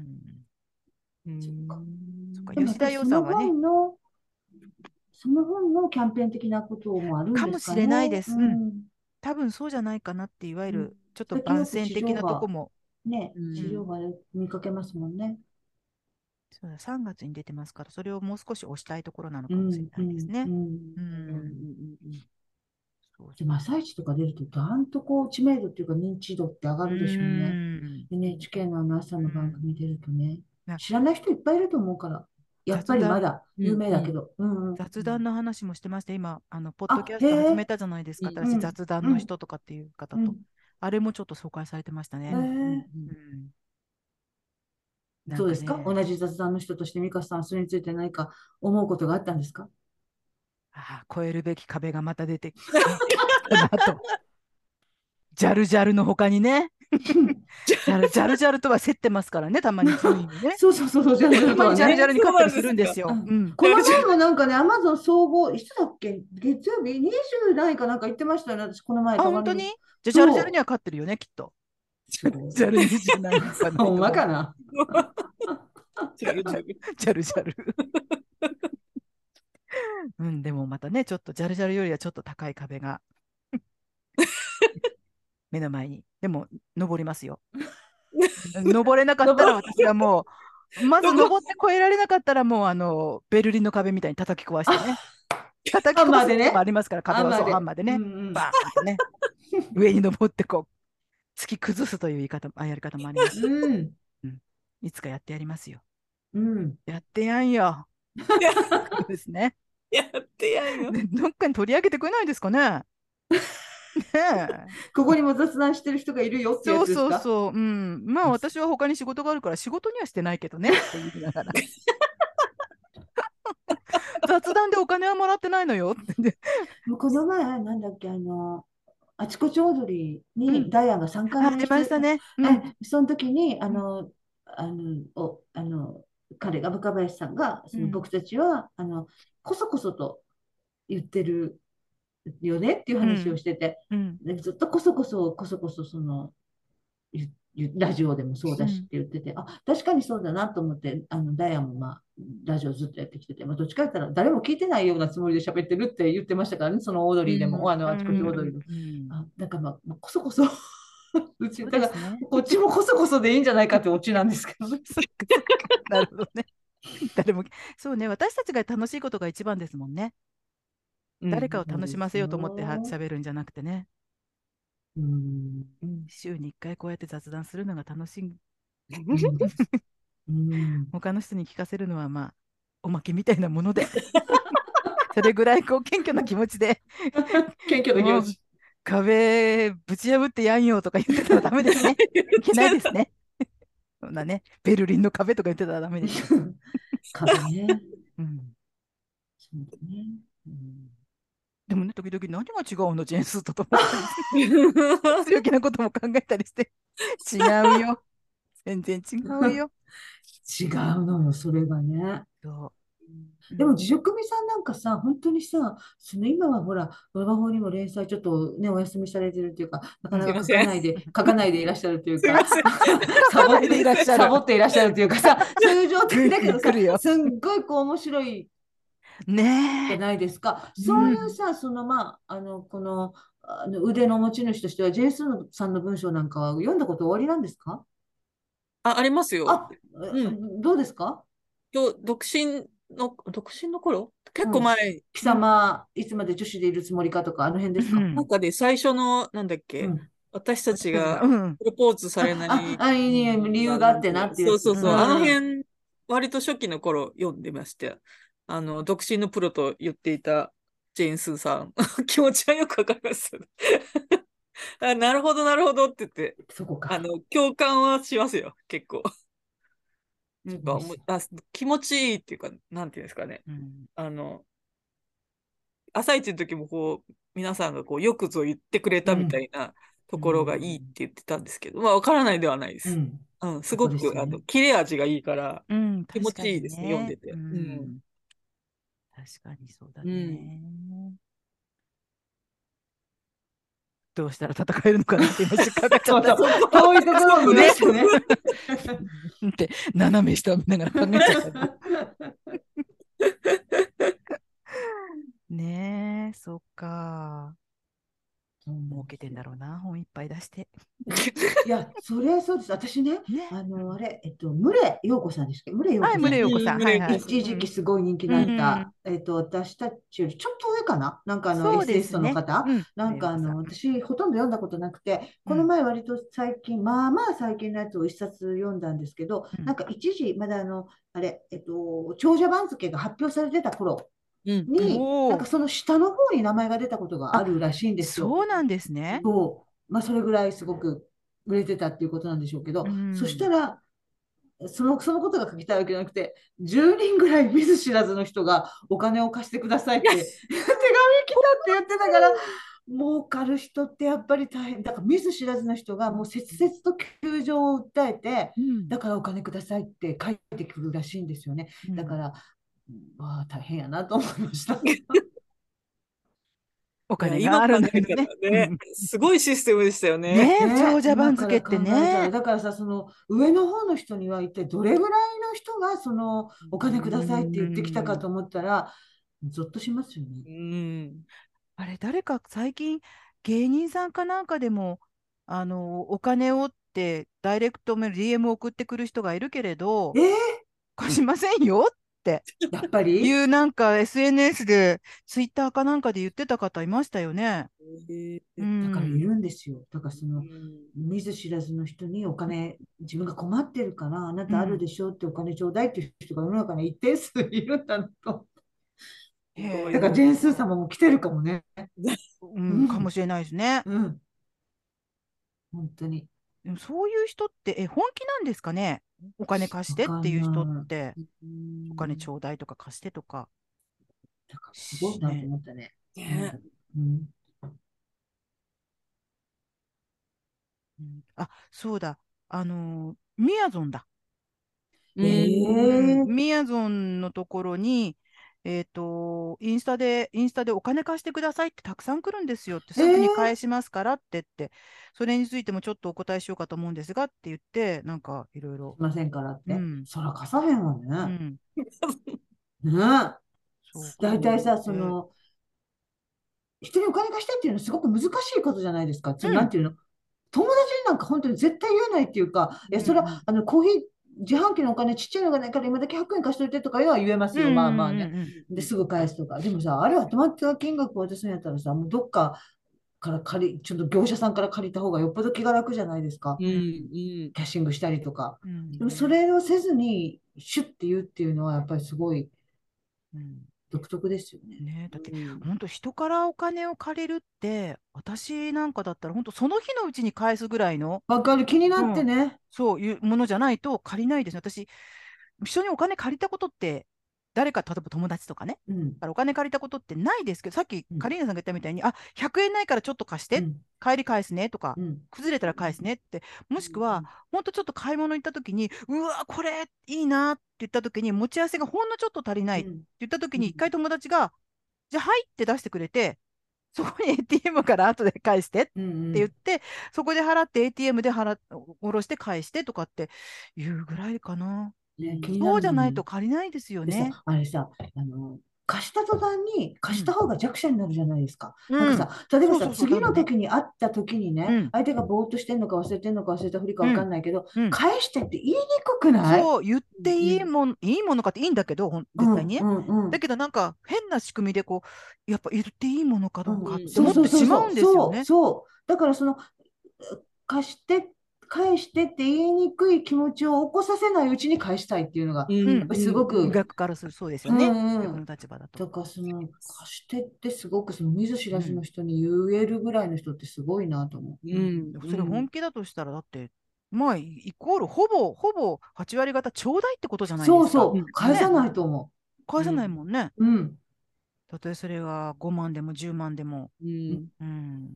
[SPEAKER 1] うん、
[SPEAKER 3] うん
[SPEAKER 2] そっか
[SPEAKER 1] そっか
[SPEAKER 2] でも
[SPEAKER 1] 吉田
[SPEAKER 2] やっ
[SPEAKER 1] 羊
[SPEAKER 2] ぱり
[SPEAKER 1] さんはね
[SPEAKER 2] その本の、その本のキャンペーン的なこともあるん
[SPEAKER 1] かも
[SPEAKER 2] ですか
[SPEAKER 1] しれないです
[SPEAKER 2] ね。
[SPEAKER 1] うん
[SPEAKER 2] うん
[SPEAKER 1] 多分そうじゃないかなって、いわゆ
[SPEAKER 2] う
[SPEAKER 1] る
[SPEAKER 2] ん
[SPEAKER 1] ちょっと
[SPEAKER 2] 最近よ
[SPEAKER 1] 番
[SPEAKER 2] く
[SPEAKER 1] 宣
[SPEAKER 2] 地
[SPEAKER 1] 的
[SPEAKER 2] 上
[SPEAKER 1] な
[SPEAKER 2] 波
[SPEAKER 1] とこも、
[SPEAKER 2] ね、
[SPEAKER 3] うん
[SPEAKER 2] 資料が見かけますもんね。
[SPEAKER 1] そうだ3月に出てますから、それをもう少し押したいところなの
[SPEAKER 2] う
[SPEAKER 1] か
[SPEAKER 2] ん
[SPEAKER 1] もしれないですね
[SPEAKER 2] う。んうん
[SPEAKER 1] う
[SPEAKER 3] うんうんうん
[SPEAKER 1] ん、
[SPEAKER 3] うん
[SPEAKER 1] そう
[SPEAKER 2] でも朝一とか出ると、だんとこう知名度っていうか認知度って上がるでしょうね。
[SPEAKER 1] うん
[SPEAKER 2] NHK のあの朝の番組出るとね
[SPEAKER 1] うん。
[SPEAKER 2] 知らない人いっぱいいると思うから、やっぱりまだ有名だけど。うんうん
[SPEAKER 1] 雑談の話もしてまして、今、あのポッ
[SPEAKER 2] あ
[SPEAKER 1] ドキャスト
[SPEAKER 2] へえ
[SPEAKER 1] 始めたじゃないですか、
[SPEAKER 3] うん
[SPEAKER 1] 私、
[SPEAKER 2] うん
[SPEAKER 1] 雑談の人とかっていう方
[SPEAKER 2] う
[SPEAKER 1] と
[SPEAKER 2] ん、
[SPEAKER 1] あれもちょっと紹介されてました
[SPEAKER 2] へ
[SPEAKER 1] ね。
[SPEAKER 2] え
[SPEAKER 1] うん
[SPEAKER 2] どうですか
[SPEAKER 1] なんね
[SPEAKER 2] 同じ雑談の人として、美香さん、それについて何か思うことがあったんですか。
[SPEAKER 1] ああ、超えるべき壁がまた出てきたなと。 ジャルジャルの他にね、ジャルジャルジャルとは競ってますからね、たまにそういう意味ね
[SPEAKER 2] そうそうそうそう、じゃ
[SPEAKER 1] た
[SPEAKER 2] あ、
[SPEAKER 1] まにジャルジャルに勝ったりするんですよ。
[SPEAKER 2] そううなんで
[SPEAKER 1] ん、
[SPEAKER 2] この前もなんかね、アマゾン総合、いつだっけ、月曜日、20代かなんか言ってましたよね、私、この前
[SPEAKER 1] あ、
[SPEAKER 2] 鏡
[SPEAKER 1] 本当に
[SPEAKER 2] 見
[SPEAKER 1] じゃあジャルジャルには勝ってるよね、きっと。
[SPEAKER 2] そう
[SPEAKER 1] ジャルジャルには勝って
[SPEAKER 2] ほんま
[SPEAKER 1] る
[SPEAKER 2] かな。
[SPEAKER 3] ジャルジャル
[SPEAKER 1] ジャルジャル。 うん、でもまたね、ちょっとジャルジャルよりはちょっと高い壁が 目の前に。でも、登ります よ。登れなかったら私はもう、まず登って越えられなかったらもう、あの、ベルリンの壁みたいに叩き壊して ね。叩き
[SPEAKER 2] ハンマ
[SPEAKER 1] 壊
[SPEAKER 2] ー
[SPEAKER 1] す
[SPEAKER 2] でね
[SPEAKER 1] こともありますから、壁をそうハンマーで
[SPEAKER 2] う
[SPEAKER 1] ね、
[SPEAKER 2] んうん
[SPEAKER 1] バーンとね、上に登ってこう、突き崩すという言い方も、あやり方もあり ます。
[SPEAKER 2] うん。
[SPEAKER 1] いつかやってやりますよ。
[SPEAKER 2] うん。
[SPEAKER 1] やってやんよ。 そうですね。
[SPEAKER 3] やってやんよ。
[SPEAKER 1] ねどっかに取り上げてくれないですか ね。ねえ。
[SPEAKER 2] ここにも雑談してる人がいるよってや
[SPEAKER 1] そう
[SPEAKER 2] つです
[SPEAKER 1] そう
[SPEAKER 2] か。
[SPEAKER 1] そう。うん。まあ私は他に仕事があるから仕事にはしてないけどね。 って言いながら。雑談でお金はもらってないのよって。
[SPEAKER 2] もうこの前、なんだっけ、あの、あちこちオードリー
[SPEAKER 1] うん
[SPEAKER 2] にダイアンが参加
[SPEAKER 1] ありましたね。うん。
[SPEAKER 2] え、その時に、あの、あの、お、あの、彼が、若林さんが、その
[SPEAKER 1] うん
[SPEAKER 2] 僕たちは、あの、こそこそと言ってるよねっていう話をしてて、
[SPEAKER 1] うん。
[SPEAKER 2] でずっとこそこそ、こそこそ、その、ゆゆラジオでもそうだしって言ってて、あ、確かにそうだなと思って、あの、ダイアンもまあ、ラジオずっとやってきてて、まあ、どっちか言ったら誰も聞いてないようなつもりで喋ってるって言ってましたからね、そのオードリーでも、あの、あちこちオードリーでも。
[SPEAKER 1] うん
[SPEAKER 2] あ、なんかまあ、まあこそこ そ、うち、
[SPEAKER 1] そう
[SPEAKER 2] だ
[SPEAKER 1] で
[SPEAKER 2] から
[SPEAKER 1] す、ね。
[SPEAKER 2] こっちもこそこそでいいんじゃないかってオチなんですけど
[SPEAKER 1] そ
[SPEAKER 2] ね。
[SPEAKER 1] っかそっか なるほどね。誰も、そうね、私たちが楽しいことが一番ですもんね。誰かを楽しませようと思っては喋るんじゃなくてね。
[SPEAKER 2] うん。
[SPEAKER 1] 週に1回こうやって雑談するのが楽しい。
[SPEAKER 2] うん
[SPEAKER 1] 他の人に聞かせるのはまあおまけみたいなもの でそれぐらいこう謙虚な気持ちで
[SPEAKER 2] 謙虚な気持ち。
[SPEAKER 1] 壁ぶち破ってやんよとか言ってたらダメ ですねいけないですねそんなねベルリンの壁とか言ってたらダメです、
[SPEAKER 2] 壁ね。
[SPEAKER 1] うん、
[SPEAKER 2] そうだね。うん
[SPEAKER 1] でもね時々何が違うのジェーンスーとと思って
[SPEAKER 3] う
[SPEAKER 1] 強気なことも考えたりして違うよ全然違うよ
[SPEAKER 2] 違うのよ、それがね。
[SPEAKER 1] そう
[SPEAKER 2] でも、自食組さんなんかさ、本当にさ、その今はほら、ドラ法にも連載ちょっとね、お休みされてるというか、なかなか書かないで、書かないでいらっしゃるという
[SPEAKER 3] すい
[SPEAKER 2] か
[SPEAKER 3] ま、せん。
[SPEAKER 2] サボって
[SPEAKER 1] いらっしゃる
[SPEAKER 2] サボっていらっしゃるというかさ、そういう状態だけど
[SPEAKER 1] ぐいぐい
[SPEAKER 2] さ、
[SPEAKER 1] 来るよ
[SPEAKER 2] すんごいこう面白いじゃ
[SPEAKER 1] ねえ。
[SPEAKER 2] ないですか。
[SPEAKER 1] うん
[SPEAKER 2] そういうさ、そのまあ、あの、この、あの腕の持ち主としては、ジェイソンさんの文章なんかは読んだことおありなんですか
[SPEAKER 3] あ、ありますよ。
[SPEAKER 2] あ、
[SPEAKER 3] ん
[SPEAKER 2] どうですか
[SPEAKER 3] 今日、独身の、独身の頃結
[SPEAKER 2] う
[SPEAKER 3] 構
[SPEAKER 2] ん
[SPEAKER 3] 前、
[SPEAKER 2] 貴様、いつまで女子でいるつもりかとか、あの辺ですか
[SPEAKER 3] なんかで最初の、なんだっけ、
[SPEAKER 2] うん
[SPEAKER 3] 私たちが
[SPEAKER 1] うん。
[SPEAKER 3] プロポーズされない。
[SPEAKER 2] あ、あいいね理由があってなっていう
[SPEAKER 3] そ
[SPEAKER 2] や
[SPEAKER 3] う
[SPEAKER 2] つ
[SPEAKER 3] そうそう。
[SPEAKER 1] うん
[SPEAKER 3] あの辺、割と初期の頃読んでました。あの、独身のプロと言っていたジェーン・スーさん。 気持ちはよくわかります。 あ、なるほど、なるほどって言って、
[SPEAKER 2] そこか。
[SPEAKER 3] あの、共感はしますよ、結構。なんかもうあ気持ちいいっていうか、なんていうんですかね。
[SPEAKER 1] うん
[SPEAKER 3] あの、朝一の時もこう、皆さんがこう、よくぞ言ってくれたみたいなところがいいって言ってたんですけど、まあ、わからないではないです。
[SPEAKER 2] うん
[SPEAKER 3] うん、すごく、
[SPEAKER 2] ですよね
[SPEAKER 3] あの、切れ味がいいから、
[SPEAKER 1] うん、
[SPEAKER 3] 気持
[SPEAKER 1] 確か
[SPEAKER 3] ちいい
[SPEAKER 1] に
[SPEAKER 3] ですね
[SPEAKER 1] ね
[SPEAKER 3] 読んでて
[SPEAKER 1] う
[SPEAKER 3] うん
[SPEAKER 1] ん。確かにそうだね。どうしたら戦えるのかなって今時間かかっちゃ
[SPEAKER 2] そ
[SPEAKER 1] っ
[SPEAKER 2] うそ
[SPEAKER 1] た。
[SPEAKER 2] う、遠いところにね、 ね。
[SPEAKER 1] うんって斜め下を見ながら考えちゃった。 ねえ、そっか。儲けてんだろうな、本いっぱい出して。
[SPEAKER 2] いや、そりゃそうです。私ね、
[SPEAKER 1] ね。
[SPEAKER 2] あの、あれ、えっと、牟礼陽子さんでしたっけ牟礼陽子
[SPEAKER 1] は
[SPEAKER 2] さ
[SPEAKER 1] い、
[SPEAKER 2] ん。
[SPEAKER 1] 胸よこさん。
[SPEAKER 3] うん
[SPEAKER 1] はいはい。
[SPEAKER 2] 一時期すごい人気だった、えっと、私たちよりちょっと上かななんかあの、エッセイストの方
[SPEAKER 1] うん
[SPEAKER 2] なんかあの、、私ほとんど読んだことなくて、
[SPEAKER 1] うん
[SPEAKER 2] この前割と最近、まあまあ最近のやつを一冊読んだんですけど、
[SPEAKER 1] うん
[SPEAKER 2] なんか一時、まだあの、あれ、えっと、長者番付が発表されてた頃
[SPEAKER 3] うん
[SPEAKER 2] に、
[SPEAKER 1] おー
[SPEAKER 2] なんかその下の方に名前が出たことがあるらしいんですよ。
[SPEAKER 1] そうなんですね。
[SPEAKER 2] そう。まあそれぐらいすごく売れてたっていうことなんでしょうけど、
[SPEAKER 1] うん
[SPEAKER 2] そしたら、その、そのことが書きたいわけじゃなくて、10人ぐらい見ず知らずの人がお金を貸してくださいって、手紙来たって言ってたから、儲かる人ってやっぱり大変。だから見ず知らずの人がもう切々と窮状を訴えて、
[SPEAKER 1] うん
[SPEAKER 2] だからお金くださいって書いてくるらしいんですよね。だか
[SPEAKER 1] うん
[SPEAKER 2] ら、まあ大変やなと思いました。
[SPEAKER 1] お金
[SPEAKER 3] いや
[SPEAKER 1] があるんだ
[SPEAKER 3] 今
[SPEAKER 1] け
[SPEAKER 3] 考
[SPEAKER 1] ど
[SPEAKER 3] えた
[SPEAKER 1] ね
[SPEAKER 3] ら。ね
[SPEAKER 1] うん
[SPEAKER 3] すごいシステムでしたよね。
[SPEAKER 1] ねえ、
[SPEAKER 2] ね
[SPEAKER 1] 長者番付って
[SPEAKER 2] 今から考えたら
[SPEAKER 1] ね。
[SPEAKER 2] だからさ、その上の方の人には一体どれぐらいの人がそのお金くださいって言ってきたかと思ったら、ゾッとしますよ
[SPEAKER 3] う
[SPEAKER 2] ね。
[SPEAKER 3] ん。
[SPEAKER 1] あれ、誰か最近芸人さんかなんかでも、あの、お金をってダイレクトメール、DM を送ってくる人がいるけれど、
[SPEAKER 2] え
[SPEAKER 1] 貸しませんよ
[SPEAKER 2] ー、やっぱり
[SPEAKER 1] いうなんか SNS で、ツイッターかなんかで言ってた方いましたよね。う
[SPEAKER 2] だからい
[SPEAKER 1] ん。
[SPEAKER 2] るんですよ。だからその見ず知らずの人にお金、自分が困ってるから、あなたあるでしょうってお金ちょうだいっていう人が世の中に一定数いるんだなと。
[SPEAKER 1] へえ
[SPEAKER 2] だからジェーンスー様も来てるかもね。
[SPEAKER 1] うん、かもしれないですね。
[SPEAKER 2] うん。本当に。
[SPEAKER 1] でもそういう人って、え、本気なんですかねお金貸してっていう人って、お金ち
[SPEAKER 2] ょ
[SPEAKER 1] ょうだいとか貸してとか。
[SPEAKER 2] だからすごいなと思ったね。
[SPEAKER 3] ね
[SPEAKER 2] うん
[SPEAKER 1] うんあ、そうだ。あのーみやぞんだ。
[SPEAKER 3] うん
[SPEAKER 2] え
[SPEAKER 1] うん
[SPEAKER 2] ー
[SPEAKER 1] みやぞんのところに、えっと、インスタで、インスタでお金貸してくださいってたくさん来るんですよって、すぐに返しますからってって、それについてもちょっとお答えしようかと思うんですがって言って、なんかいろいろ
[SPEAKER 2] い。ませんからって
[SPEAKER 1] うん。
[SPEAKER 2] そら貸さへんわ
[SPEAKER 1] う
[SPEAKER 2] ね。
[SPEAKER 1] ん。
[SPEAKER 2] ね
[SPEAKER 1] そうか
[SPEAKER 2] 大体さ、そ、の、人にお金貸してっていうのはすごく難しいことじゃないですか。その
[SPEAKER 1] うん
[SPEAKER 2] なんていうの友達になんか本当に絶対言えないっていうか、いや、それ
[SPEAKER 1] うんうん
[SPEAKER 2] は、あの、コーヒー、自販機のお金ちっちゃいのがないから今だけ100円貸しといてとかいうのは言えます
[SPEAKER 1] うん
[SPEAKER 2] よ。
[SPEAKER 1] うん
[SPEAKER 2] まあまあね。
[SPEAKER 1] うんうん
[SPEAKER 2] で、すぐ返すとか。でもさ、あれは止まった金額を渡すんやったらさ、もうどっかから借り、ちょっと業者さんから借りた方がよっぽど気が楽じゃないですか
[SPEAKER 3] う。んうん。
[SPEAKER 2] キャッシングしたりとか。
[SPEAKER 1] うん
[SPEAKER 2] でもそれをせずにシュッて言うっていうのはやっぱりすごい
[SPEAKER 1] うん
[SPEAKER 2] 独特ですよね。
[SPEAKER 1] ねだって
[SPEAKER 3] うん
[SPEAKER 1] 本当人からお金を借りるって私なんかだったら本当その日のうちに返すぐらいの
[SPEAKER 2] わかる気になってね。
[SPEAKER 1] そういうものじゃないと借りないですね私人にお金借りたことって誰か、例えば友達とかね、
[SPEAKER 2] うん
[SPEAKER 1] だからお金借りたことってないですけど、さっき
[SPEAKER 2] うん
[SPEAKER 1] カリーナさんが言ったみたいに、あ100円ないからちょっと貸して、
[SPEAKER 2] うん
[SPEAKER 1] 帰り返すねとか、
[SPEAKER 2] うん
[SPEAKER 1] 崩れたら返すねって、もしくは、ほんとちょっと買い物行った時に、うわ、これいいなって言った時に、持ち合わせがほんのちょっと足りないって
[SPEAKER 2] うん
[SPEAKER 1] 言った時
[SPEAKER 2] う
[SPEAKER 1] に、
[SPEAKER 2] ん
[SPEAKER 1] 一回友達が、じゃあ、はいって出してくれて、そこに ATM から後で返してって
[SPEAKER 2] うんうん
[SPEAKER 1] 言って、そこで払って ATM で払っ下ろして返してとかっていうぐらいかな。
[SPEAKER 2] ね気にな
[SPEAKER 1] そう
[SPEAKER 2] る
[SPEAKER 1] じゃ
[SPEAKER 2] の
[SPEAKER 1] ない
[SPEAKER 2] よ
[SPEAKER 1] と借りないですよ
[SPEAKER 2] で
[SPEAKER 1] ね。
[SPEAKER 2] さ、あれさ、あの、貸した途端に貸した方が弱者になるじゃないですか。
[SPEAKER 1] うん
[SPEAKER 2] なんかさ、例え
[SPEAKER 1] そ
[SPEAKER 2] ば
[SPEAKER 1] う
[SPEAKER 2] さ、
[SPEAKER 1] そうそう
[SPEAKER 2] 次の時に会った時に
[SPEAKER 1] う
[SPEAKER 2] ね
[SPEAKER 1] ん、
[SPEAKER 2] 相手がぼーっとしてんのか忘れてんのか忘れたふりかわかんないけど、
[SPEAKER 1] うん
[SPEAKER 2] 返してって言いにくくない
[SPEAKER 1] そう言っていいもん、いいものかっていいんだけど、ほん絶対にね。
[SPEAKER 2] うんうんうん
[SPEAKER 1] だけどなんか変な仕組みでこう、やっぱ言っていいものかどうかっ
[SPEAKER 3] うん
[SPEAKER 1] て
[SPEAKER 2] そう
[SPEAKER 1] 思っ
[SPEAKER 2] そう
[SPEAKER 1] て
[SPEAKER 2] そう
[SPEAKER 1] しま
[SPEAKER 2] そう
[SPEAKER 1] うんですよね。
[SPEAKER 2] そうそう。だからその、貸して、返してって言いにくい気持ちを起こさせないうちに返したいっていうのが、
[SPEAKER 1] うん
[SPEAKER 2] すごく
[SPEAKER 1] 逆からするそうですよね。
[SPEAKER 2] うんうん
[SPEAKER 1] 逆の立場だ
[SPEAKER 2] だ
[SPEAKER 1] と。
[SPEAKER 2] からその、貸してってすごくその見ず知らずの人に言えるぐらいの人ってすごいなと思う。
[SPEAKER 3] うん
[SPEAKER 1] それ本気だとしたらだって、まあイコールほぼほぼ8割方ちょうだいってことじゃないです
[SPEAKER 2] そ
[SPEAKER 1] か。
[SPEAKER 2] うそう
[SPEAKER 3] うん、
[SPEAKER 2] 返さないと思
[SPEAKER 1] 返さないもんね。
[SPEAKER 2] う。うん。
[SPEAKER 1] たとえそれが5万でも10万でも。
[SPEAKER 3] うん
[SPEAKER 1] うん。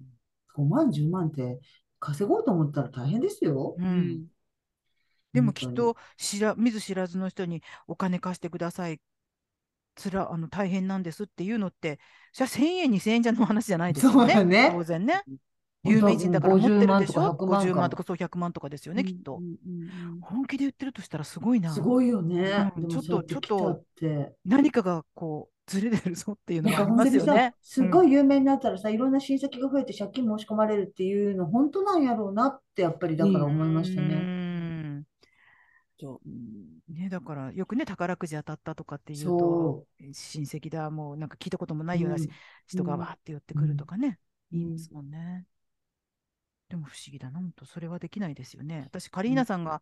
[SPEAKER 2] 5万、10万って稼ごうと思ったら大変ですよ
[SPEAKER 1] う。
[SPEAKER 3] うんん
[SPEAKER 1] でもきっ
[SPEAKER 2] 本当に
[SPEAKER 1] と知ら見ず知らずの人にお金貸してください。つらあの大変なんですっていうのって、じゃ1000円、2000円じゃの話じゃないです
[SPEAKER 2] そ
[SPEAKER 1] よ
[SPEAKER 2] うだ
[SPEAKER 1] ね。
[SPEAKER 2] ね
[SPEAKER 1] 当然ね。
[SPEAKER 2] 本
[SPEAKER 1] 有
[SPEAKER 2] 当は
[SPEAKER 1] 名人だから
[SPEAKER 2] う
[SPEAKER 1] 持
[SPEAKER 2] ん
[SPEAKER 1] ってるでしょ。
[SPEAKER 2] 50万とか100
[SPEAKER 1] 50
[SPEAKER 2] 万
[SPEAKER 1] 万
[SPEAKER 2] と
[SPEAKER 1] とか
[SPEAKER 2] か
[SPEAKER 1] そう100万とかですよね、きっと
[SPEAKER 3] う。んうん
[SPEAKER 1] 本気で言ってるとしたらすごいな。
[SPEAKER 2] すごいよね。
[SPEAKER 1] うん
[SPEAKER 2] で
[SPEAKER 1] ちょ
[SPEAKER 2] も
[SPEAKER 1] っと
[SPEAKER 2] そうやって来たって。
[SPEAKER 1] 何かがこう、ずれてるぞっていうの
[SPEAKER 2] なん
[SPEAKER 1] があ
[SPEAKER 2] か
[SPEAKER 1] りま
[SPEAKER 2] 本
[SPEAKER 1] す
[SPEAKER 2] 当に
[SPEAKER 1] よ
[SPEAKER 2] さ、
[SPEAKER 1] ね。
[SPEAKER 2] すっごい有名になったらさ、いろんな親戚が増えて借金申し込まれるっていうの、本当なんやろうなって、やっぱりだから思いました
[SPEAKER 1] う
[SPEAKER 2] ね。
[SPEAKER 1] ん
[SPEAKER 3] そう
[SPEAKER 1] ね、だからよくね宝くじ当たったとかっていうと
[SPEAKER 2] そ
[SPEAKER 1] 親戚だもうなんか聞いたことも
[SPEAKER 2] う。
[SPEAKER 1] ないような
[SPEAKER 2] うん
[SPEAKER 1] 人が
[SPEAKER 3] うん
[SPEAKER 1] わーって寄ってくるとかね、
[SPEAKER 3] うん
[SPEAKER 1] いいですもんね。でも不思議だな、ほんとそれはできないですよね。私、カリーナさんが、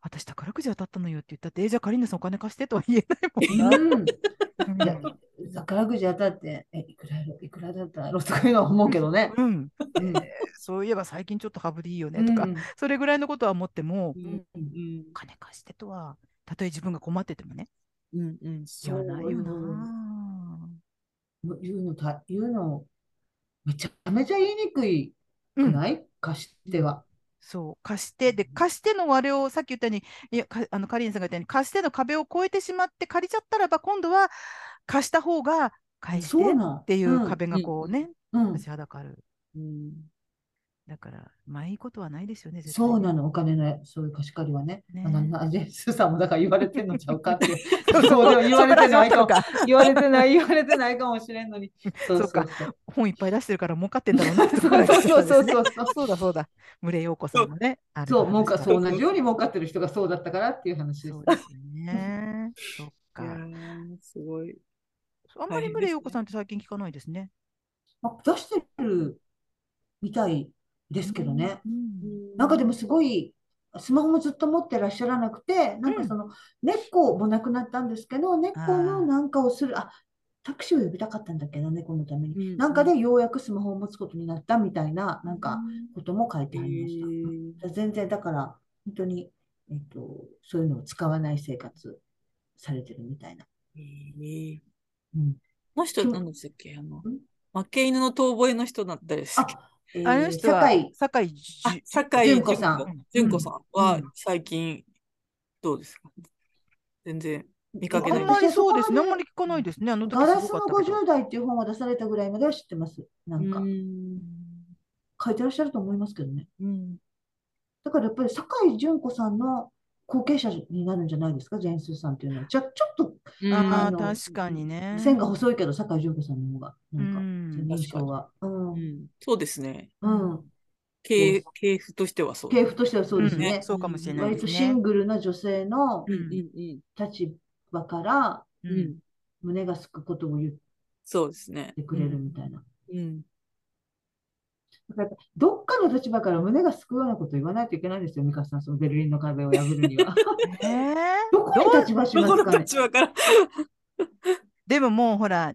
[SPEAKER 1] 私、宝くじ当たったのよって言ったって、えじゃあカリーナさんお金貸してとは言えないもんな。
[SPEAKER 2] うん。いや
[SPEAKER 1] う
[SPEAKER 2] 宝くじ当たって、え、いくらやろ、いくらだったやろとかいうのは思うけどね。
[SPEAKER 1] んうん、
[SPEAKER 2] うん。
[SPEAKER 1] そういえば最近ちょっとハブでいいよねとか、それぐらいのことは思っても、
[SPEAKER 3] う
[SPEAKER 2] うんん。うん
[SPEAKER 3] うん
[SPEAKER 1] お金貸してとは、たとえ自分が困っててもね、
[SPEAKER 3] うんうん
[SPEAKER 1] 言わないよな
[SPEAKER 2] そう言うのた、言うの、めちゃめちゃ言いにくい
[SPEAKER 1] ぁ。う
[SPEAKER 2] く
[SPEAKER 1] ん、
[SPEAKER 2] ない貸しては。
[SPEAKER 1] そう、貸して、で、貸してのあれを、さっき言ったように、いや、かあの、カリーナさんが言ったように、貸しての壁を越えてしまって、借りちゃったらば、今度は貸した方が返して
[SPEAKER 2] そう
[SPEAKER 1] っ
[SPEAKER 2] なん。
[SPEAKER 1] てい
[SPEAKER 2] うん
[SPEAKER 1] う壁がこうね、
[SPEAKER 2] うん
[SPEAKER 1] 立ちはだかる。
[SPEAKER 3] うん
[SPEAKER 1] だから、まあいいことはないですよね、絶対
[SPEAKER 2] そうなの、お金の、そういう貸し借りはね。
[SPEAKER 1] ね
[SPEAKER 2] あなんな、ジェイスーさんもだから言われてんのちゃうかって。
[SPEAKER 1] そうそう
[SPEAKER 2] そうでも言われてないか
[SPEAKER 1] そ
[SPEAKER 2] も
[SPEAKER 1] うか
[SPEAKER 2] 言われてない、言われてないかもしれんのに。そう
[SPEAKER 1] そうか
[SPEAKER 2] そう
[SPEAKER 1] 本いっぱい出してるから儲かってんだろうなってとこ
[SPEAKER 2] そ
[SPEAKER 1] ろ
[SPEAKER 2] う。
[SPEAKER 1] が
[SPEAKER 2] そうそうそううそう。
[SPEAKER 1] そうだそうだ。群れ陽子さんもね。ある
[SPEAKER 2] そう、もうか、そう
[SPEAKER 1] 話
[SPEAKER 2] 同じように儲かってる人がそうだったからっていう話です
[SPEAKER 1] そう。ですよね。そっ
[SPEAKER 3] いや
[SPEAKER 1] か。
[SPEAKER 3] ーすごい。
[SPEAKER 1] あんま
[SPEAKER 3] 大変
[SPEAKER 1] り
[SPEAKER 3] ですね
[SPEAKER 1] 群れ陽子さんって最近聞かないですね。
[SPEAKER 2] まあ、出してるみたいですけどね。
[SPEAKER 1] うん。
[SPEAKER 2] なんかでもすごい、スマホもずっと持ってらっしゃらなくて、なんかその、猫も亡くなったんですけど、猫のなんかをする、あ、タクシーを呼びたかったんだっけど、猫のため
[SPEAKER 3] う
[SPEAKER 2] に。
[SPEAKER 3] ん
[SPEAKER 2] なんかでようやくスマホを持つことになったみたいな、なんかことも書いてありました。
[SPEAKER 3] うん
[SPEAKER 2] 全然だから本当に、えっと、そういうのを使わない生活されてるみたいな。
[SPEAKER 3] えー
[SPEAKER 2] うん、
[SPEAKER 3] この人、
[SPEAKER 2] そう
[SPEAKER 3] なんですっけあの
[SPEAKER 2] ん、
[SPEAKER 3] 負け犬の遠吠えの人だったです。
[SPEAKER 2] あ、えー
[SPEAKER 1] あの人は
[SPEAKER 2] 酒井、
[SPEAKER 1] 酒井じ
[SPEAKER 3] あ、酒井
[SPEAKER 2] 純子さん
[SPEAKER 3] 純子さん
[SPEAKER 2] う
[SPEAKER 3] は
[SPEAKER 2] ん
[SPEAKER 3] 最近、どうですか全然見
[SPEAKER 1] あ
[SPEAKER 3] かけない
[SPEAKER 1] ん
[SPEAKER 3] です
[SPEAKER 1] まりそうですね。あ
[SPEAKER 2] 私はそこま
[SPEAKER 1] ん
[SPEAKER 2] で
[SPEAKER 1] まり聞かないですね。あの時
[SPEAKER 2] ガラ
[SPEAKER 1] す
[SPEAKER 2] ス
[SPEAKER 1] ご
[SPEAKER 2] の
[SPEAKER 1] かったけど。
[SPEAKER 2] 50代っていう本が出されたぐらいまでは知ってます。なんか書いてらっしゃると思いますけどね。
[SPEAKER 3] うん
[SPEAKER 2] だからやっぱり酒井純子さんの後継者になるんじゃないですか、ジェーンスーさんっていうのは。じゃ、ちょっと
[SPEAKER 3] うん
[SPEAKER 1] ああ、
[SPEAKER 2] の
[SPEAKER 1] 確かにね。
[SPEAKER 2] 線が細いけど、酒井純子さんの方が、なんか、
[SPEAKER 1] うん
[SPEAKER 2] 印象は。うん。
[SPEAKER 3] う
[SPEAKER 2] うん。
[SPEAKER 3] んそうですね。
[SPEAKER 2] そ
[SPEAKER 3] 系
[SPEAKER 2] う
[SPEAKER 3] 系譜としてはそう。
[SPEAKER 2] 系譜としてはそうです
[SPEAKER 1] うん
[SPEAKER 2] ね。
[SPEAKER 1] そうかもしれない
[SPEAKER 2] 割
[SPEAKER 1] で
[SPEAKER 2] と
[SPEAKER 1] す
[SPEAKER 2] シ
[SPEAKER 1] ね
[SPEAKER 2] ン。グルな女性の
[SPEAKER 3] うんうん
[SPEAKER 2] 立場から
[SPEAKER 1] う
[SPEAKER 3] うんうんん。
[SPEAKER 2] 胸がすくことを言っ
[SPEAKER 3] そうですね。
[SPEAKER 2] てくれるみたいな。
[SPEAKER 3] うん
[SPEAKER 2] だからやっぱどっかの立場から胸がすくようなこと言わないといけないんですよ、美香さん、そのベルリンの壁を破るに は。
[SPEAKER 1] えー
[SPEAKER 2] どこに立場し
[SPEAKER 3] ど
[SPEAKER 2] ます
[SPEAKER 3] この
[SPEAKER 2] かね。
[SPEAKER 3] 立場から。
[SPEAKER 1] でももうほら、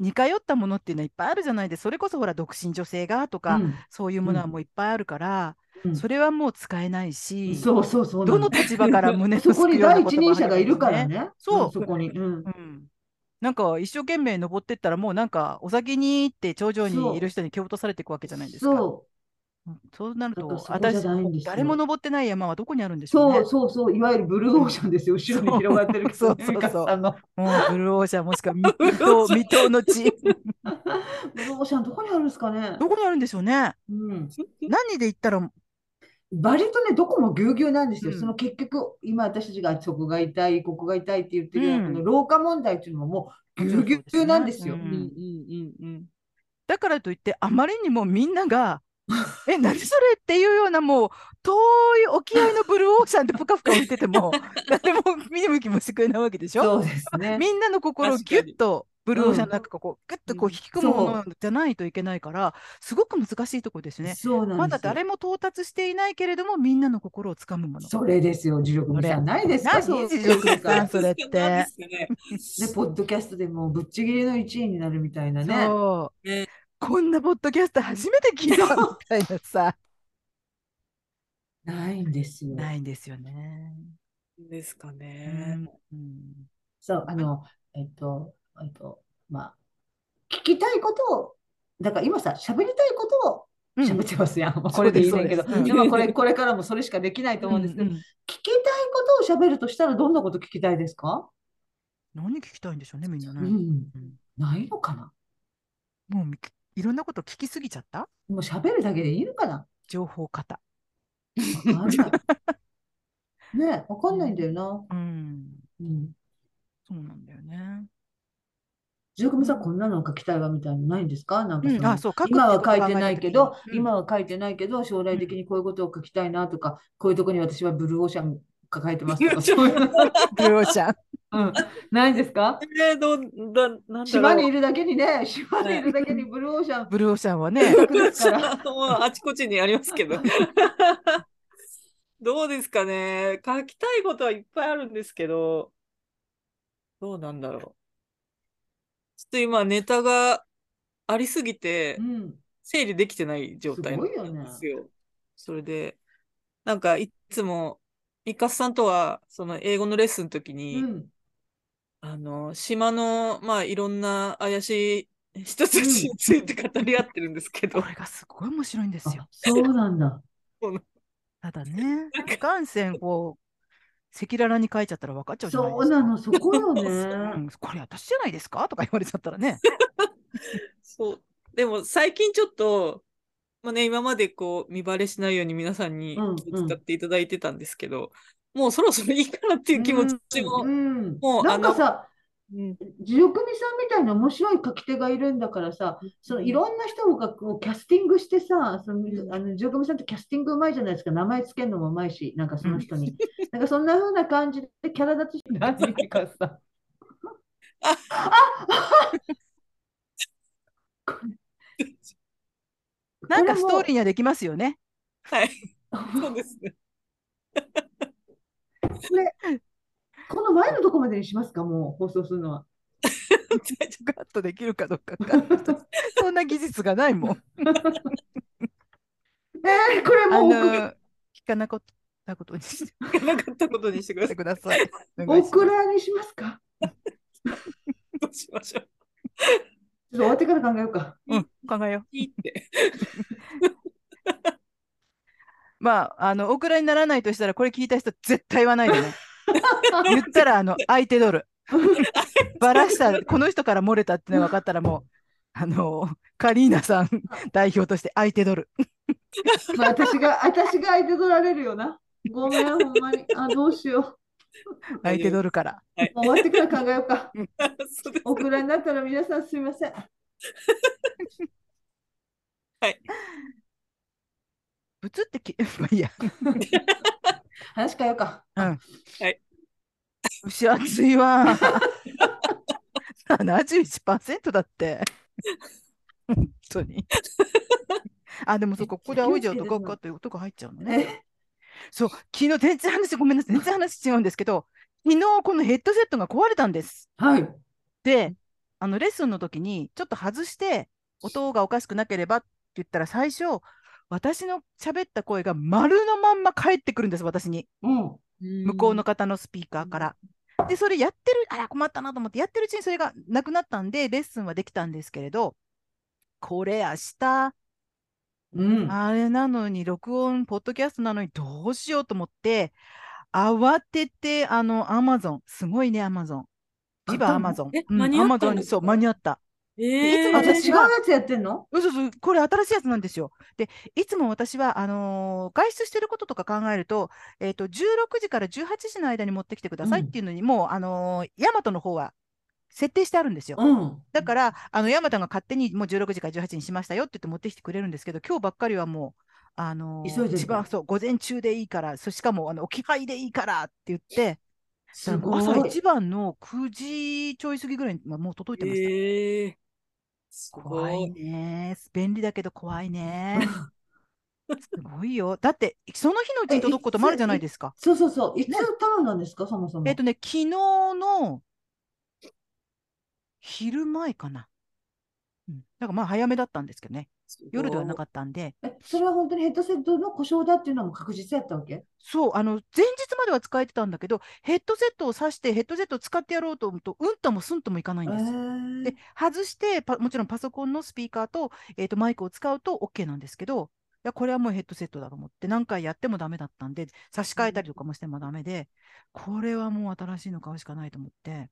[SPEAKER 1] 似通ったものっていうのはいっぱいあるじゃないですか。それこそほら、独身女性がとか、
[SPEAKER 2] うん
[SPEAKER 1] そういうものはもういっぱいあるから、
[SPEAKER 2] うん
[SPEAKER 1] それはもう使えないし、
[SPEAKER 2] そうそうそうな
[SPEAKER 1] ど
[SPEAKER 2] の
[SPEAKER 1] の立場から胸の
[SPEAKER 2] そこ
[SPEAKER 1] すく
[SPEAKER 2] に
[SPEAKER 1] ような
[SPEAKER 2] 第
[SPEAKER 1] こ
[SPEAKER 2] 一
[SPEAKER 1] とも
[SPEAKER 2] 人
[SPEAKER 1] ある
[SPEAKER 2] 者がいるから
[SPEAKER 1] ね。
[SPEAKER 2] ね。
[SPEAKER 1] そうん
[SPEAKER 2] そこに。うん。
[SPEAKER 1] うんなんか一生懸命登ってったらもうなんかお先にって頂上
[SPEAKER 2] そう
[SPEAKER 1] にいる人に蹴落とされていくわけじゃないですか。
[SPEAKER 2] そう。
[SPEAKER 1] うんそうなる
[SPEAKER 2] だから
[SPEAKER 1] と
[SPEAKER 2] そこじゃ
[SPEAKER 1] 私
[SPEAKER 2] ないんですよ
[SPEAKER 1] 誰も登ってない山はどこにあるんでしょう
[SPEAKER 2] そ
[SPEAKER 1] ね
[SPEAKER 2] う。そうそう、いわゆるブルーオーシャンですよ、後ろに広がってるけ
[SPEAKER 1] そ
[SPEAKER 2] ど
[SPEAKER 1] う
[SPEAKER 2] ね、
[SPEAKER 1] そうそう
[SPEAKER 2] 美香さんの。
[SPEAKER 1] もうブルーオーシャンもしくは未 踏未踏の地
[SPEAKER 2] ブルーオーシャン、どこにあるんですかね。
[SPEAKER 1] どこにあるんでしょうね。
[SPEAKER 2] うん、
[SPEAKER 1] 何で行ったら
[SPEAKER 2] 割とね、どこもぎゅうぎゅうなんですよ。
[SPEAKER 1] うん
[SPEAKER 2] その結局、今私たちがそこが痛い、ここが痛いって言ってるような、
[SPEAKER 1] うん
[SPEAKER 2] この老化問題っていうのももうぎゅうぎゅうなんですよ。
[SPEAKER 1] そう
[SPEAKER 3] うん
[SPEAKER 1] ですね
[SPEAKER 3] うんうんうん。
[SPEAKER 1] だからといってあまりにもみんなが「え何それ?」っていうようなもう遠い沖合のブルーオーシャンでぷかぷか浮いてて も誰も見向きもしてくれないわけでしょ
[SPEAKER 2] そうですね。
[SPEAKER 1] みんなの心を
[SPEAKER 3] 確かに
[SPEAKER 1] ギュッとブルーオーシャンの中からこうギュッとこう
[SPEAKER 3] うん
[SPEAKER 1] 引き込むものじゃないといけないからすごく難しいとこですね。
[SPEAKER 2] そうなん
[SPEAKER 1] ま
[SPEAKER 2] で
[SPEAKER 1] だ
[SPEAKER 2] すよ。
[SPEAKER 1] 誰も到達していないけれどもみんなの心をつかむもの。
[SPEAKER 2] それですよ、呪力無さん。ないですか、
[SPEAKER 1] 何
[SPEAKER 2] そう
[SPEAKER 1] 呪力無
[SPEAKER 2] さ
[SPEAKER 1] さ
[SPEAKER 2] ん
[SPEAKER 1] ん。 それって
[SPEAKER 3] なんですかね
[SPEAKER 2] で、ポッドキャストでもぶっちぎりの1位になるみたいなね。
[SPEAKER 1] そう
[SPEAKER 3] ね
[SPEAKER 1] こんなポッドキャスト初めて聞いたみたいな さ
[SPEAKER 2] ないんですよ。
[SPEAKER 1] ないんですよね。
[SPEAKER 3] ですか
[SPEAKER 1] う
[SPEAKER 3] ね。
[SPEAKER 1] んうん
[SPEAKER 2] そう、あの、えっと、えっと、まあ、聞きたいことを、だから今さ、喋りたいことを
[SPEAKER 1] うん
[SPEAKER 2] 喋ってますやん。まあ
[SPEAKER 1] そ
[SPEAKER 2] こ
[SPEAKER 1] う
[SPEAKER 2] れでい
[SPEAKER 1] で
[SPEAKER 2] い
[SPEAKER 1] す
[SPEAKER 2] ねんけど、
[SPEAKER 1] そうです
[SPEAKER 3] うん
[SPEAKER 2] 今これ、これからもそれしかできないと思うんですけど、
[SPEAKER 1] うんうん
[SPEAKER 2] 聞きたいことを喋るとしたらどんなこと聞きたいですか
[SPEAKER 1] 何聞きたいんでしょうねみんな
[SPEAKER 2] う
[SPEAKER 1] ね。
[SPEAKER 2] ん
[SPEAKER 1] うん、
[SPEAKER 2] ないのかな
[SPEAKER 1] もうみいろんなこと聞きすぎちゃった
[SPEAKER 2] もう喋るだけでいいのかな
[SPEAKER 1] 情報型。
[SPEAKER 2] わかんな い。ねえ、わかんないんだよな。
[SPEAKER 1] うん
[SPEAKER 2] うん。
[SPEAKER 1] そうなんだよね。
[SPEAKER 2] ジョークムさん、こんなの書きたいわみたいなのないんですかなんか
[SPEAKER 1] うん
[SPEAKER 2] その
[SPEAKER 1] あそう書くって
[SPEAKER 2] 今は
[SPEAKER 1] こと
[SPEAKER 2] 書
[SPEAKER 1] を
[SPEAKER 2] いて
[SPEAKER 1] 考えた
[SPEAKER 2] ないけ
[SPEAKER 1] 時
[SPEAKER 2] ど、
[SPEAKER 1] にうん
[SPEAKER 2] 今は書いてないけど、将来的にこういうことを書きたいなとか、こういうとこに私はブルーオーシャン抱えてますとか、そういうの、
[SPEAKER 1] ブルーオーシャン。
[SPEAKER 2] うん、ないんですか
[SPEAKER 3] えー、どうだなんだろう。
[SPEAKER 2] 島にいるだけにね、島にいるだけにブルーオーシャン
[SPEAKER 1] ブルーオーシャンはね。
[SPEAKER 2] 楽ですから
[SPEAKER 3] もうあちこちにありますけど。どうですかね。書きたいことはいっぱいあるんですけど、どうなんだろう。ちょっと今ネタがありすぎて
[SPEAKER 2] う、ん、
[SPEAKER 3] 整理できてない状態
[SPEAKER 2] す
[SPEAKER 3] な
[SPEAKER 2] ご
[SPEAKER 3] ん
[SPEAKER 2] いよね
[SPEAKER 3] ですよ。それで、なんかいつも、イカスさんとは、その英語のレッスンの時
[SPEAKER 2] う
[SPEAKER 3] に、
[SPEAKER 2] ん、
[SPEAKER 3] あの、島の、まあ、いろんな怪しい人たちについて語り合ってるんですけど
[SPEAKER 1] こ、れがすごい面白いんですよ
[SPEAKER 2] あ。そうなんだ。
[SPEAKER 1] ただね、いかんせんこう赤裸々に書いちゃったら分かっちゃうじゃないで
[SPEAKER 2] そう
[SPEAKER 1] すか。
[SPEAKER 2] なの、そこよ
[SPEAKER 1] う
[SPEAKER 2] ね。
[SPEAKER 1] ん、これ私じゃないですかとか言われちゃったらね。
[SPEAKER 3] そう。でも最近ちょっと、まあね、今までこう見バレしないように皆さんに
[SPEAKER 2] うん
[SPEAKER 3] 気を使っていただいてたんですけど、もうそろそろいいかなっていう気持ちも、
[SPEAKER 2] うん、
[SPEAKER 3] もう
[SPEAKER 2] なんか
[SPEAKER 3] あの
[SPEAKER 2] さ、
[SPEAKER 3] うん
[SPEAKER 2] ジオクミさんみたいな面白い書き手がいるんだからさ、そのいろんな人がこうキャスティングしてさ、そ
[SPEAKER 3] うん
[SPEAKER 2] のあのジオクミさんってキャスティングうまいじゃないですか、名前つけるのもうまいし、なんかその人に。なんかそんな風な感じでキャラ立ちしてないかさ。
[SPEAKER 3] あ
[SPEAKER 2] あこれ
[SPEAKER 1] なんかストー
[SPEAKER 2] こ
[SPEAKER 1] リーにはできますよね。
[SPEAKER 3] はい、
[SPEAKER 2] れも
[SPEAKER 3] そうです ね。
[SPEAKER 2] この前のとこまでにしますか、もう放送するのは。
[SPEAKER 1] ガッとできるかどうかわかんないけど。そんな技術がないもん。
[SPEAKER 2] えー、これ
[SPEAKER 1] あ
[SPEAKER 2] も
[SPEAKER 1] の
[SPEAKER 2] う送
[SPEAKER 1] 聞かなかったことにして
[SPEAKER 3] 聞かなかったことにしてください。
[SPEAKER 1] ください。お願いし
[SPEAKER 2] オク
[SPEAKER 1] ます
[SPEAKER 2] ラにしますか。
[SPEAKER 3] どうしましょ
[SPEAKER 2] ち
[SPEAKER 3] う。
[SPEAKER 2] ょっと終わってから考えようか。
[SPEAKER 1] うん、考えよう。
[SPEAKER 3] いいって。
[SPEAKER 1] まあ、あの、オクラにならないとしたら、これ聞いた人、絶対言わないで ね。言ったら、あの、相手取る。バラした、この人から漏れたってのが分かったら、もう、あの、カリーナさん代表として相手取る。
[SPEAKER 2] まあ、私が、私が相手取られるよな。ごめん、ほんまに。あ、どうしよ
[SPEAKER 1] 相手取るから。
[SPEAKER 2] う。もう終わってから考えようか。
[SPEAKER 3] そう です
[SPEAKER 2] オクラになったら皆さんすみません。
[SPEAKER 1] ぶつってき、 まあいいや。
[SPEAKER 2] 話変えようか。
[SPEAKER 1] 蒸し暑いわ。71%だって。本当に。あ、でもそうか、ここで青いじゃんとかかって音が入っちゃうのね。
[SPEAKER 2] え、
[SPEAKER 1] そう、昨日全然話、ごめんなさい、全然話違うんですけど、昨日このヘッドセットが壊れたんです。
[SPEAKER 2] はい。
[SPEAKER 1] で、あのレッスンの時に、ちょっと外して、音がおかしくなければって言ったら、最初、私の喋った声が丸のまんま返ってくるんです、私に。
[SPEAKER 2] うん。
[SPEAKER 1] 向こうの方のスピーカーから。で、それやってる、あら、困ったなと思って、やってるうちにそれがなくなったんで、レッスンはできたんですけれど、これ明日、
[SPEAKER 2] うん。
[SPEAKER 1] あれなのに、録音、ポッドキャストなのに、どうしようと思って、慌てて、あの、アマゾン、すごいね、アマゾン。
[SPEAKER 2] 買
[SPEAKER 1] 千
[SPEAKER 2] ったの
[SPEAKER 1] 葉アマゾン。
[SPEAKER 3] え
[SPEAKER 1] うん
[SPEAKER 3] 間に合ったんですか
[SPEAKER 1] そう、間に合った。
[SPEAKER 3] えー、
[SPEAKER 1] いつも
[SPEAKER 2] あ、じゃあ
[SPEAKER 1] 私
[SPEAKER 2] 違うやつやってんの
[SPEAKER 1] うんそうそう、これ新しいやつなんですよ。で、いつも私は、あのー外出してることとか考えると、えっ、と、16時から18時の間に持ってきてくださいっていうのに、もう、あのー、ヤマトの方は設定してあるんですよ。
[SPEAKER 2] うん。
[SPEAKER 1] だから、あの、ヤマトが勝手にもう16時から18時にしましたよって言って持ってきてくれるんですけど、今日ばっかりはもう、あのー
[SPEAKER 2] 急いでる
[SPEAKER 1] 一番、そう、午前中でいいから、そしかも、あの、置き配でいいからって言って、
[SPEAKER 2] すごい。
[SPEAKER 1] 朝一番の9時ちょい過ぎぐらいにはもう届いてました。
[SPEAKER 3] えー、すご
[SPEAKER 1] 怖いね。便利だけど怖いね。すごいよ。だって、その日のうちに届くこともあるじゃないですか。
[SPEAKER 2] そうそうそう。いつ頼んだんですか、そもそも。
[SPEAKER 1] えっとね、昨日の昼前かな。うん。だからまあ早めだったんですけどね。夜ではなか
[SPEAKER 3] っ
[SPEAKER 1] ったんで。
[SPEAKER 2] え、それは本当にヘッドセットの故障だっていうのも確実やったわけ
[SPEAKER 1] そう、あの、前日までは使えてたんだけど、ヘッドセットを挿して、ヘッドセットを使ってやろうと思うと、うんともすんともいかないんですよ。
[SPEAKER 2] え
[SPEAKER 1] で、外してパ、もちろんパソコンのスピーカーと、えっと、マイクを使うと OK なんですけど、いや、これはもうヘッドセットだと思って、何回やってもダメだったんで、差し替えたりとかもしてもダメで、これはもう新しいの買うしかないと思って、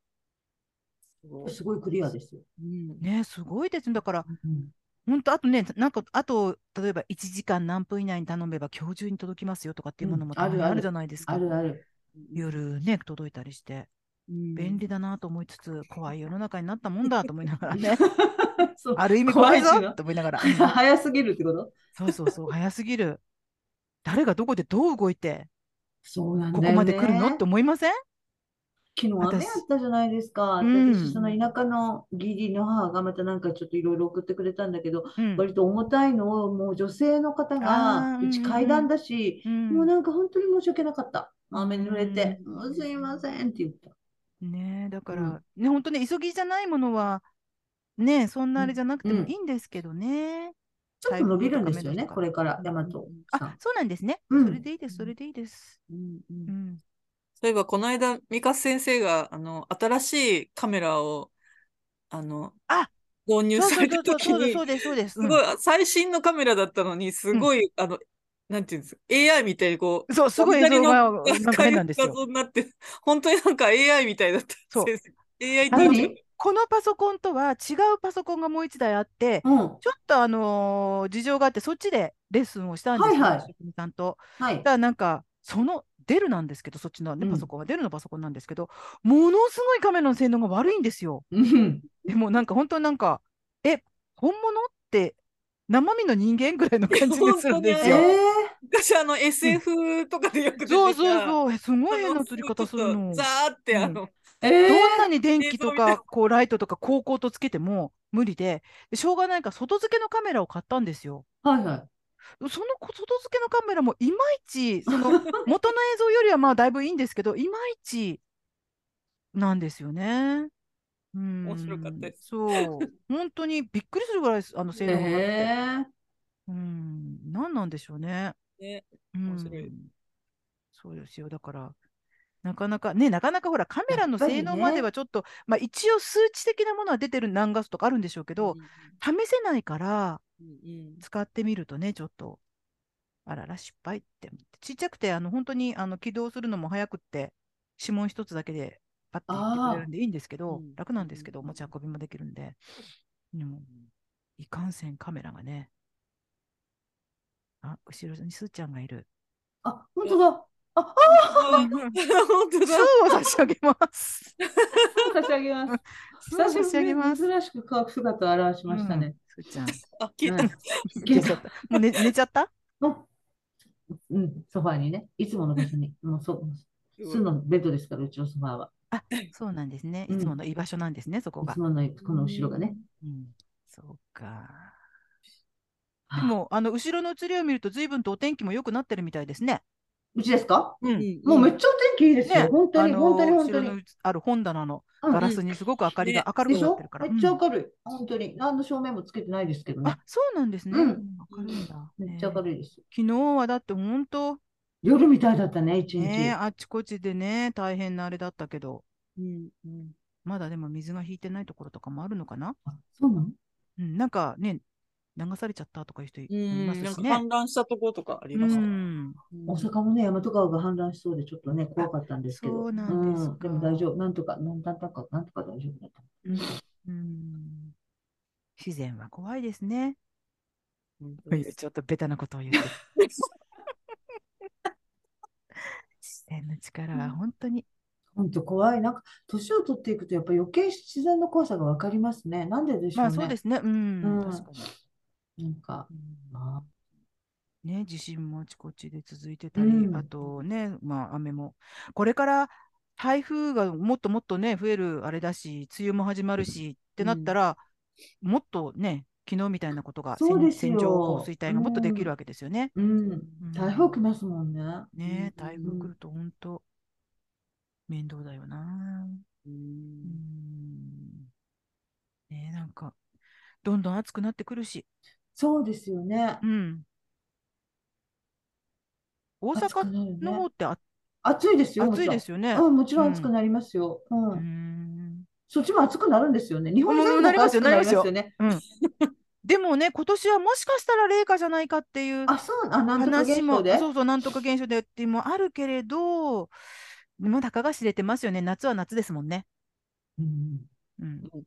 [SPEAKER 2] ー、すごいクリアですよ。
[SPEAKER 3] うん、
[SPEAKER 1] ね、すごいですね。だから、
[SPEAKER 2] うん
[SPEAKER 1] 本当あとね、なんか、あと、例えば1時間何分以内に頼めば今日中に届きますよとかっていうものも
[SPEAKER 2] うんあ
[SPEAKER 1] たま
[SPEAKER 2] る
[SPEAKER 1] に
[SPEAKER 2] ある
[SPEAKER 1] あるじゃないです
[SPEAKER 2] あ
[SPEAKER 1] か。
[SPEAKER 2] るある。
[SPEAKER 1] 夜ね、届いたりして、便利だなと思いつつ、怖い世の中になったもんだと思いながらね、
[SPEAKER 2] そう
[SPEAKER 1] ある意味怖い
[SPEAKER 2] 怖いし
[SPEAKER 1] ぞ
[SPEAKER 2] な
[SPEAKER 1] と思いながら。
[SPEAKER 2] 早すぎるってこと
[SPEAKER 1] そうそうそう、早すぎる。誰がどこでどう動いて、
[SPEAKER 2] そうなん
[SPEAKER 1] こ
[SPEAKER 2] だ
[SPEAKER 1] こ
[SPEAKER 2] よ
[SPEAKER 1] ま
[SPEAKER 2] ね。
[SPEAKER 1] で来るのって思いません
[SPEAKER 2] 昨日雨
[SPEAKER 1] 私
[SPEAKER 2] やったじゃないですか。
[SPEAKER 1] う
[SPEAKER 2] で
[SPEAKER 1] ん
[SPEAKER 2] 私、その田舎の義理の母がまたなんかちょっといろいろ送ってくれたんだけど、
[SPEAKER 1] うん
[SPEAKER 2] 割と重たいのをもう女性の方が、
[SPEAKER 1] あー
[SPEAKER 2] うち
[SPEAKER 1] うんうんうん
[SPEAKER 2] 階段だし、
[SPEAKER 1] うん
[SPEAKER 2] もうなんか本当に申し訳なかった。雨に濡れて、
[SPEAKER 1] うん
[SPEAKER 2] もうすいませんって言った。
[SPEAKER 1] ねえ、だか
[SPEAKER 2] うん
[SPEAKER 1] ら、ね、本当ね、急ぎじゃないものは、ねえ、そんなあれじゃなくて
[SPEAKER 2] う
[SPEAKER 1] も
[SPEAKER 2] ん
[SPEAKER 1] いいんですけどね。
[SPEAKER 2] ちょっと伸びるんです
[SPEAKER 1] 台風と
[SPEAKER 2] よ
[SPEAKER 1] か雨の日
[SPEAKER 2] ね、
[SPEAKER 1] とか
[SPEAKER 2] これから、ヤマ
[SPEAKER 1] う
[SPEAKER 2] ト
[SPEAKER 1] んうんうんあ
[SPEAKER 2] さん、。
[SPEAKER 1] そうなんですね。
[SPEAKER 2] うん
[SPEAKER 1] それでいいです、それでいいです。
[SPEAKER 3] うんうん
[SPEAKER 1] うん。
[SPEAKER 3] そういえば、この間、ミカ先生が、あの、新しいカメラを、あの、
[SPEAKER 1] あ
[SPEAKER 3] 導入
[SPEAKER 1] そう
[SPEAKER 3] さ
[SPEAKER 1] そう
[SPEAKER 3] れた
[SPEAKER 1] そう
[SPEAKER 3] 時
[SPEAKER 1] そうそう
[SPEAKER 3] に、
[SPEAKER 1] そうです、そうです。
[SPEAKER 3] す
[SPEAKER 1] うん
[SPEAKER 3] ごい、最新のカメラだったのに、すごい、あの、なんていうんですか、AI みたいにこう、
[SPEAKER 1] そう、すごい映
[SPEAKER 3] 左
[SPEAKER 1] 像
[SPEAKER 3] の
[SPEAKER 1] がなんか変なんです
[SPEAKER 3] 画
[SPEAKER 1] よ。
[SPEAKER 3] 像になって、本当になんか AI みたいだった。
[SPEAKER 1] そう
[SPEAKER 3] 先生 AI って言っちゃう
[SPEAKER 2] 何
[SPEAKER 1] このパソコンとは違うパソコンがもう一台あって、
[SPEAKER 2] うん。
[SPEAKER 1] ちょっとあのー事情があって、そっちでレッスンをしたんですよ、
[SPEAKER 2] はいはい
[SPEAKER 1] 職人さんと。
[SPEAKER 2] はい
[SPEAKER 1] だか。らなんか、そのデルなんですけど、そっちの、ね、
[SPEAKER 2] うん
[SPEAKER 1] パソコンはデルのパソコンなんですけど、ものすごいカメラの性能が悪いんですよ。
[SPEAKER 2] うん。
[SPEAKER 1] でもなんか本当なんか、え、本物って生身の人間ぐらいの感じがするんで
[SPEAKER 2] え
[SPEAKER 1] す
[SPEAKER 3] いや
[SPEAKER 1] よ。
[SPEAKER 2] ー、
[SPEAKER 3] 昔、あの、SF とかでよく出てきた
[SPEAKER 1] そうそうそう、えす
[SPEAKER 3] あ
[SPEAKER 1] ご
[SPEAKER 3] の
[SPEAKER 1] い変な映り方するの。
[SPEAKER 3] ザーって、あ
[SPEAKER 1] うん
[SPEAKER 3] の、
[SPEAKER 2] え
[SPEAKER 1] ど
[SPEAKER 2] ー、
[SPEAKER 1] んなに電気と
[SPEAKER 3] 映像みたい
[SPEAKER 1] かこうライトとか光光とつけても無理で、でしょうがないから外付けのカメラを買ったんですよ。
[SPEAKER 2] はいはい。
[SPEAKER 1] そのこ外付けのカメラもいまいち、その元の映像よりはまあだいぶいいんですけど、いまいちなんですよね。うん、
[SPEAKER 3] 面白かったです
[SPEAKER 1] そう、本当にびっくりするぐらいですあの性能が上がって。
[SPEAKER 2] え
[SPEAKER 1] うん、何なんでしょうね。
[SPEAKER 3] ね
[SPEAKER 1] うん
[SPEAKER 3] 面白い
[SPEAKER 1] そうですよ。だから、なかなか、ね、なかなかほら、カメラの
[SPEAKER 2] やっぱり
[SPEAKER 1] 性能まで
[SPEAKER 2] ね
[SPEAKER 1] はちょっと、まあ一応数値的なものは出てる何画素とかあるんでしょうけど、試せないから、
[SPEAKER 3] うんうん
[SPEAKER 1] 使ってみるとね、ちょっと、あらら、失敗って思って。ちっちゃくて、あの、本当に、あの、起動するのも早くって、指紋一つだけで、パッてやってくれるんでいいんですけ
[SPEAKER 3] う
[SPEAKER 1] ど
[SPEAKER 3] ん、
[SPEAKER 1] 楽なんですけど、
[SPEAKER 3] うんうん
[SPEAKER 1] 持ち運びもできるんで。でも、いかんせんカメラがね。あ、後ろにすーちゃんがいる。
[SPEAKER 2] あ、本当だ。あ、
[SPEAKER 3] あ本当
[SPEAKER 1] す
[SPEAKER 3] だ。
[SPEAKER 1] ーを差し上げます。
[SPEAKER 2] あ、差し上げ ます。
[SPEAKER 1] すーを差し上げます。
[SPEAKER 2] 珍しく顔姿を現しましたね。
[SPEAKER 1] うん。すーちゃん。
[SPEAKER 3] あ、消
[SPEAKER 2] う
[SPEAKER 3] えた
[SPEAKER 2] ん
[SPEAKER 1] 寝ちゃった。もう寝寝ちゃった
[SPEAKER 2] うん、ソファーにね、いつもの場所に、もうそ、すのベッドですから、うちのソファーは。
[SPEAKER 1] そうなんですね。
[SPEAKER 2] う
[SPEAKER 1] い
[SPEAKER 2] ん
[SPEAKER 1] つもの居場所なんですね、そこ
[SPEAKER 2] い
[SPEAKER 1] が
[SPEAKER 2] つ。ものこの後ろがね。
[SPEAKER 1] うん。そうか。でも、あの、後ろの映りを見ると、随分とお天気も良くなってるみたいですね。
[SPEAKER 2] うちですか
[SPEAKER 3] うん。
[SPEAKER 2] もうめっちゃお天気いいですよ。
[SPEAKER 1] ね
[SPEAKER 2] 本当に、
[SPEAKER 1] あの
[SPEAKER 2] 本当に、本
[SPEAKER 1] 後ろ
[SPEAKER 2] 当に。
[SPEAKER 1] のある本棚の
[SPEAKER 2] うん
[SPEAKER 1] ガラスにすごく明かりが明る
[SPEAKER 2] で
[SPEAKER 1] く
[SPEAKER 2] し
[SPEAKER 1] な
[SPEAKER 2] ょ
[SPEAKER 1] ってるから。
[SPEAKER 2] めっちゃ
[SPEAKER 1] うん
[SPEAKER 2] 明るい。本当に。何の照明もつけてないですけどね
[SPEAKER 1] あ。、そうなんですね。
[SPEAKER 2] うん
[SPEAKER 1] 明るいんだ。
[SPEAKER 2] めっちゃ明
[SPEAKER 1] い。
[SPEAKER 2] るいです。
[SPEAKER 1] 昨日はだって本当、
[SPEAKER 2] 夜みたいだったね、一
[SPEAKER 1] ね、
[SPEAKER 2] 日。
[SPEAKER 1] あちこちでね、大変なあれだったけど、
[SPEAKER 3] うん。うん。
[SPEAKER 1] まだでも水が引いてないところとかもあるのかな。
[SPEAKER 2] あそうなの
[SPEAKER 1] うん、なんかね、流されちゃったとかいう人い
[SPEAKER 3] うん。
[SPEAKER 1] ま
[SPEAKER 3] なん
[SPEAKER 1] すし
[SPEAKER 3] か
[SPEAKER 1] ね
[SPEAKER 3] 氾。濫したとことかあり
[SPEAKER 1] う
[SPEAKER 3] ました。
[SPEAKER 1] ん、
[SPEAKER 2] 大阪もね、大和川が氾濫しそうで、ちょっとね、怖かったんですけど。
[SPEAKER 1] そうなんです
[SPEAKER 2] うんでも
[SPEAKER 1] か
[SPEAKER 2] 大丈夫。なんとか、なんなんとか、なんとか大丈夫だった。
[SPEAKER 1] うん、自然は怖いですね。
[SPEAKER 3] 本当
[SPEAKER 1] とい
[SPEAKER 3] で
[SPEAKER 1] う
[SPEAKER 3] す
[SPEAKER 1] ちょっとベタなことを言って。自然の力は本当に、
[SPEAKER 2] 本当怖い。なんか、年を取っていくと、やっぱ余計自然の怖さがわかりますね。なんででしょ
[SPEAKER 1] ま
[SPEAKER 2] う
[SPEAKER 1] あそう
[SPEAKER 2] ね
[SPEAKER 1] で。すね。うん、
[SPEAKER 2] うん
[SPEAKER 1] 確かに。
[SPEAKER 2] なんか、あ
[SPEAKER 1] ね、地震もあちこちで続いてたり、
[SPEAKER 2] うん
[SPEAKER 1] あとね、まあ雨も。これから台風がもっともっとね、増えるあれだし、梅雨も始まるしってなったら、もっとね、昨日みたいなことが、
[SPEAKER 2] そう
[SPEAKER 1] 線
[SPEAKER 2] ですよ
[SPEAKER 1] 線状降水帯がもっとできるわけですよね。
[SPEAKER 2] うん。台風来ますもんね。
[SPEAKER 1] ね、台風来
[SPEAKER 2] うん
[SPEAKER 1] ると本当、面倒だよな。
[SPEAKER 3] う
[SPEAKER 1] うんんね、なんか、どんどん暑くなってくるし、
[SPEAKER 2] そうですよね
[SPEAKER 1] う。ん。大
[SPEAKER 2] 暑く
[SPEAKER 1] 阪
[SPEAKER 2] なる
[SPEAKER 1] の
[SPEAKER 2] ね
[SPEAKER 1] 方ってあ
[SPEAKER 2] 暑いですよ、
[SPEAKER 1] 暑いですよね。
[SPEAKER 2] よ。うん、もちろん暑くなりますよ。うん。
[SPEAKER 1] うん
[SPEAKER 2] そっちも暑くなるんですよね。日本全
[SPEAKER 1] うん
[SPEAKER 2] 国
[SPEAKER 1] なりますよ
[SPEAKER 2] 暑くなります
[SPEAKER 1] なります
[SPEAKER 2] よね。
[SPEAKER 1] うん、でもね、今年はもしかしたら冷夏じゃないかっていう
[SPEAKER 2] あ、そう、あ、なんとか
[SPEAKER 1] 話
[SPEAKER 2] 現
[SPEAKER 1] も、
[SPEAKER 2] 象で。
[SPEAKER 1] そうそう、なんとか現象でっていうのもあるけれど、まだかが知れてますよね、夏は夏ですもんね。
[SPEAKER 2] うん。
[SPEAKER 1] うん
[SPEAKER 3] うん、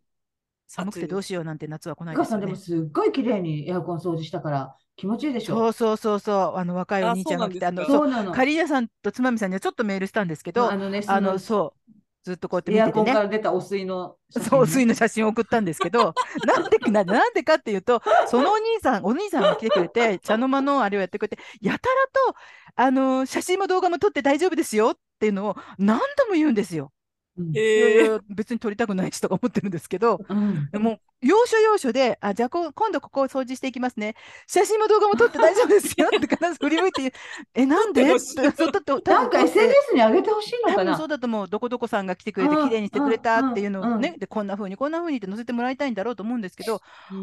[SPEAKER 1] 寒くてどうしようなんて夏は来な
[SPEAKER 2] お
[SPEAKER 1] いで
[SPEAKER 2] 母
[SPEAKER 1] す
[SPEAKER 2] さ
[SPEAKER 1] よ
[SPEAKER 2] んで
[SPEAKER 1] ね
[SPEAKER 2] も。すっごい綺麗にエアコン掃除したから気持ちいいでし
[SPEAKER 1] そ
[SPEAKER 2] ょ。
[SPEAKER 1] うそうそうそう、あの若いお兄ちゃんが来て、あ
[SPEAKER 3] あそうなん
[SPEAKER 1] の
[SPEAKER 3] で
[SPEAKER 1] そ
[SPEAKER 3] すか
[SPEAKER 1] う
[SPEAKER 2] そうなの。
[SPEAKER 1] カリーナさんとつまみさんにはちょっとメールしたんですけど、
[SPEAKER 2] あのね、
[SPEAKER 1] あの
[SPEAKER 2] その
[SPEAKER 1] そう、ずっとこうやって見
[SPEAKER 2] エア
[SPEAKER 1] て
[SPEAKER 2] コ
[SPEAKER 1] て
[SPEAKER 2] ン
[SPEAKER 1] ね
[SPEAKER 2] か。ら出たお水の写真
[SPEAKER 1] そう、水
[SPEAKER 2] ね。
[SPEAKER 1] の写真を送ったんですけど、 なんでかな、なんでかっていうと、そのお兄さん、お兄さんが来てくれ て、茶の間のあれをやってくれて、やたらと、あのー写真も動画も撮って大丈夫ですよっていうのを何度も言うんですよ。
[SPEAKER 2] うん
[SPEAKER 3] え
[SPEAKER 1] いやい
[SPEAKER 3] ー
[SPEAKER 1] や別に撮りたくないしとか思ってるんですけど、
[SPEAKER 2] うん。
[SPEAKER 1] もう、要所要所で、あ、じゃあこう今度ここを掃除していきますね。写真も動画も撮って大丈夫ですよって必ず振り向いて言う、え、なんで
[SPEAKER 3] 撮ってほしい
[SPEAKER 1] そう撮って多分
[SPEAKER 2] なんか
[SPEAKER 1] 撮って
[SPEAKER 2] SNS に上げてほしいの
[SPEAKER 1] 多
[SPEAKER 2] か
[SPEAKER 1] 分そ
[SPEAKER 2] な
[SPEAKER 1] う。だと思う、どこどこさんが来てくれて、
[SPEAKER 2] うん
[SPEAKER 1] 綺麗にしてくれたっていうの
[SPEAKER 2] うんう
[SPEAKER 1] を
[SPEAKER 2] ん
[SPEAKER 1] ね、でこんな風に、こんな風にって載せてもらいたいんだろうと思うんですけど、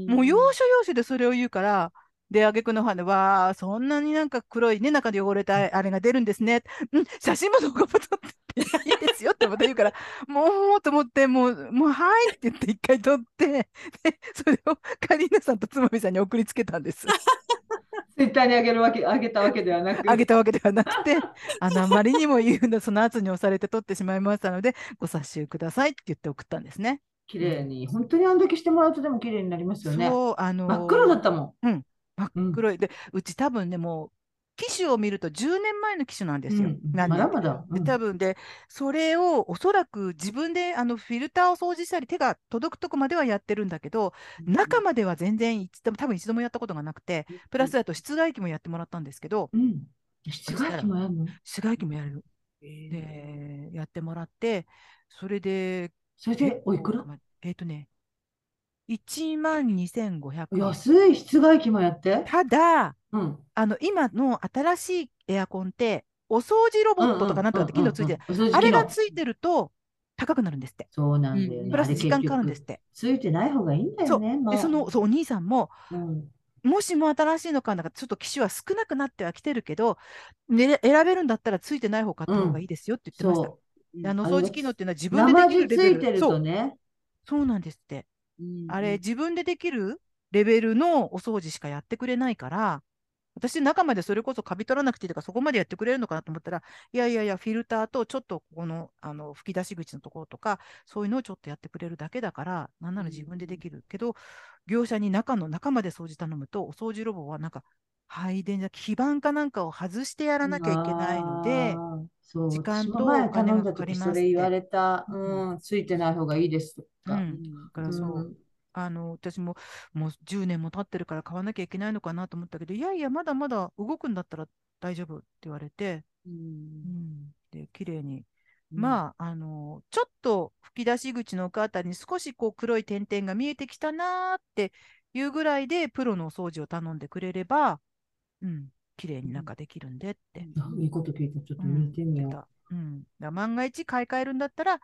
[SPEAKER 1] も
[SPEAKER 3] も
[SPEAKER 1] う要所要所でそれを言うから、で、あげくの花は、そんなになんか黒いね、中で汚れたあれが出るんですね、うん、写真もどこも撮っていいですよってまた言うから、 もうと思って、もう、もう、はいって言って、一回撮って、で、それをカリーナさんとつまみさんに送りつけたんです。
[SPEAKER 2] ツイッターに上げるわけ、上げたわけではなく。
[SPEAKER 1] あげたわけではなく て、あの、あまりにも言うの、その圧に押されて取ってしまいましたので、ご察しくださいって言って送ったんですね。
[SPEAKER 2] 綺麗に。本当にあんだけしてもらうとでも綺麗になりますよね。
[SPEAKER 1] そう、あの
[SPEAKER 2] 真っ黒だったもん。
[SPEAKER 1] 真っ黒い。で、うち多分ね、もう、機種を見ると10年前の機種なんですよ。
[SPEAKER 2] うんうん
[SPEAKER 1] なん
[SPEAKER 2] ま
[SPEAKER 1] で
[SPEAKER 2] だまだ。う
[SPEAKER 1] で
[SPEAKER 2] ん
[SPEAKER 1] 多分で、それをおそらく自分であのフィルターを掃除したり、手が届くとこまではやってるんだけど、中までは全然一度も、多分一度もやったことがなくて、プラスだと室外機もやってもらったんですけど、
[SPEAKER 2] うん。室外機もやるの
[SPEAKER 1] 室外機もやる
[SPEAKER 3] え
[SPEAKER 1] で、やってもらって、それで、
[SPEAKER 2] それ
[SPEAKER 1] 結
[SPEAKER 2] でおいくら
[SPEAKER 1] 構まえっ、とね、1万2500円。
[SPEAKER 2] 安い室外機もやって。
[SPEAKER 1] ただ、
[SPEAKER 2] うん。
[SPEAKER 1] あの今の新しいエアコンって、お掃除ロボットとかなんとかって機能ついてる、
[SPEAKER 2] うんうんうんうん
[SPEAKER 1] あれが
[SPEAKER 2] お掃除機能
[SPEAKER 1] ついてると高くなるんですって。
[SPEAKER 2] そうなんだよ
[SPEAKER 3] う
[SPEAKER 2] ね。
[SPEAKER 3] ん
[SPEAKER 1] プラス時間かかるんですっ
[SPEAKER 2] あれ結局
[SPEAKER 1] て。
[SPEAKER 2] ついてない方がいいんだ
[SPEAKER 1] そ
[SPEAKER 2] よ
[SPEAKER 1] う
[SPEAKER 2] ね。も
[SPEAKER 1] で、その、そう、お兄さんも、
[SPEAKER 2] うん
[SPEAKER 1] もしも新しいのかなんか、ちょっと機種は少なくなってはきてるけど、ね、選べるんだったらついてない方買った方がいいですよって言ってました。
[SPEAKER 2] そ
[SPEAKER 1] であの
[SPEAKER 2] あれ
[SPEAKER 1] 掃
[SPEAKER 2] が
[SPEAKER 1] 除機能っていうのは自
[SPEAKER 2] う。
[SPEAKER 1] 分でできる
[SPEAKER 2] 生
[SPEAKER 1] レ
[SPEAKER 2] 地つ
[SPEAKER 1] ベ
[SPEAKER 2] い
[SPEAKER 1] ル。
[SPEAKER 2] てる
[SPEAKER 1] そ
[SPEAKER 2] と
[SPEAKER 1] う、
[SPEAKER 2] ね。
[SPEAKER 1] そうなんですって。
[SPEAKER 3] ー
[SPEAKER 1] あれ、自分でできるレベルのお掃除しかやってくれないから、私、中までそれこそカビ取らなくていいとか、そこまでやってくれるのかなと思ったら、いやいやいや、フィルターと、ちょっとここの、あの、吹き出し口のところとか、そういうのをちょっとやってくれるだけだから、なんなら自分でできるけど、業者に中の、中まで掃除頼むと、お掃除ロボはなんか、配電じゃ、基板かなんかを外してやらなきゃいけないので、
[SPEAKER 2] あー、そう、
[SPEAKER 1] 時間
[SPEAKER 2] 私も
[SPEAKER 1] と
[SPEAKER 2] 前
[SPEAKER 1] お金
[SPEAKER 2] 頼ん
[SPEAKER 1] が
[SPEAKER 2] だ
[SPEAKER 1] かかり
[SPEAKER 2] 時
[SPEAKER 1] ます
[SPEAKER 2] それ言われた。
[SPEAKER 1] って
[SPEAKER 2] うん、ついてない方がいいですと
[SPEAKER 1] う
[SPEAKER 2] か。
[SPEAKER 1] ん。だからそう、
[SPEAKER 2] うん
[SPEAKER 1] あの私ももう10年も経ってるから買わなきゃいけないのかなと思ったけど、いやいや、まだまだ動くんだったら大丈夫って言われて、うん、で綺麗に、まああの、ちょっと吹き出し口の奥あたりに少しこう黒い点々が見えてきたなーっていうぐらいで、プロのお掃除を頼んでくれれば、うん、綺麗になんかできるんでって。
[SPEAKER 2] あいいこと聞いた。ちょっと見てみよう。
[SPEAKER 1] たうん、だから万が一買い替えるんだったら、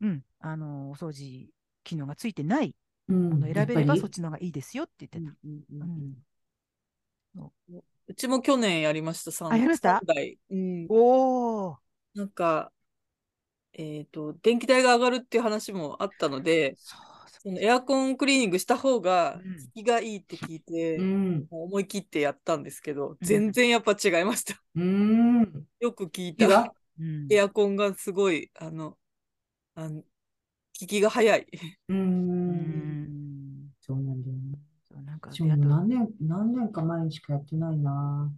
[SPEAKER 1] うん、あのお掃除機能がついてない
[SPEAKER 2] うん
[SPEAKER 1] ものを
[SPEAKER 2] や
[SPEAKER 1] 選
[SPEAKER 2] っ
[SPEAKER 1] べ
[SPEAKER 2] ぱ
[SPEAKER 1] れば
[SPEAKER 2] り
[SPEAKER 1] そっちの方がいいですよって言ってた。うん
[SPEAKER 3] うちも去年やりました、三
[SPEAKER 1] あやりました
[SPEAKER 3] 三台。うん。
[SPEAKER 1] おお、
[SPEAKER 3] なんか、えっと、電気代が上がるっていう話もあったので、
[SPEAKER 1] そうそ
[SPEAKER 3] そのエアコンクリーニングした方が
[SPEAKER 1] うん
[SPEAKER 3] 効きがいいって聞いて、
[SPEAKER 2] うん。
[SPEAKER 3] もう思い切ってやったんですけど、全然やっぱ違いました。
[SPEAKER 2] うん。
[SPEAKER 3] よく聞い
[SPEAKER 2] いい
[SPEAKER 3] た
[SPEAKER 2] わ。
[SPEAKER 1] う。うん、
[SPEAKER 3] エアコンがすごい、あの、あの効きが早い。
[SPEAKER 1] う
[SPEAKER 2] う。
[SPEAKER 1] んん、
[SPEAKER 2] そうなんだよね。
[SPEAKER 1] そうなんか
[SPEAKER 2] 私
[SPEAKER 1] で
[SPEAKER 2] も
[SPEAKER 1] あと
[SPEAKER 2] 何年、何年か前にしかやってないな。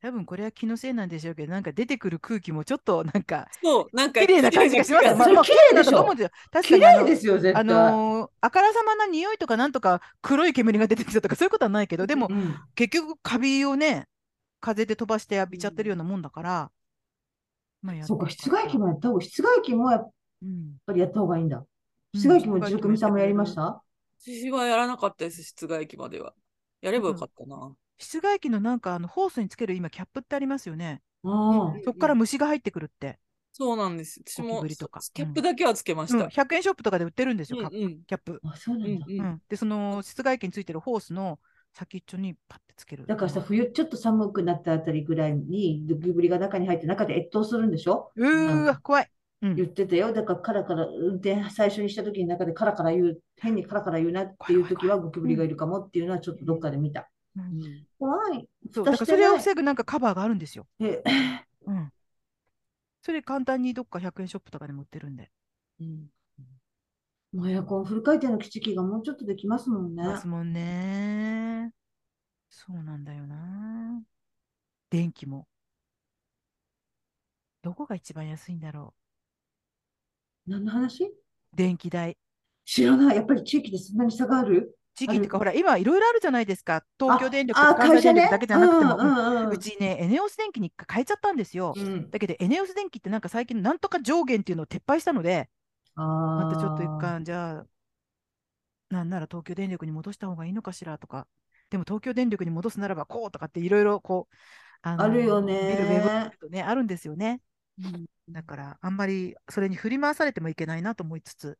[SPEAKER 1] 多分これは気のせいなんでしょうけど、なんか出てくる空気もちょっとなんか
[SPEAKER 3] そう、なんか
[SPEAKER 1] 綺麗な感じがします。
[SPEAKER 2] 綺麗な
[SPEAKER 1] まあまあ
[SPEAKER 2] それ綺麗でしょ
[SPEAKER 1] だと思うんですよ。確か
[SPEAKER 2] 綺
[SPEAKER 1] にあの
[SPEAKER 2] 麗ですよ、絶
[SPEAKER 1] あ
[SPEAKER 2] 対。
[SPEAKER 1] のーあからさまな匂いとかなんとか黒い煙が出てきたとかそういうことはないけど、でも
[SPEAKER 2] うん
[SPEAKER 1] 結局カビをね風で飛ばして浴びちゃってるようなもんだから、まあやっ
[SPEAKER 2] そうか、
[SPEAKER 1] て
[SPEAKER 2] 室
[SPEAKER 1] よ
[SPEAKER 2] 外機もやった方が、室外機もやっ
[SPEAKER 1] うん、
[SPEAKER 2] ぱりやった方がいいんだ。
[SPEAKER 1] うん
[SPEAKER 2] 室外機もちろくみさんもやりました
[SPEAKER 3] 私はやらなかったです、室外機までは。やればよかったな。
[SPEAKER 1] 室外機のなんかあのホースにつける今キャップってありますよね、
[SPEAKER 2] ああ。
[SPEAKER 1] そこから虫が入ってくるって、
[SPEAKER 3] そうなんです。私
[SPEAKER 1] ゴキ
[SPEAKER 3] も
[SPEAKER 1] ブリとか
[SPEAKER 3] スキャップだけはつけまし
[SPEAKER 1] うん、
[SPEAKER 3] た。
[SPEAKER 1] 100円ショップとかで売ってるんですよ、
[SPEAKER 3] うん
[SPEAKER 1] カップキャップ、
[SPEAKER 2] あ、そうな
[SPEAKER 3] うん
[SPEAKER 2] だ。
[SPEAKER 3] んう
[SPEAKER 1] うんん、でその室外機についてるホースの先っちょにパッてつける
[SPEAKER 2] だからさ、冬ちょっと寒くなったあたりぐらいに、ゴキブリが中に入って、中で越冬するんでしょ
[SPEAKER 1] うーわ怖い、うん
[SPEAKER 2] 言ってたよ。だから、カラカラ、運転最初にした時に中でカラカラ言う、変にカラカラ言うなっていう時は、ゴキブリがいるかもっていうのは、ちょっとどっかで見た。
[SPEAKER 1] うん
[SPEAKER 2] 怖い。
[SPEAKER 1] そうだ
[SPEAKER 2] 蓋
[SPEAKER 1] から
[SPEAKER 2] して
[SPEAKER 1] それを
[SPEAKER 2] ない
[SPEAKER 1] 防ぐなんかカバーがあるんですよ、
[SPEAKER 2] え、
[SPEAKER 1] うん、それ簡単にどっか100円ショップとかでも売ってるんで
[SPEAKER 3] うん
[SPEAKER 2] もうエアコンフル回転の基地機がもうちょっとできますもんね。
[SPEAKER 1] ますもんね。そうなんだよな。電気も。どこが一番安いんだろ
[SPEAKER 2] 何の話
[SPEAKER 1] う。電気代。
[SPEAKER 2] 知らない。やっぱり地域でそんなに差がある
[SPEAKER 1] 地域っていうか、
[SPEAKER 2] あ
[SPEAKER 1] ほら、今いろいろあるじゃないですか。東京電力と
[SPEAKER 2] あ
[SPEAKER 1] か
[SPEAKER 2] あ
[SPEAKER 1] 関
[SPEAKER 2] 会
[SPEAKER 1] 西電
[SPEAKER 2] 社ね。
[SPEAKER 1] 力だけじゃなくても。
[SPEAKER 2] う
[SPEAKER 1] うん
[SPEAKER 2] んうんうん
[SPEAKER 1] うちね、エネオス電気に一回変えちゃったんですよ。
[SPEAKER 2] うん。
[SPEAKER 1] だけど、エネオス電気ってなんか最近なんとか上限っていうのを撤廃したので、またちょっと一
[SPEAKER 2] あ
[SPEAKER 1] 回、じゃあ、なんなら東京電力に戻した方がいいのかしらとか、でも東京電力に戻すならばこうとかっていろいろこう、あ
[SPEAKER 2] あるよ
[SPEAKER 1] の
[SPEAKER 2] ね
[SPEAKER 1] 見るウェブを見るとね、あるんですよね。だから、あんまりそれに振り回されてもいけないなと思いつつ、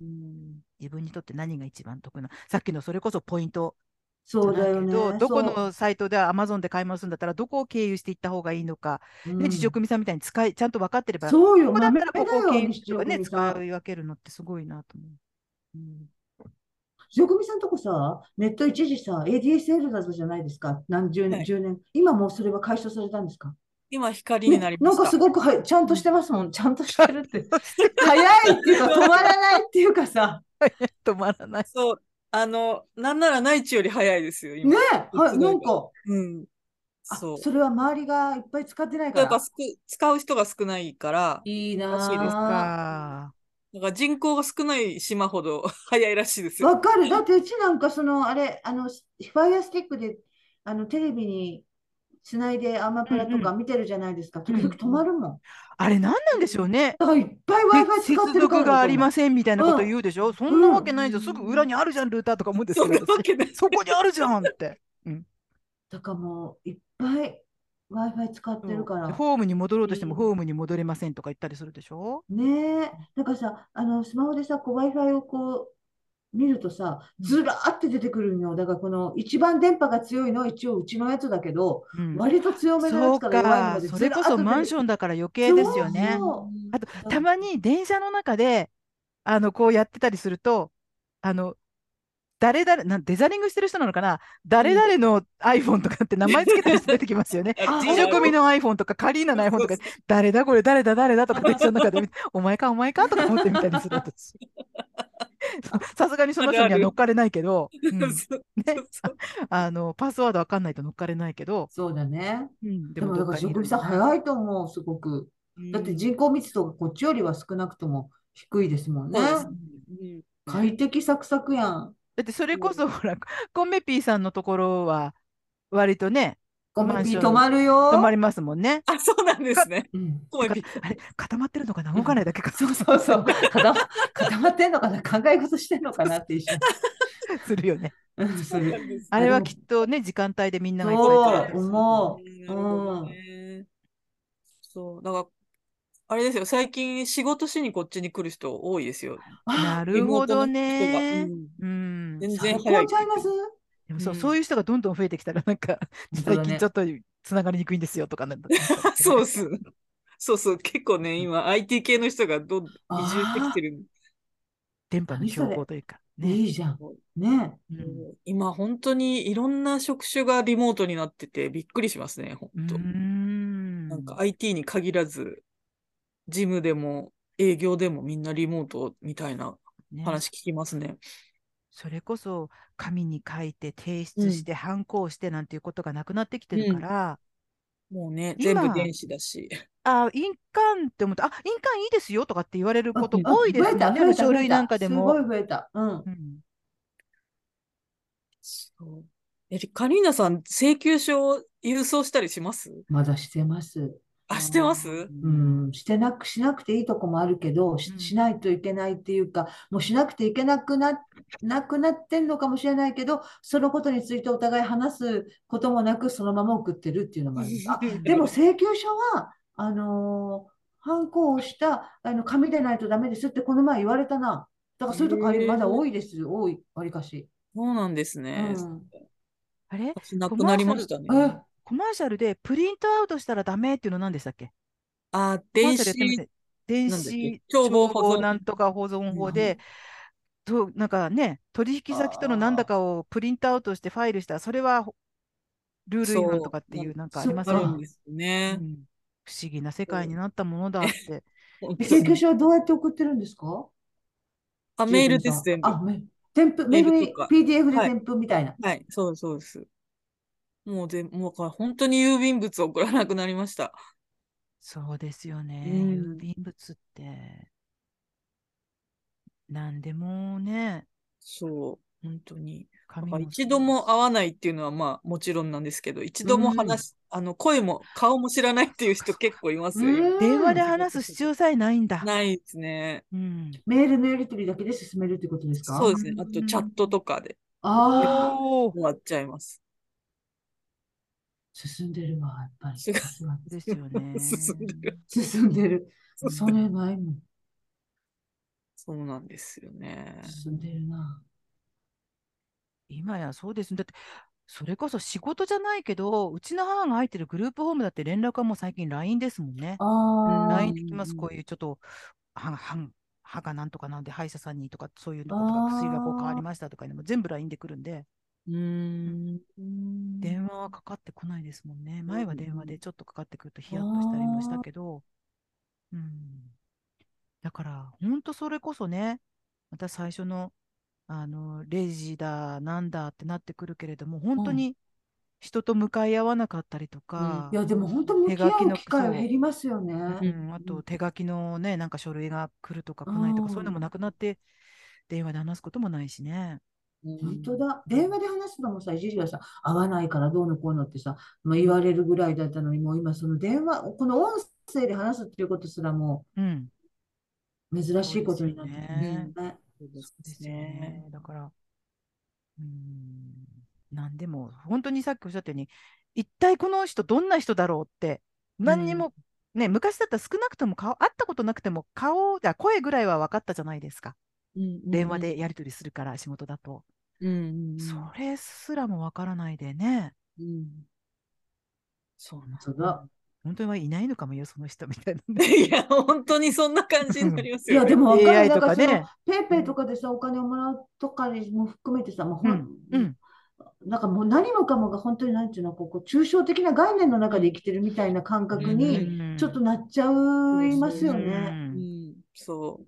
[SPEAKER 3] うん
[SPEAKER 1] 自分にとって何が一番得な、さっきのそれこそポイントじ
[SPEAKER 2] そ
[SPEAKER 1] ゃ
[SPEAKER 2] う
[SPEAKER 1] ない
[SPEAKER 2] だ
[SPEAKER 1] け
[SPEAKER 2] よね。
[SPEAKER 1] ど、どこ
[SPEAKER 2] そ
[SPEAKER 1] のサイトでは Amazon で買いますんだったら、どこを経由していった方がいいのか、
[SPEAKER 2] う、
[SPEAKER 1] ね、地
[SPEAKER 2] うん
[SPEAKER 1] 職みさんみたいに使い、ちゃんと分かってれば、こ
[SPEAKER 2] そうよ、
[SPEAKER 1] こだったら
[SPEAKER 2] 豆
[SPEAKER 1] こ
[SPEAKER 2] だ
[SPEAKER 1] こを
[SPEAKER 2] よ、
[SPEAKER 1] 経由してとかね、
[SPEAKER 2] 地職
[SPEAKER 1] 使
[SPEAKER 2] 味さん。
[SPEAKER 1] い分けるのってすごいなと思う。
[SPEAKER 3] うん
[SPEAKER 2] 地職味さんとこさ、ネット一時さ、ADSL だったじゃないですか。何十
[SPEAKER 3] は
[SPEAKER 2] 年、
[SPEAKER 3] い
[SPEAKER 2] 十年。今もうそれは解消されたんですか
[SPEAKER 3] 今、光になりま
[SPEAKER 2] ね
[SPEAKER 3] し
[SPEAKER 2] なんかす
[SPEAKER 3] た。
[SPEAKER 2] ごくはい、ちゃんとしてますもん。ちゃんとしてる って。早いっていうか、止まらないっていうかさ。
[SPEAKER 1] 止まらない。
[SPEAKER 3] そう、あの、なんなら内地より早いですよ、
[SPEAKER 2] ね
[SPEAKER 3] 今。
[SPEAKER 2] え、はい、なんか、
[SPEAKER 3] うん。
[SPEAKER 2] あ、
[SPEAKER 3] そう。
[SPEAKER 2] それは周りがいっぱい使ってないか
[SPEAKER 3] やっ
[SPEAKER 2] ら
[SPEAKER 3] ぱ。すく使う人が少ないから、
[SPEAKER 2] いいな
[SPEAKER 3] らしいです
[SPEAKER 2] あ
[SPEAKER 1] か。
[SPEAKER 3] なんか人口が少ない島ほど 早いらしいですよ。
[SPEAKER 2] わかる。だってうちなんかその、あれ、あの、ファイアスティックで、あの、テレビにつないでアマプラとか見てるじゃないですか。時々止まるもん。
[SPEAKER 1] あれ何なんでしょうね。
[SPEAKER 2] だからいっぱい Wi-Fi 使って
[SPEAKER 1] 接
[SPEAKER 2] る
[SPEAKER 1] 続
[SPEAKER 2] から
[SPEAKER 1] があ
[SPEAKER 2] だと
[SPEAKER 1] り
[SPEAKER 2] 思
[SPEAKER 1] ま
[SPEAKER 2] う。
[SPEAKER 1] せんみたいなこと言うでしょ、そんなわけないじゃん、すぐ裏にあるじゃん、ルーターとか思うんです
[SPEAKER 3] そん
[SPEAKER 1] け
[SPEAKER 3] な
[SPEAKER 1] ど、
[SPEAKER 3] わけない。
[SPEAKER 1] そこにあるじゃんって。
[SPEAKER 2] だからもう、いっぱい Wi-Fi 使ってるから。
[SPEAKER 1] ホームに戻ろうとしても、
[SPEAKER 3] うん
[SPEAKER 1] ホームに戻れませんとか言ったりするでしょ、
[SPEAKER 2] ねえ。だからさ、あの、スマホでさ、こう Wi-Fi をこう、見るとさ、
[SPEAKER 1] うん
[SPEAKER 2] ずらーって出てくるの。だからこの、一番電波が強いのは一応うちのやつだけど、
[SPEAKER 1] うん
[SPEAKER 2] 割と強めのや
[SPEAKER 1] そ
[SPEAKER 2] つ
[SPEAKER 1] う
[SPEAKER 2] から弱いの
[SPEAKER 1] か
[SPEAKER 2] ま、で
[SPEAKER 1] そ
[SPEAKER 2] ず
[SPEAKER 1] れ
[SPEAKER 2] ら
[SPEAKER 1] こ
[SPEAKER 2] ーっ
[SPEAKER 1] そ
[SPEAKER 2] と
[SPEAKER 1] マ
[SPEAKER 2] 出
[SPEAKER 1] ン
[SPEAKER 2] て
[SPEAKER 1] ショ
[SPEAKER 2] くる。
[SPEAKER 1] ンだから余計ですよ
[SPEAKER 2] そう
[SPEAKER 1] ね。
[SPEAKER 2] そう
[SPEAKER 1] あと、たまに電車の中で、あの、こうやってたりすると、あの、誰々、なんデザリングしてる人なのかな誰々の iPhone とかって名前つけてる人出てきますよね。
[SPEAKER 2] あ
[SPEAKER 1] 自助組の iPhone とかカリーナの iPhone とか誰だこれ誰だ誰だとか電車の中で見てお前かお前かとか思ってみたりするとさすがにその人には乗っかれないけど、うん
[SPEAKER 3] そうそう
[SPEAKER 1] ね、あのパスワードわかんないと乗っかれないけど、
[SPEAKER 2] そうだね。
[SPEAKER 1] うん
[SPEAKER 2] でもだ
[SPEAKER 1] ど
[SPEAKER 2] から
[SPEAKER 1] っ
[SPEAKER 2] 職
[SPEAKER 1] かにいる
[SPEAKER 2] 人さん
[SPEAKER 1] んだな
[SPEAKER 2] 早いと思う、すごく。だって人口密度がこっちよりは少なくとも低いですもんね。
[SPEAKER 3] そうですうん
[SPEAKER 2] 快適サクサクやん。
[SPEAKER 1] だってそれこそほらコンメピーさんのところは割とね
[SPEAKER 2] コミ
[SPEAKER 1] マンション
[SPEAKER 2] 止まるよ。
[SPEAKER 1] 止まりますもんね。
[SPEAKER 3] あ、そうなんですね。
[SPEAKER 2] うん。
[SPEAKER 3] 声び
[SPEAKER 1] あれ固まってるのかな動かないだけか
[SPEAKER 2] そうそうそう。固ま、固まってんのかな考え事してんのかなって一緒に。
[SPEAKER 1] するよね。
[SPEAKER 2] うんす
[SPEAKER 3] そうな
[SPEAKER 2] る。
[SPEAKER 3] んです
[SPEAKER 1] あれはきっとね、時間帯でみんながいっぱい
[SPEAKER 2] そう
[SPEAKER 1] 食べてる
[SPEAKER 2] 思う
[SPEAKER 3] なるほどねそう、だから、あれですよ、最近仕事しにこっちに来る人多いですよ。
[SPEAKER 1] な
[SPEAKER 2] あ、
[SPEAKER 1] るほど
[SPEAKER 3] リモートの人が
[SPEAKER 1] ね
[SPEAKER 3] う。ん
[SPEAKER 1] うん。
[SPEAKER 3] 全
[SPEAKER 2] 最
[SPEAKER 3] 然
[SPEAKER 2] 高
[SPEAKER 3] 早い。
[SPEAKER 2] ちゃいます
[SPEAKER 1] でもそう、
[SPEAKER 3] うん
[SPEAKER 1] そういう人がどんどん増えてきたら、なんか、
[SPEAKER 2] 本当だ
[SPEAKER 1] 最近
[SPEAKER 2] ね
[SPEAKER 1] ちょっとつながりにくいんですよとかなんだ
[SPEAKER 3] そうっす。そうそう、結構ね、今、IT 系の人がどんどん移住してきてる。
[SPEAKER 1] 電波の
[SPEAKER 2] 何それ
[SPEAKER 1] 強行というか。ね。
[SPEAKER 2] いいじゃん。ね。
[SPEAKER 1] うん
[SPEAKER 3] 今、本当にいろんな職種がリモートになってて、びっくりしますね、本
[SPEAKER 1] うー
[SPEAKER 3] 当。
[SPEAKER 1] ん。
[SPEAKER 3] なんか IT に限らず、ジムでも営業でもみんなリモートみたいな
[SPEAKER 1] ね
[SPEAKER 3] 話聞きますね。
[SPEAKER 1] それこそ紙に書いて提出して反抗してなんていうことがなくなってきてるから、
[SPEAKER 3] もうね、全
[SPEAKER 1] 今
[SPEAKER 3] 部電子だし。
[SPEAKER 1] あ印鑑って思って、あ印鑑いいですよとかって言われること
[SPEAKER 3] あ
[SPEAKER 1] 多いです
[SPEAKER 2] 増え
[SPEAKER 1] も
[SPEAKER 2] た、
[SPEAKER 1] んね、
[SPEAKER 2] 増えた、
[SPEAKER 1] 書
[SPEAKER 2] 増え
[SPEAKER 1] 類
[SPEAKER 2] た
[SPEAKER 1] なんかですも。
[SPEAKER 2] ごい増えた。うん。
[SPEAKER 1] うん
[SPEAKER 3] そうえ、カリーナさん、請求書を郵送したりします
[SPEAKER 2] まだしてます。
[SPEAKER 3] あ、してます
[SPEAKER 2] うん、してなく、しなくていいとこもあるけど、
[SPEAKER 1] うん
[SPEAKER 2] し、しないといけないっていうか、もうしなくていけなくな、なくなってんのかもしれないけど、そのことについてお互い話すこともなく、そのまま送ってるっていうのもあるん です。あ、でも請求書は、あのー、ハンコを押した、あの、紙でないとダメですってこの前言われたな。だからそういうとこあり
[SPEAKER 3] へー
[SPEAKER 2] まだ多いです。多い、わりかし。
[SPEAKER 3] そうなんですね。
[SPEAKER 2] うん
[SPEAKER 1] あれ
[SPEAKER 3] 私なくなりましたね。
[SPEAKER 2] え、
[SPEAKER 1] コマーシャルでプリントアウトしたらダメっていうの何でしたっけコマ
[SPEAKER 3] あ、
[SPEAKER 1] ー
[SPEAKER 3] 電
[SPEAKER 1] シャルやってませ
[SPEAKER 3] 子
[SPEAKER 1] ん電
[SPEAKER 3] なんだっけ
[SPEAKER 1] 子
[SPEAKER 3] 帳簿保存
[SPEAKER 1] なんとか保存法で、となんかね、取引先とのなんだかをプリントアウトしてファイルしたら、それはほルール違
[SPEAKER 3] そ
[SPEAKER 1] 反
[SPEAKER 3] う
[SPEAKER 1] とかっていう、
[SPEAKER 3] な
[SPEAKER 1] なんかあります
[SPEAKER 3] あ
[SPEAKER 2] そ
[SPEAKER 1] よ
[SPEAKER 2] う
[SPEAKER 3] る
[SPEAKER 1] ね
[SPEAKER 3] んですね
[SPEAKER 1] う。ん不思議な世界になったものだって。
[SPEAKER 3] 本当に
[SPEAKER 2] 請求書はどうやって送ってるんですか
[SPEAKER 3] あ、メールです、全部。
[SPEAKER 2] あ、メール。添付、メ
[SPEAKER 3] メー
[SPEAKER 2] ー
[SPEAKER 3] ル
[SPEAKER 2] ルに
[SPEAKER 3] とか
[SPEAKER 2] PDF で
[SPEAKER 3] はい
[SPEAKER 2] 添付みたいな。
[SPEAKER 3] はい、そうですそうです。もうぜ、もうだから本当に郵便物送らなくなりました。
[SPEAKER 1] そうですよね。
[SPEAKER 3] うん
[SPEAKER 1] 郵便物って。なんでもね、
[SPEAKER 3] そう、本当に。
[SPEAKER 1] 紙
[SPEAKER 3] まあ
[SPEAKER 1] も
[SPEAKER 3] 一度も
[SPEAKER 1] あ
[SPEAKER 3] 会わないっていうのはまあもちろんなんですけど、一度
[SPEAKER 1] う
[SPEAKER 3] も
[SPEAKER 1] ん
[SPEAKER 3] 話し、あの声も顔も知らないっていう人結構いますよ。
[SPEAKER 2] うん
[SPEAKER 1] 電話で話す必要さえないんだ。
[SPEAKER 3] ないですね。
[SPEAKER 1] うん、
[SPEAKER 2] メールのやり取りだけで進めるってことですか
[SPEAKER 3] そうですね。
[SPEAKER 1] うん
[SPEAKER 3] あとチャットとかで
[SPEAKER 2] ああ、
[SPEAKER 1] お
[SPEAKER 3] 終わっちゃいます。
[SPEAKER 2] 進んでるわ、やっぱり。
[SPEAKER 3] すごい
[SPEAKER 1] ですよね。
[SPEAKER 3] 進んでる
[SPEAKER 2] 進んでる。
[SPEAKER 1] うん
[SPEAKER 2] それないもん。
[SPEAKER 3] そうなんですよね。
[SPEAKER 2] 進んでるな。
[SPEAKER 1] 今やそうですね。だって、それこそ仕事じゃないけど、うちの母が入ってるグループホームだって連絡はもう最近 LINE ですもんね。
[SPEAKER 2] ああ、
[SPEAKER 1] LINE できま
[SPEAKER 3] う
[SPEAKER 1] す。
[SPEAKER 3] ん
[SPEAKER 1] こういうちょっと、はん、はん、歯がなんとかなんで、歯医者さんにとか、そういうのとか、薬がこう変わりましたとか、も全部 LINE で来るんで、
[SPEAKER 3] うーん。
[SPEAKER 1] 電話はかかってこないですもんね。前は電話でちょっとかかってくるとヒヤッ
[SPEAKER 2] あ
[SPEAKER 1] と
[SPEAKER 2] ー
[SPEAKER 1] したりもしたけど、うん。だから、ほんとそれこそね、また最初の、あの、レジだ、なんだってなってくるけれども、本当
[SPEAKER 2] うん
[SPEAKER 1] に人と向かい合わなかったりとか
[SPEAKER 2] い、や、でも本当向
[SPEAKER 1] 手
[SPEAKER 2] き
[SPEAKER 1] 書き
[SPEAKER 2] 合う
[SPEAKER 1] の
[SPEAKER 2] 機会は
[SPEAKER 1] そう
[SPEAKER 2] 減りますよね。
[SPEAKER 1] う
[SPEAKER 3] うん
[SPEAKER 1] ん、あと手書きのね、なんか書類が来るとか来ないとか、そういうのもなくなって、電話で話すこともないしね。
[SPEAKER 2] 本当だ。電話で話すのもさ、一時はさ、合わないからどうのこうのってさ、まあ、言われるぐらいだったのに、もう今その電話、この音声で話すっていうことすらも
[SPEAKER 1] うん。
[SPEAKER 2] う珍しいことになってます
[SPEAKER 1] ね
[SPEAKER 2] ね。
[SPEAKER 3] そうで
[SPEAKER 1] そうですすよね
[SPEAKER 3] ね。。
[SPEAKER 1] だから、うん、なんでも、本当にさっきおっしゃったように、一体この人、どんな人だろうって、何にも、ね、昔だったら少なくとも顔、会ったことなくても、顔、じゃ声ぐらいは分かったじゃないですか。電話でやり取りするから、仕事だと。
[SPEAKER 3] うんうんうん。
[SPEAKER 1] それすらも分からないでね、
[SPEAKER 3] うん。そうなん
[SPEAKER 2] そうだ。
[SPEAKER 1] 本当はいないのかもよ、その人みたいなね。
[SPEAKER 3] いや、本当にそんな感じになります
[SPEAKER 2] い
[SPEAKER 3] よ
[SPEAKER 2] や、
[SPEAKER 3] ね。
[SPEAKER 2] でもわかる。
[SPEAKER 1] AI
[SPEAKER 2] なん
[SPEAKER 1] とか
[SPEAKER 2] かその、
[SPEAKER 1] ね
[SPEAKER 2] ペイペイとかでさ、お金をもらうとかにも含めてさ、もうほん、
[SPEAKER 1] うん。
[SPEAKER 2] なんかもう何もかもが本当になんていうの、こう、こう抽象的な概念の中で生きてるみたいな感覚に、
[SPEAKER 1] うん
[SPEAKER 2] ちょっとなっちゃいますよ
[SPEAKER 1] う
[SPEAKER 2] ね。
[SPEAKER 3] うんん、そ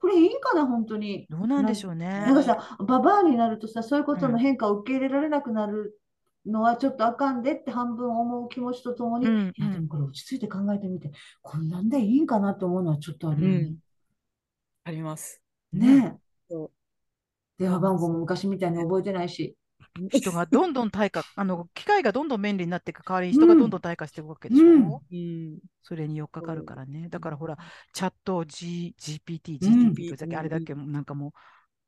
[SPEAKER 2] これいいかな、本当に。
[SPEAKER 1] どうなんでしょうね。
[SPEAKER 2] なんかさ、ババアになるとさ、そういうこと
[SPEAKER 1] うん
[SPEAKER 2] の変化を受け入れられなくなるのはちょっとあかんでって半分思う気持ちとともに、
[SPEAKER 1] うん
[SPEAKER 2] いや、でもこれ落ち着いて考えてみて、こんなんでいいんかなって思うのはちょっとあ
[SPEAKER 3] う。
[SPEAKER 2] る
[SPEAKER 3] う
[SPEAKER 2] よね
[SPEAKER 3] ん。。あります。
[SPEAKER 2] ねえ
[SPEAKER 3] そ
[SPEAKER 2] 電話番号も昔みたいに覚えてないし。
[SPEAKER 1] 人がどんどん退化、 あの機械がどんどん便利になっていく代わりに人がどんどん退化していくわけでしょ、
[SPEAKER 2] うん
[SPEAKER 3] うん。
[SPEAKER 1] それに寄っかかるからね。だからほら、チャット、G、GPT、
[SPEAKER 2] うん
[SPEAKER 1] GTP とだっけ、
[SPEAKER 3] うん
[SPEAKER 1] あれだっけ、なんかも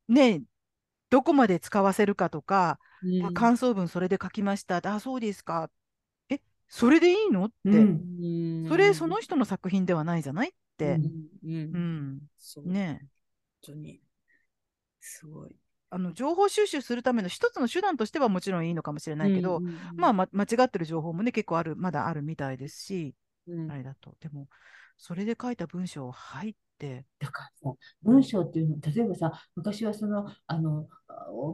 [SPEAKER 1] う、ねえ、どこまで使わせるかとか、あ
[SPEAKER 3] うん
[SPEAKER 1] 感想文それで書きました。あ、そうですか。え、それでいいのって、
[SPEAKER 2] うん
[SPEAKER 1] それその人の作品ではないじゃないって
[SPEAKER 3] う。んうん
[SPEAKER 1] うん。
[SPEAKER 3] そう本
[SPEAKER 1] ねえ
[SPEAKER 3] 当にすごい。
[SPEAKER 1] あの情報収集するための一つの手段としてはもちろんいいのかもしれないけど、
[SPEAKER 3] うんうんうん
[SPEAKER 1] まあ、ま、間違ってる情報もね、結構ある、まだあるみたいですし、
[SPEAKER 3] うん
[SPEAKER 1] あれだと。でも、それで書いた文章を入 って、
[SPEAKER 2] だからさ、文章っていうの、例えばさ、昔はその、あの、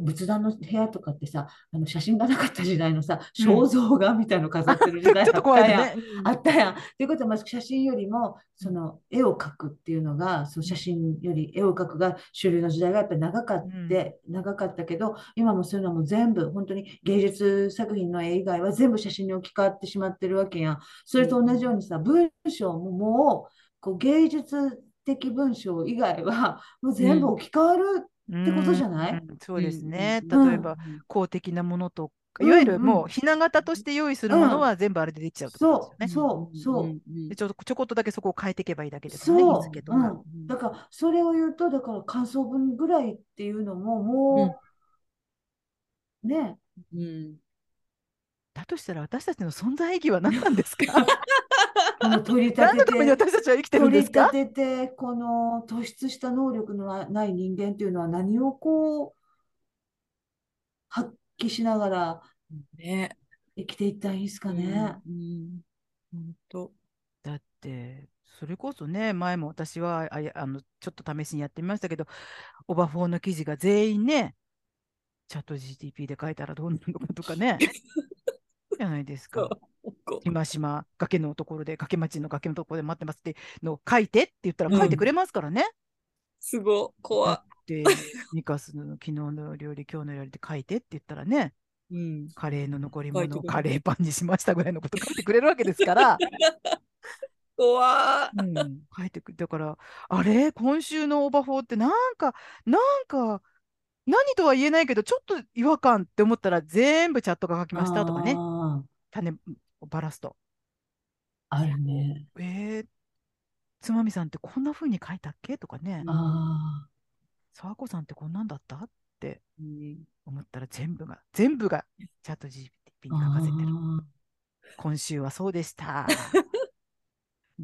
[SPEAKER 2] 仏壇の部屋とかってさ、あの写真がなかった時代のさ、
[SPEAKER 1] うん
[SPEAKER 2] 肖像画みたいの飾ってる時代
[SPEAKER 1] ちょっと怖い
[SPEAKER 2] あっ
[SPEAKER 1] よ
[SPEAKER 2] たやん
[SPEAKER 1] ね。
[SPEAKER 2] あったやん。ということは、まず写真よりも、その絵を描くっていうのが、その写真より絵を描くが主流の時代がやっぱり長かっ
[SPEAKER 1] うん
[SPEAKER 2] て、長かったけど、今もそういうのはもう全部、本当に芸術作品の絵以外は全部写真に置き換わってしまってるわけやん。それと同じようにさ、文章ももう、こう芸術的文章以外は、もう全部
[SPEAKER 3] うん
[SPEAKER 2] 置き換わる。
[SPEAKER 1] って
[SPEAKER 2] ことじゃない
[SPEAKER 1] そうですね。
[SPEAKER 3] うん
[SPEAKER 1] 例えば、
[SPEAKER 3] うん
[SPEAKER 1] 公的なものとか、
[SPEAKER 2] うん
[SPEAKER 1] いわゆる
[SPEAKER 2] う
[SPEAKER 1] も
[SPEAKER 2] ん
[SPEAKER 1] う、ひな形として用意するものは全部あれでできちゃうってことですよね。
[SPEAKER 2] そうそう
[SPEAKER 1] でちょっとちょこっとだけそこを変えていけばいいだけですね、いい
[SPEAKER 2] そ
[SPEAKER 1] です
[SPEAKER 2] う、
[SPEAKER 1] けど。
[SPEAKER 2] うん
[SPEAKER 1] う
[SPEAKER 2] だから、それを言うと、だから感想文ぐらいっていうのも、もう、ね、
[SPEAKER 3] うんうん
[SPEAKER 1] だとしたら、私たちの存在意義は何なんです か
[SPEAKER 2] この取り 立
[SPEAKER 1] 何
[SPEAKER 2] て
[SPEAKER 1] のために
[SPEAKER 2] て、
[SPEAKER 1] 私たちは生きてるん
[SPEAKER 2] 取り
[SPEAKER 1] ですか
[SPEAKER 2] 立てて、この突出した能力のない人間っていうのは何をこう、発揮しながら
[SPEAKER 3] ね。
[SPEAKER 2] 生きていったらいいんですかね。
[SPEAKER 3] うん。本当。
[SPEAKER 1] だって、それこそね、前も私はあやあの、ちょっと試しにやってみましたけど、オバフォーの記事が全員ね、チャット GTP で書いたらどうなるのかとか ね、じゃないですか。今島崖のところで崖町の崖のところで待ってますってのを書いてって言ったら書いてくれますからね。
[SPEAKER 3] すごい怖い
[SPEAKER 1] で ミカスの昨日の料理今日の料理って書いてって言ったらね
[SPEAKER 3] うん。
[SPEAKER 1] カレーの残り
[SPEAKER 3] 書い
[SPEAKER 1] 物
[SPEAKER 3] て
[SPEAKER 1] を
[SPEAKER 3] くれる
[SPEAKER 1] カレーパンにしましたぐらいのこと書いてくれるわけですから、
[SPEAKER 3] 怖い
[SPEAKER 1] うん、書いてくだ からあれ今週のオーバーフォーってなんかなんか何とは言えないけどちょっと違和感って思ったら全部チャットが書きましたとかね
[SPEAKER 2] あー
[SPEAKER 1] 種をばらすと。
[SPEAKER 2] あるね。
[SPEAKER 1] えー、つまみさんってこんな風に書いたっけとかね、
[SPEAKER 3] うん
[SPEAKER 2] あ
[SPEAKER 1] 沢子さんってこんなんだったって
[SPEAKER 3] うん。
[SPEAKER 1] 思ったら全部が、全部がチャット GPT
[SPEAKER 2] ー
[SPEAKER 1] に書かせてる。
[SPEAKER 2] あ
[SPEAKER 1] 今週はそうでした。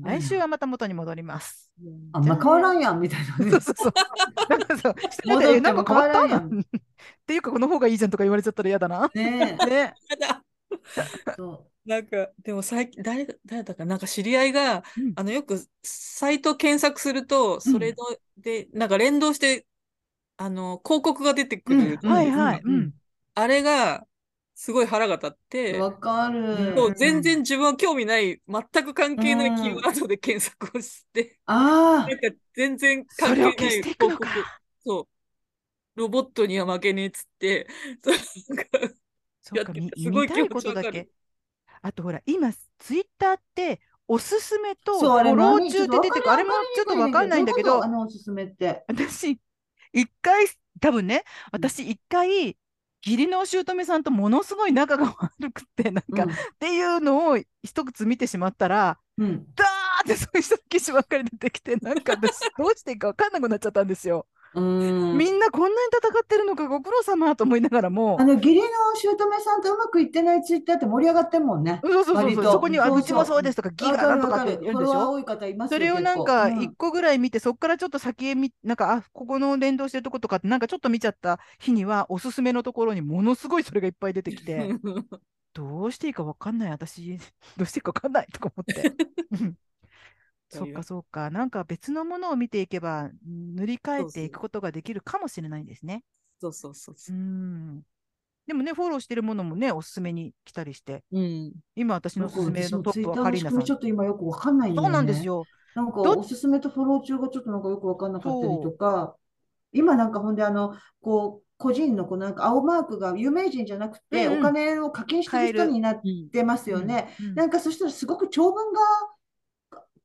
[SPEAKER 2] あら
[SPEAKER 1] 来週はまた元に戻ります。
[SPEAKER 2] ーあんま変わらんやんみたいな
[SPEAKER 1] そう
[SPEAKER 2] ね。
[SPEAKER 1] そうそう。なんか そう、一人
[SPEAKER 2] 戻
[SPEAKER 1] で
[SPEAKER 2] っ
[SPEAKER 1] え
[SPEAKER 2] て
[SPEAKER 1] なんか変
[SPEAKER 2] も
[SPEAKER 1] わった
[SPEAKER 2] 変わらん
[SPEAKER 1] んっていうか、この方がいいじゃんとか言われちゃったら嫌だな。
[SPEAKER 2] ね
[SPEAKER 1] ね。
[SPEAKER 3] やだ
[SPEAKER 2] そう
[SPEAKER 3] なんか、でも最近、誰、誰だか、なんか知り合いが、
[SPEAKER 1] うん
[SPEAKER 3] あの、よくサイト検索すると、それの、で、なんか連動して、あの、広告が出てくる。
[SPEAKER 2] うん
[SPEAKER 1] はいはい。
[SPEAKER 2] うん
[SPEAKER 1] うん。
[SPEAKER 3] あれが、すごい腹が立って、
[SPEAKER 2] わかる。
[SPEAKER 3] そううん全然自分は興味ない、全く関係ない
[SPEAKER 2] うん
[SPEAKER 3] キーワードで検索をして、
[SPEAKER 2] あ
[SPEAKER 3] なんか全然
[SPEAKER 1] そ
[SPEAKER 3] 関係
[SPEAKER 1] れ
[SPEAKER 3] な
[SPEAKER 1] を
[SPEAKER 3] い
[SPEAKER 1] 消していくのか
[SPEAKER 3] 広告。そう。ロボットには負けねえっつって、そうなんか
[SPEAKER 1] そうか、
[SPEAKER 3] やって
[SPEAKER 1] み
[SPEAKER 3] てすご
[SPEAKER 1] 見
[SPEAKER 3] い
[SPEAKER 1] たいこと
[SPEAKER 3] 気持ちわ
[SPEAKER 1] だ
[SPEAKER 3] か
[SPEAKER 1] け
[SPEAKER 3] る。
[SPEAKER 1] あとほら、今、ツイッターって、おすすめとフ
[SPEAKER 2] そうあれ
[SPEAKER 1] ォロー
[SPEAKER 2] 何
[SPEAKER 1] 中って出てくる、あれもちょっとわかんないんだけ
[SPEAKER 2] どういう
[SPEAKER 1] ど
[SPEAKER 2] ことあ、のおすすめって。
[SPEAKER 1] 私、一回、多分ね、私一回、義理のお姑さんとものすごい仲が悪くて、なんか、っていうのを一口見てしまったら、
[SPEAKER 2] うんうん
[SPEAKER 1] ダーってそういう人の記事ばっかり出てきて、なんか私、どうしていいか分かんなくなっちゃったんですよ。
[SPEAKER 2] う ーん
[SPEAKER 1] みんなこんなに戦ってるのか、ご苦労様と思いながらも
[SPEAKER 2] あ、の義理の姑さんとうまくいってないツイッターって盛り上がってんもんね。
[SPEAKER 1] そうそうそう
[SPEAKER 2] 割
[SPEAKER 1] そう、
[SPEAKER 2] と
[SPEAKER 1] そこには
[SPEAKER 2] そううそう
[SPEAKER 1] ちもそうですとか、ギ
[SPEAKER 2] わ
[SPEAKER 1] ガ
[SPEAKER 2] か
[SPEAKER 1] なん
[SPEAKER 2] る
[SPEAKER 1] とか
[SPEAKER 2] わ
[SPEAKER 1] っ
[SPEAKER 2] か
[SPEAKER 1] て
[SPEAKER 2] る。
[SPEAKER 1] 言う
[SPEAKER 2] フ
[SPEAKER 1] ん
[SPEAKER 2] ォ
[SPEAKER 1] でし
[SPEAKER 2] ロワー
[SPEAKER 1] ょ
[SPEAKER 2] 多い方います
[SPEAKER 1] そ
[SPEAKER 2] よ
[SPEAKER 1] れをなんか1
[SPEAKER 2] 結
[SPEAKER 1] 個ぐらい見て、そこからちょっと先へ見、なんか、あ、ここの連動してるとことかって、なんかちょっと見ちゃった日には、おすすめのところにものすごいそれがいっぱい出てきて、どうしていいかわかんない、私、 どうしていいかわかんないとか思って。うんそっかそっか、なんか別のものを見ていけば、塗り替えていくことができるかもしれないんですね。
[SPEAKER 3] そうそうそうそうう。
[SPEAKER 1] ん。でもね、フォローしてるものもね、おすすめに来たりして、
[SPEAKER 3] うん。
[SPEAKER 1] 今私の
[SPEAKER 2] 構。
[SPEAKER 1] おすすめのトップはカリーナさ
[SPEAKER 2] 私も
[SPEAKER 1] ん。
[SPEAKER 2] ち
[SPEAKER 1] そ
[SPEAKER 2] ょっと今よくわかんないんだ
[SPEAKER 1] う
[SPEAKER 2] よ
[SPEAKER 1] なんです
[SPEAKER 2] ね。
[SPEAKER 1] よ。
[SPEAKER 2] なんか
[SPEAKER 1] ど
[SPEAKER 2] おすすめとフォロー中がちょっとなんかよくわかんなかったり
[SPEAKER 1] そ
[SPEAKER 2] とか、今なんかほんであの、こう、個人のこうなんか青マークが有名人じゃなくて、
[SPEAKER 1] うんうん
[SPEAKER 2] お金を課金してる人
[SPEAKER 1] 買える
[SPEAKER 2] になっ
[SPEAKER 3] うん
[SPEAKER 2] てますよね。
[SPEAKER 1] うん。うん
[SPEAKER 2] なんかそしたらすごく長文が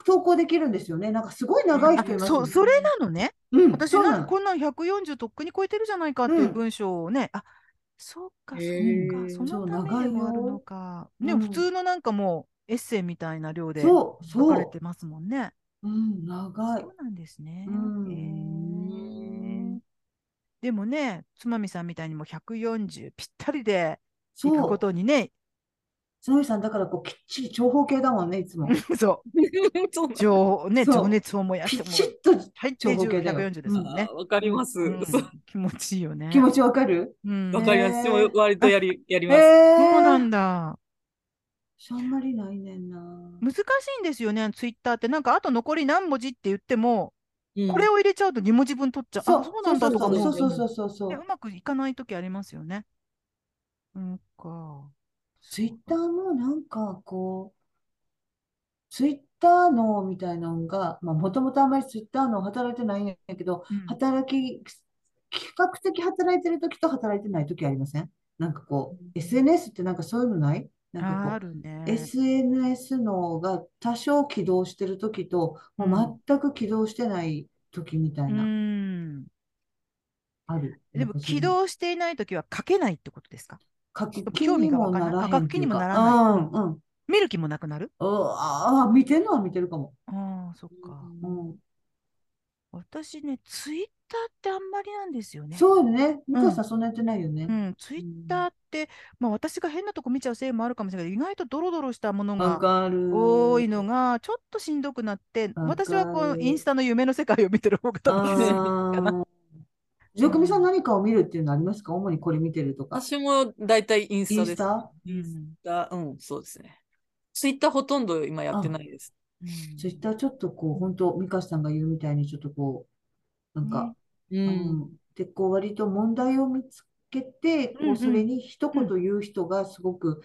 [SPEAKER 2] 投稿できるんですよね。なんかすごい長い人い
[SPEAKER 1] あ
[SPEAKER 2] ます
[SPEAKER 1] そ
[SPEAKER 2] よ
[SPEAKER 1] う、
[SPEAKER 2] ね。
[SPEAKER 1] それなのね。
[SPEAKER 2] うん、
[SPEAKER 1] 私
[SPEAKER 2] そうな
[SPEAKER 1] なん
[SPEAKER 2] の
[SPEAKER 1] かこんなん140とっくに超えてるじゃないかっていう文章をね、あ、そうか、そ
[SPEAKER 3] へ
[SPEAKER 1] う
[SPEAKER 2] ー
[SPEAKER 1] か、そ
[SPEAKER 2] そ
[SPEAKER 1] の
[SPEAKER 2] う
[SPEAKER 1] た
[SPEAKER 2] 長
[SPEAKER 1] め
[SPEAKER 2] い
[SPEAKER 1] でもある
[SPEAKER 2] よ
[SPEAKER 1] のか。ね、
[SPEAKER 2] うん
[SPEAKER 1] 普通のなんかもうエッセイみたいな量で書
[SPEAKER 2] そう、
[SPEAKER 1] かれ
[SPEAKER 2] そ
[SPEAKER 1] てますもんね。
[SPEAKER 2] う、うん、長い
[SPEAKER 1] そう。なんですね。
[SPEAKER 2] うん
[SPEAKER 1] へーでもね、つまみさんみたいにもう140ぴったりで
[SPEAKER 2] そ
[SPEAKER 1] 行くこ
[SPEAKER 2] う。
[SPEAKER 1] とにね、
[SPEAKER 2] つむさん、だからこう、きっちり長方形だもんね、いつも。
[SPEAKER 1] そ
[SPEAKER 3] そうな
[SPEAKER 1] う、情ね、
[SPEAKER 2] そう
[SPEAKER 1] 情熱を燃やし
[SPEAKER 2] き
[SPEAKER 1] ても
[SPEAKER 2] ち
[SPEAKER 1] う、
[SPEAKER 2] っと
[SPEAKER 1] 最低
[SPEAKER 2] 長方形だよ
[SPEAKER 1] 140ですもん
[SPEAKER 3] ん
[SPEAKER 1] ね
[SPEAKER 3] だ。。わかります。
[SPEAKER 1] うん
[SPEAKER 3] そう
[SPEAKER 1] 気持ちいいよね。
[SPEAKER 2] 気持ちわかる
[SPEAKER 1] うん
[SPEAKER 3] わかります。
[SPEAKER 2] へ
[SPEAKER 3] で
[SPEAKER 2] ー
[SPEAKER 3] も割とやり、やり
[SPEAKER 2] え
[SPEAKER 3] ます。
[SPEAKER 1] そうな
[SPEAKER 2] ー
[SPEAKER 1] んだ。
[SPEAKER 2] そんまりないねんな。
[SPEAKER 1] 難しいんですよね、ツイッターって。なんか、あと残り何文字って言っても、
[SPEAKER 3] うん
[SPEAKER 1] これを入れちゃうと2文字分取っちゃう。
[SPEAKER 2] そう
[SPEAKER 1] あ、そうなんだとか
[SPEAKER 2] そう
[SPEAKER 1] 思
[SPEAKER 2] そう
[SPEAKER 1] う。
[SPEAKER 2] そうそうそうそう
[SPEAKER 1] ね
[SPEAKER 2] そう
[SPEAKER 1] うまくいかないときありますよね。うんか。
[SPEAKER 2] ツイッターもなんかこう、ツイッターのみたいなのが、まあもともとあんまりツイッターの働いてないんやけど、
[SPEAKER 1] うん
[SPEAKER 2] 働き、比較的働いてる時と働いてない時ありませんなんかこう、SNS ってなんかそういうのないなんかこう
[SPEAKER 1] あ、るね。
[SPEAKER 2] SNS のが多少起動してる時と、もう全く起動してない時みた
[SPEAKER 1] う
[SPEAKER 2] いな、
[SPEAKER 1] ん。
[SPEAKER 2] ある。
[SPEAKER 1] でも
[SPEAKER 2] なんかそうい
[SPEAKER 1] 起
[SPEAKER 2] うの
[SPEAKER 1] 動していないときは書けないってことですか
[SPEAKER 2] 書き気
[SPEAKER 1] 興味
[SPEAKER 2] に
[SPEAKER 1] が
[SPEAKER 2] も
[SPEAKER 1] わかん
[SPEAKER 2] な
[SPEAKER 1] ない
[SPEAKER 2] ら
[SPEAKER 1] あ
[SPEAKER 2] へんって
[SPEAKER 1] 書きに
[SPEAKER 2] いう
[SPEAKER 1] も
[SPEAKER 2] か
[SPEAKER 1] ならな
[SPEAKER 2] うんうん。
[SPEAKER 1] 見る気もなくなる
[SPEAKER 2] うわあ、見てるのは見てるかも。
[SPEAKER 1] ああ、そっか。
[SPEAKER 2] うん。
[SPEAKER 1] 私ね、ツイッターってあんまりなんですよね。
[SPEAKER 2] そうよね。向井さん、そんなやってないよ
[SPEAKER 1] う
[SPEAKER 2] ね。
[SPEAKER 1] ん、ツイッターって、まあ、私が変なとこ見ちゃうせいもあるかもしれないけど、意外とドロドロしたもの
[SPEAKER 2] わ
[SPEAKER 1] が
[SPEAKER 2] かる。
[SPEAKER 1] 多いのが、ちょっとしんどくなって、
[SPEAKER 2] わかる
[SPEAKER 1] 私はこうインスタの夢の世界を見てる方が楽しい かな。
[SPEAKER 2] ああ。ジョクミさん、何かを見るっていうのありますか主にこれ見てるとか。
[SPEAKER 3] 私も大体インス
[SPEAKER 2] イ
[SPEAKER 3] タ
[SPEAKER 2] ン
[SPEAKER 3] で
[SPEAKER 2] ス
[SPEAKER 3] す。
[SPEAKER 2] タ
[SPEAKER 1] う
[SPEAKER 3] インス
[SPEAKER 1] ん
[SPEAKER 3] タうん、そうですね。ツイッターほとんど今やってないです。
[SPEAKER 1] うん
[SPEAKER 2] ツイッターちょっとこう、本当ミカさんが言うみたいに、ちょっとこう、なんか、
[SPEAKER 3] う。
[SPEAKER 2] うんん。で、こう、割と問題を見つけて、こう、
[SPEAKER 1] うんうん
[SPEAKER 2] それに一言言う人がすごく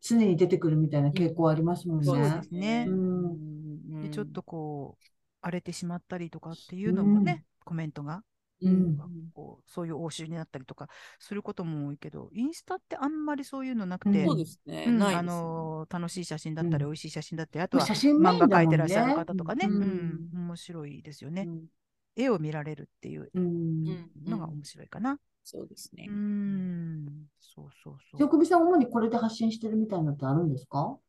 [SPEAKER 2] 常に出てくるみたいな傾向ありますもん
[SPEAKER 1] そう
[SPEAKER 2] ね。
[SPEAKER 1] ですね
[SPEAKER 2] うん
[SPEAKER 1] でちょっと、こう荒れてしまったりとかっていう
[SPEAKER 2] うん
[SPEAKER 1] のもね、コメントが
[SPEAKER 2] うん
[SPEAKER 1] こうそういう応酬になったりとかすることも多いけどインスタってあんまりそういうのなくて、
[SPEAKER 2] ん
[SPEAKER 3] そうですね。
[SPEAKER 1] うん
[SPEAKER 3] ないですね
[SPEAKER 1] あのー楽しい写真だったり、
[SPEAKER 2] うん
[SPEAKER 1] 美味しい写真だったりあとは
[SPEAKER 2] 写真メイ
[SPEAKER 1] 漫
[SPEAKER 2] ン
[SPEAKER 1] 画
[SPEAKER 2] だ
[SPEAKER 1] 描い
[SPEAKER 2] も
[SPEAKER 1] て
[SPEAKER 2] ん
[SPEAKER 1] らっしゃる
[SPEAKER 2] ね。
[SPEAKER 1] 方とかね、
[SPEAKER 3] うん
[SPEAKER 1] うん面白いですよね、
[SPEAKER 3] うん
[SPEAKER 1] 絵を見られるっていう
[SPEAKER 2] うん。
[SPEAKER 3] うん
[SPEAKER 1] のが面白いかな。
[SPEAKER 3] そうですね
[SPEAKER 1] う。ん、そうそうそう。
[SPEAKER 2] 職人さん、主にこれで発信してるみたいなのってあるんですかも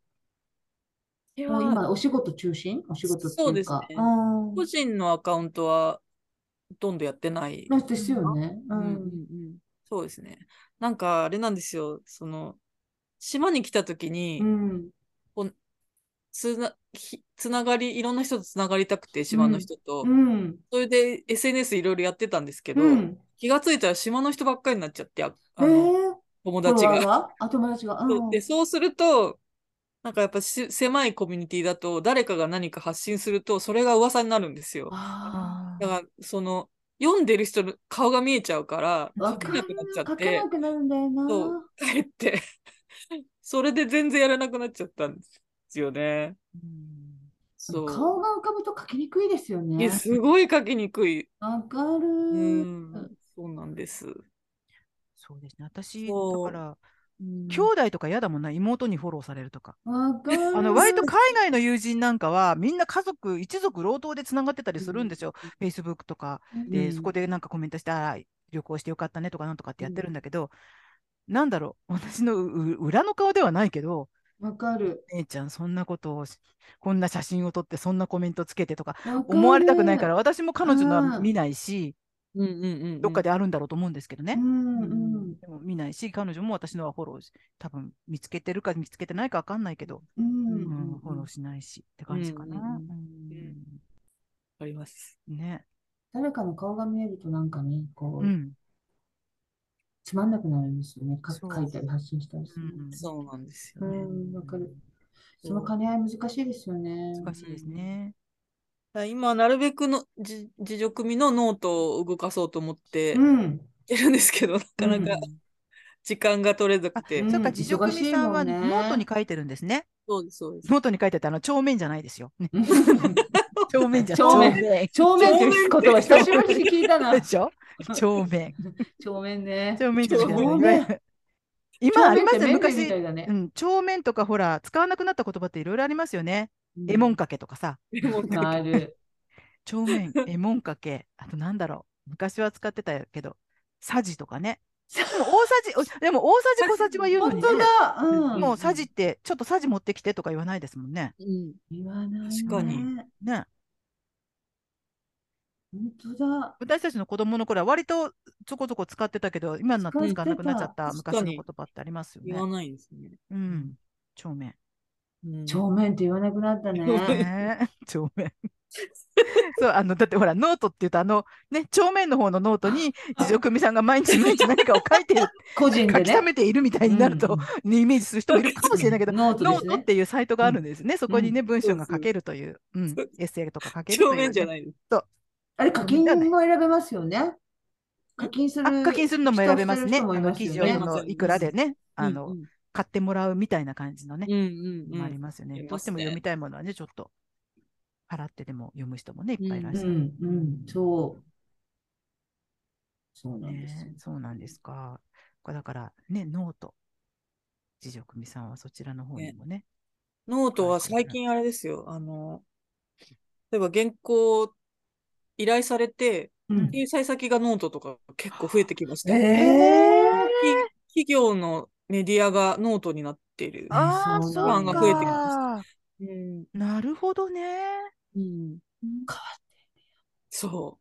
[SPEAKER 3] で
[SPEAKER 2] う
[SPEAKER 3] は
[SPEAKER 2] 今、お仕事中心お仕事って
[SPEAKER 3] そう
[SPEAKER 2] い
[SPEAKER 3] で
[SPEAKER 2] う
[SPEAKER 3] すね
[SPEAKER 2] か。あ
[SPEAKER 3] 個人のアカウントはほとんどやってない。
[SPEAKER 2] あ。ですよね。う。
[SPEAKER 3] うんうんうんん、そうですね。なんかあれなんですよ。その島に来た時に、
[SPEAKER 2] うん。
[SPEAKER 3] つなひつながりいろんな人とつながりたくて島の人と、
[SPEAKER 2] うん。
[SPEAKER 3] それで SNS いろいろやってたんですけど、
[SPEAKER 2] うん。
[SPEAKER 3] 気がついたら島の人ばっかりになっちゃってあ
[SPEAKER 2] え
[SPEAKER 3] あ
[SPEAKER 2] え
[SPEAKER 3] の、友
[SPEAKER 2] フォ
[SPEAKER 3] 達
[SPEAKER 2] ロワ
[SPEAKER 3] が
[SPEAKER 2] ーがあ、友達が。う
[SPEAKER 3] そうで
[SPEAKER 2] ん。
[SPEAKER 3] そうするとなんかやっぱし狭いコミュニティだと誰かが何か発信するとそれが噂になるんですよ
[SPEAKER 1] あ
[SPEAKER 2] あ
[SPEAKER 3] だからその読んでる人の顔が見えちゃうから
[SPEAKER 2] あ。わ
[SPEAKER 3] 書け
[SPEAKER 2] か
[SPEAKER 3] な
[SPEAKER 2] る
[SPEAKER 3] くなっちゃ。
[SPEAKER 2] 書
[SPEAKER 3] っ
[SPEAKER 2] け
[SPEAKER 3] て
[SPEAKER 2] なくなるんだよ
[SPEAKER 3] そう
[SPEAKER 2] な。
[SPEAKER 3] 帰って それで全然やらなくなっちゃったんですよね
[SPEAKER 1] ーうん
[SPEAKER 3] そう
[SPEAKER 2] 顔が浮かぶと書きにくいですよ
[SPEAKER 3] い
[SPEAKER 2] ね
[SPEAKER 3] や。すごい書きにくい。
[SPEAKER 2] わか
[SPEAKER 3] う
[SPEAKER 2] る。
[SPEAKER 3] ん、そうなんです。
[SPEAKER 1] そうですね。私、だ
[SPEAKER 3] そう
[SPEAKER 1] から、兄
[SPEAKER 3] 今
[SPEAKER 1] 弟とか嫌だもんな、妹にフォローされるとか。
[SPEAKER 2] わかる。
[SPEAKER 1] あの割と海外の友人なんかは、みんな家族、一族、労働でつながってたりするんですよ、Facebook とかで、そこでなんかコメントして、あー旅行してよかったねとかなんとかってやってるんだけど、なんだろう、私のうう裏の顔ではないけど、
[SPEAKER 2] わかる。
[SPEAKER 1] 姉ちゃん、そんなことをし、こんな写真を撮って、そんなコメントつけてとか、
[SPEAKER 2] わか
[SPEAKER 1] 思われたくないか
[SPEAKER 2] る。
[SPEAKER 1] ら、私も彼女のは
[SPEAKER 2] うん
[SPEAKER 1] 見ないし、
[SPEAKER 3] うんうんうんうん、
[SPEAKER 1] どっかであるんだろうと思うんですけどね。
[SPEAKER 2] うんうん。
[SPEAKER 1] でも見ないし、彼女も私のはフォローし、多分見つけてるか見つけてないか分かんないけど、
[SPEAKER 2] う。
[SPEAKER 1] うんん
[SPEAKER 3] うん
[SPEAKER 1] フォローしないしって感じかな。
[SPEAKER 3] うんうんあります。
[SPEAKER 1] うんね。
[SPEAKER 2] 誰かの顔が見えるとなんかね、こ
[SPEAKER 1] う
[SPEAKER 2] う、
[SPEAKER 1] ん。
[SPEAKER 2] つまんなくなるんですよね。か
[SPEAKER 1] そう
[SPEAKER 2] 書いたり発信したりする。
[SPEAKER 1] うん
[SPEAKER 3] そうなんです
[SPEAKER 2] う
[SPEAKER 3] よね。
[SPEAKER 2] ん、わかる。その兼ね合い難しいですよね。
[SPEAKER 1] 難しいですね。
[SPEAKER 3] だから今なるべくのじ自助組のノートを動かそうと思ってやっ
[SPEAKER 2] うん。
[SPEAKER 3] てるんですけど、なかなか時間が取れなくて、
[SPEAKER 2] う
[SPEAKER 1] そ
[SPEAKER 2] ん
[SPEAKER 1] っか、自助
[SPEAKER 2] 忙しい
[SPEAKER 1] 組さんは
[SPEAKER 2] も
[SPEAKER 1] ノ
[SPEAKER 2] んね
[SPEAKER 1] ートに書いてるんですね。
[SPEAKER 3] そうですそうです。
[SPEAKER 1] ノートに書いてたの帳面じゃないですよ。ね帳面じゃ
[SPEAKER 2] 帳面
[SPEAKER 1] 面
[SPEAKER 2] 正面っていうことは久しぶりに聞いたな
[SPEAKER 1] で。しょ帳面。
[SPEAKER 2] 正面ね。
[SPEAKER 1] 帳面じゃない
[SPEAKER 2] 帳面。
[SPEAKER 1] 今あります
[SPEAKER 2] 正
[SPEAKER 1] よ、
[SPEAKER 2] 面って麺類みた
[SPEAKER 1] 昔。
[SPEAKER 2] いだね
[SPEAKER 1] う。ん、帳面とかほら、使わなくなった言葉っていろいろありますよね。絵文かけとかさ。
[SPEAKER 3] でもなんか
[SPEAKER 2] なる。
[SPEAKER 1] 帳面、 えもんかけ、あとなんだろう、昔は使ってたけど、さじとかね。でも大さじ、おでも大さじ小さじは言うの
[SPEAKER 2] 本
[SPEAKER 1] に
[SPEAKER 2] 当
[SPEAKER 1] ね、
[SPEAKER 2] だ。うん。
[SPEAKER 1] もうさじって、ちょっとさじ持ってきてとか言わないですもんね。
[SPEAKER 3] うん
[SPEAKER 2] 言わないね。
[SPEAKER 3] 確かに
[SPEAKER 1] ね。
[SPEAKER 2] 本当だ。
[SPEAKER 1] 私たちの子供の頃は割とちょこちょこ使ってたけど、今になって
[SPEAKER 2] 使って
[SPEAKER 1] 使わなくなっちゃった
[SPEAKER 3] た
[SPEAKER 1] 昔の
[SPEAKER 3] 確か
[SPEAKER 1] 言
[SPEAKER 3] に
[SPEAKER 1] 葉ってありますよ
[SPEAKER 3] 言わ
[SPEAKER 1] ね。
[SPEAKER 3] ないんですね。
[SPEAKER 1] うん。帳面。
[SPEAKER 3] うん
[SPEAKER 2] 帳面って言わなくなったね。
[SPEAKER 3] 帳面
[SPEAKER 1] ねえ帳面。そう、あの、だってほら、ノートって言うと、あの、ね、帳面の方のノート に、自助組さんが毎日毎日何かを書いてる、
[SPEAKER 2] 個人で
[SPEAKER 1] 書き溜
[SPEAKER 2] ね。
[SPEAKER 1] めているみたいになると、ね イメージする人もいるかもしれないけど、
[SPEAKER 2] ノートで
[SPEAKER 1] ノ
[SPEAKER 2] す
[SPEAKER 1] ートっ
[SPEAKER 2] ね。
[SPEAKER 1] ていうサイトがあるんですね。そこにね、文章が
[SPEAKER 3] そうそう
[SPEAKER 1] 書けるという、うん
[SPEAKER 3] そう、
[SPEAKER 1] エッセイとか書けるという
[SPEAKER 3] 帳
[SPEAKER 1] ね、
[SPEAKER 3] 面じゃないです。
[SPEAKER 2] あれ課金も選べますよね。課金する。
[SPEAKER 1] あ課金するのも選べますね。
[SPEAKER 2] 人もい
[SPEAKER 1] あの
[SPEAKER 2] ます
[SPEAKER 1] 記
[SPEAKER 2] よ
[SPEAKER 1] 事
[SPEAKER 2] ね
[SPEAKER 1] をあのいくらでね、あの、
[SPEAKER 3] うん
[SPEAKER 1] 買ってもらうみたいな感じのね、
[SPEAKER 3] うんうんうん
[SPEAKER 1] もありますよね。
[SPEAKER 3] ありますね
[SPEAKER 1] どうしても読みたいものはね、ちょっと払ってでも読む人もね、いっぱいいらっ
[SPEAKER 2] う
[SPEAKER 1] しゃる。
[SPEAKER 2] ん、うん、そう。そうなんですよ
[SPEAKER 1] ね、。そうなんですか。これだからね、ノート。次女組さんはそちらの方にもね。
[SPEAKER 3] ノートは最近あれですよ。あの、例えば原稿依頼されて、
[SPEAKER 2] うん
[SPEAKER 3] 掲載先がノートとか結構増えてきました。
[SPEAKER 2] えー
[SPEAKER 3] き企業のメディアがノートになっている。
[SPEAKER 1] ああ、
[SPEAKER 2] そう
[SPEAKER 1] そ
[SPEAKER 2] な
[SPEAKER 1] うんか
[SPEAKER 2] だ。
[SPEAKER 3] ファンが増えてきまうん
[SPEAKER 1] なるほどね。
[SPEAKER 3] うん
[SPEAKER 2] 変わ
[SPEAKER 3] そ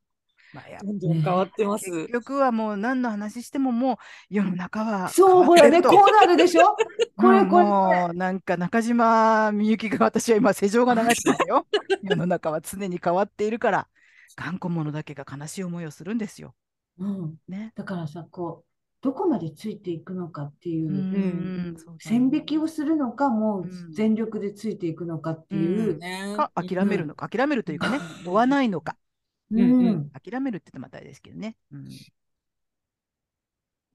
[SPEAKER 1] まあ、やっ
[SPEAKER 3] う。どんどん変わってます。
[SPEAKER 1] 結局はもう何の話してももう世の中は
[SPEAKER 2] そう、ほらね、
[SPEAKER 1] 変わってると
[SPEAKER 2] こうなるでしょこれ、
[SPEAKER 1] うん
[SPEAKER 2] これ、
[SPEAKER 1] もうなんか中島みゆきが私は今世情が流れてます よ世の中は常に変わっているから頑固者だけが悲しい思いをするんですよ
[SPEAKER 2] うん。
[SPEAKER 1] ね
[SPEAKER 2] だからさ、こう、どこまでついていくのかっていうう、
[SPEAKER 1] んそうだね
[SPEAKER 2] 線引きをするのか、もう
[SPEAKER 1] うん
[SPEAKER 2] 全力でついていくのかっていう、
[SPEAKER 3] ね
[SPEAKER 1] か諦めるのか諦めるというかね
[SPEAKER 3] うん
[SPEAKER 1] 追わないのか
[SPEAKER 3] ん
[SPEAKER 2] う
[SPEAKER 3] うん
[SPEAKER 2] ん、
[SPEAKER 1] 諦めるって言ってもまたあれですけどね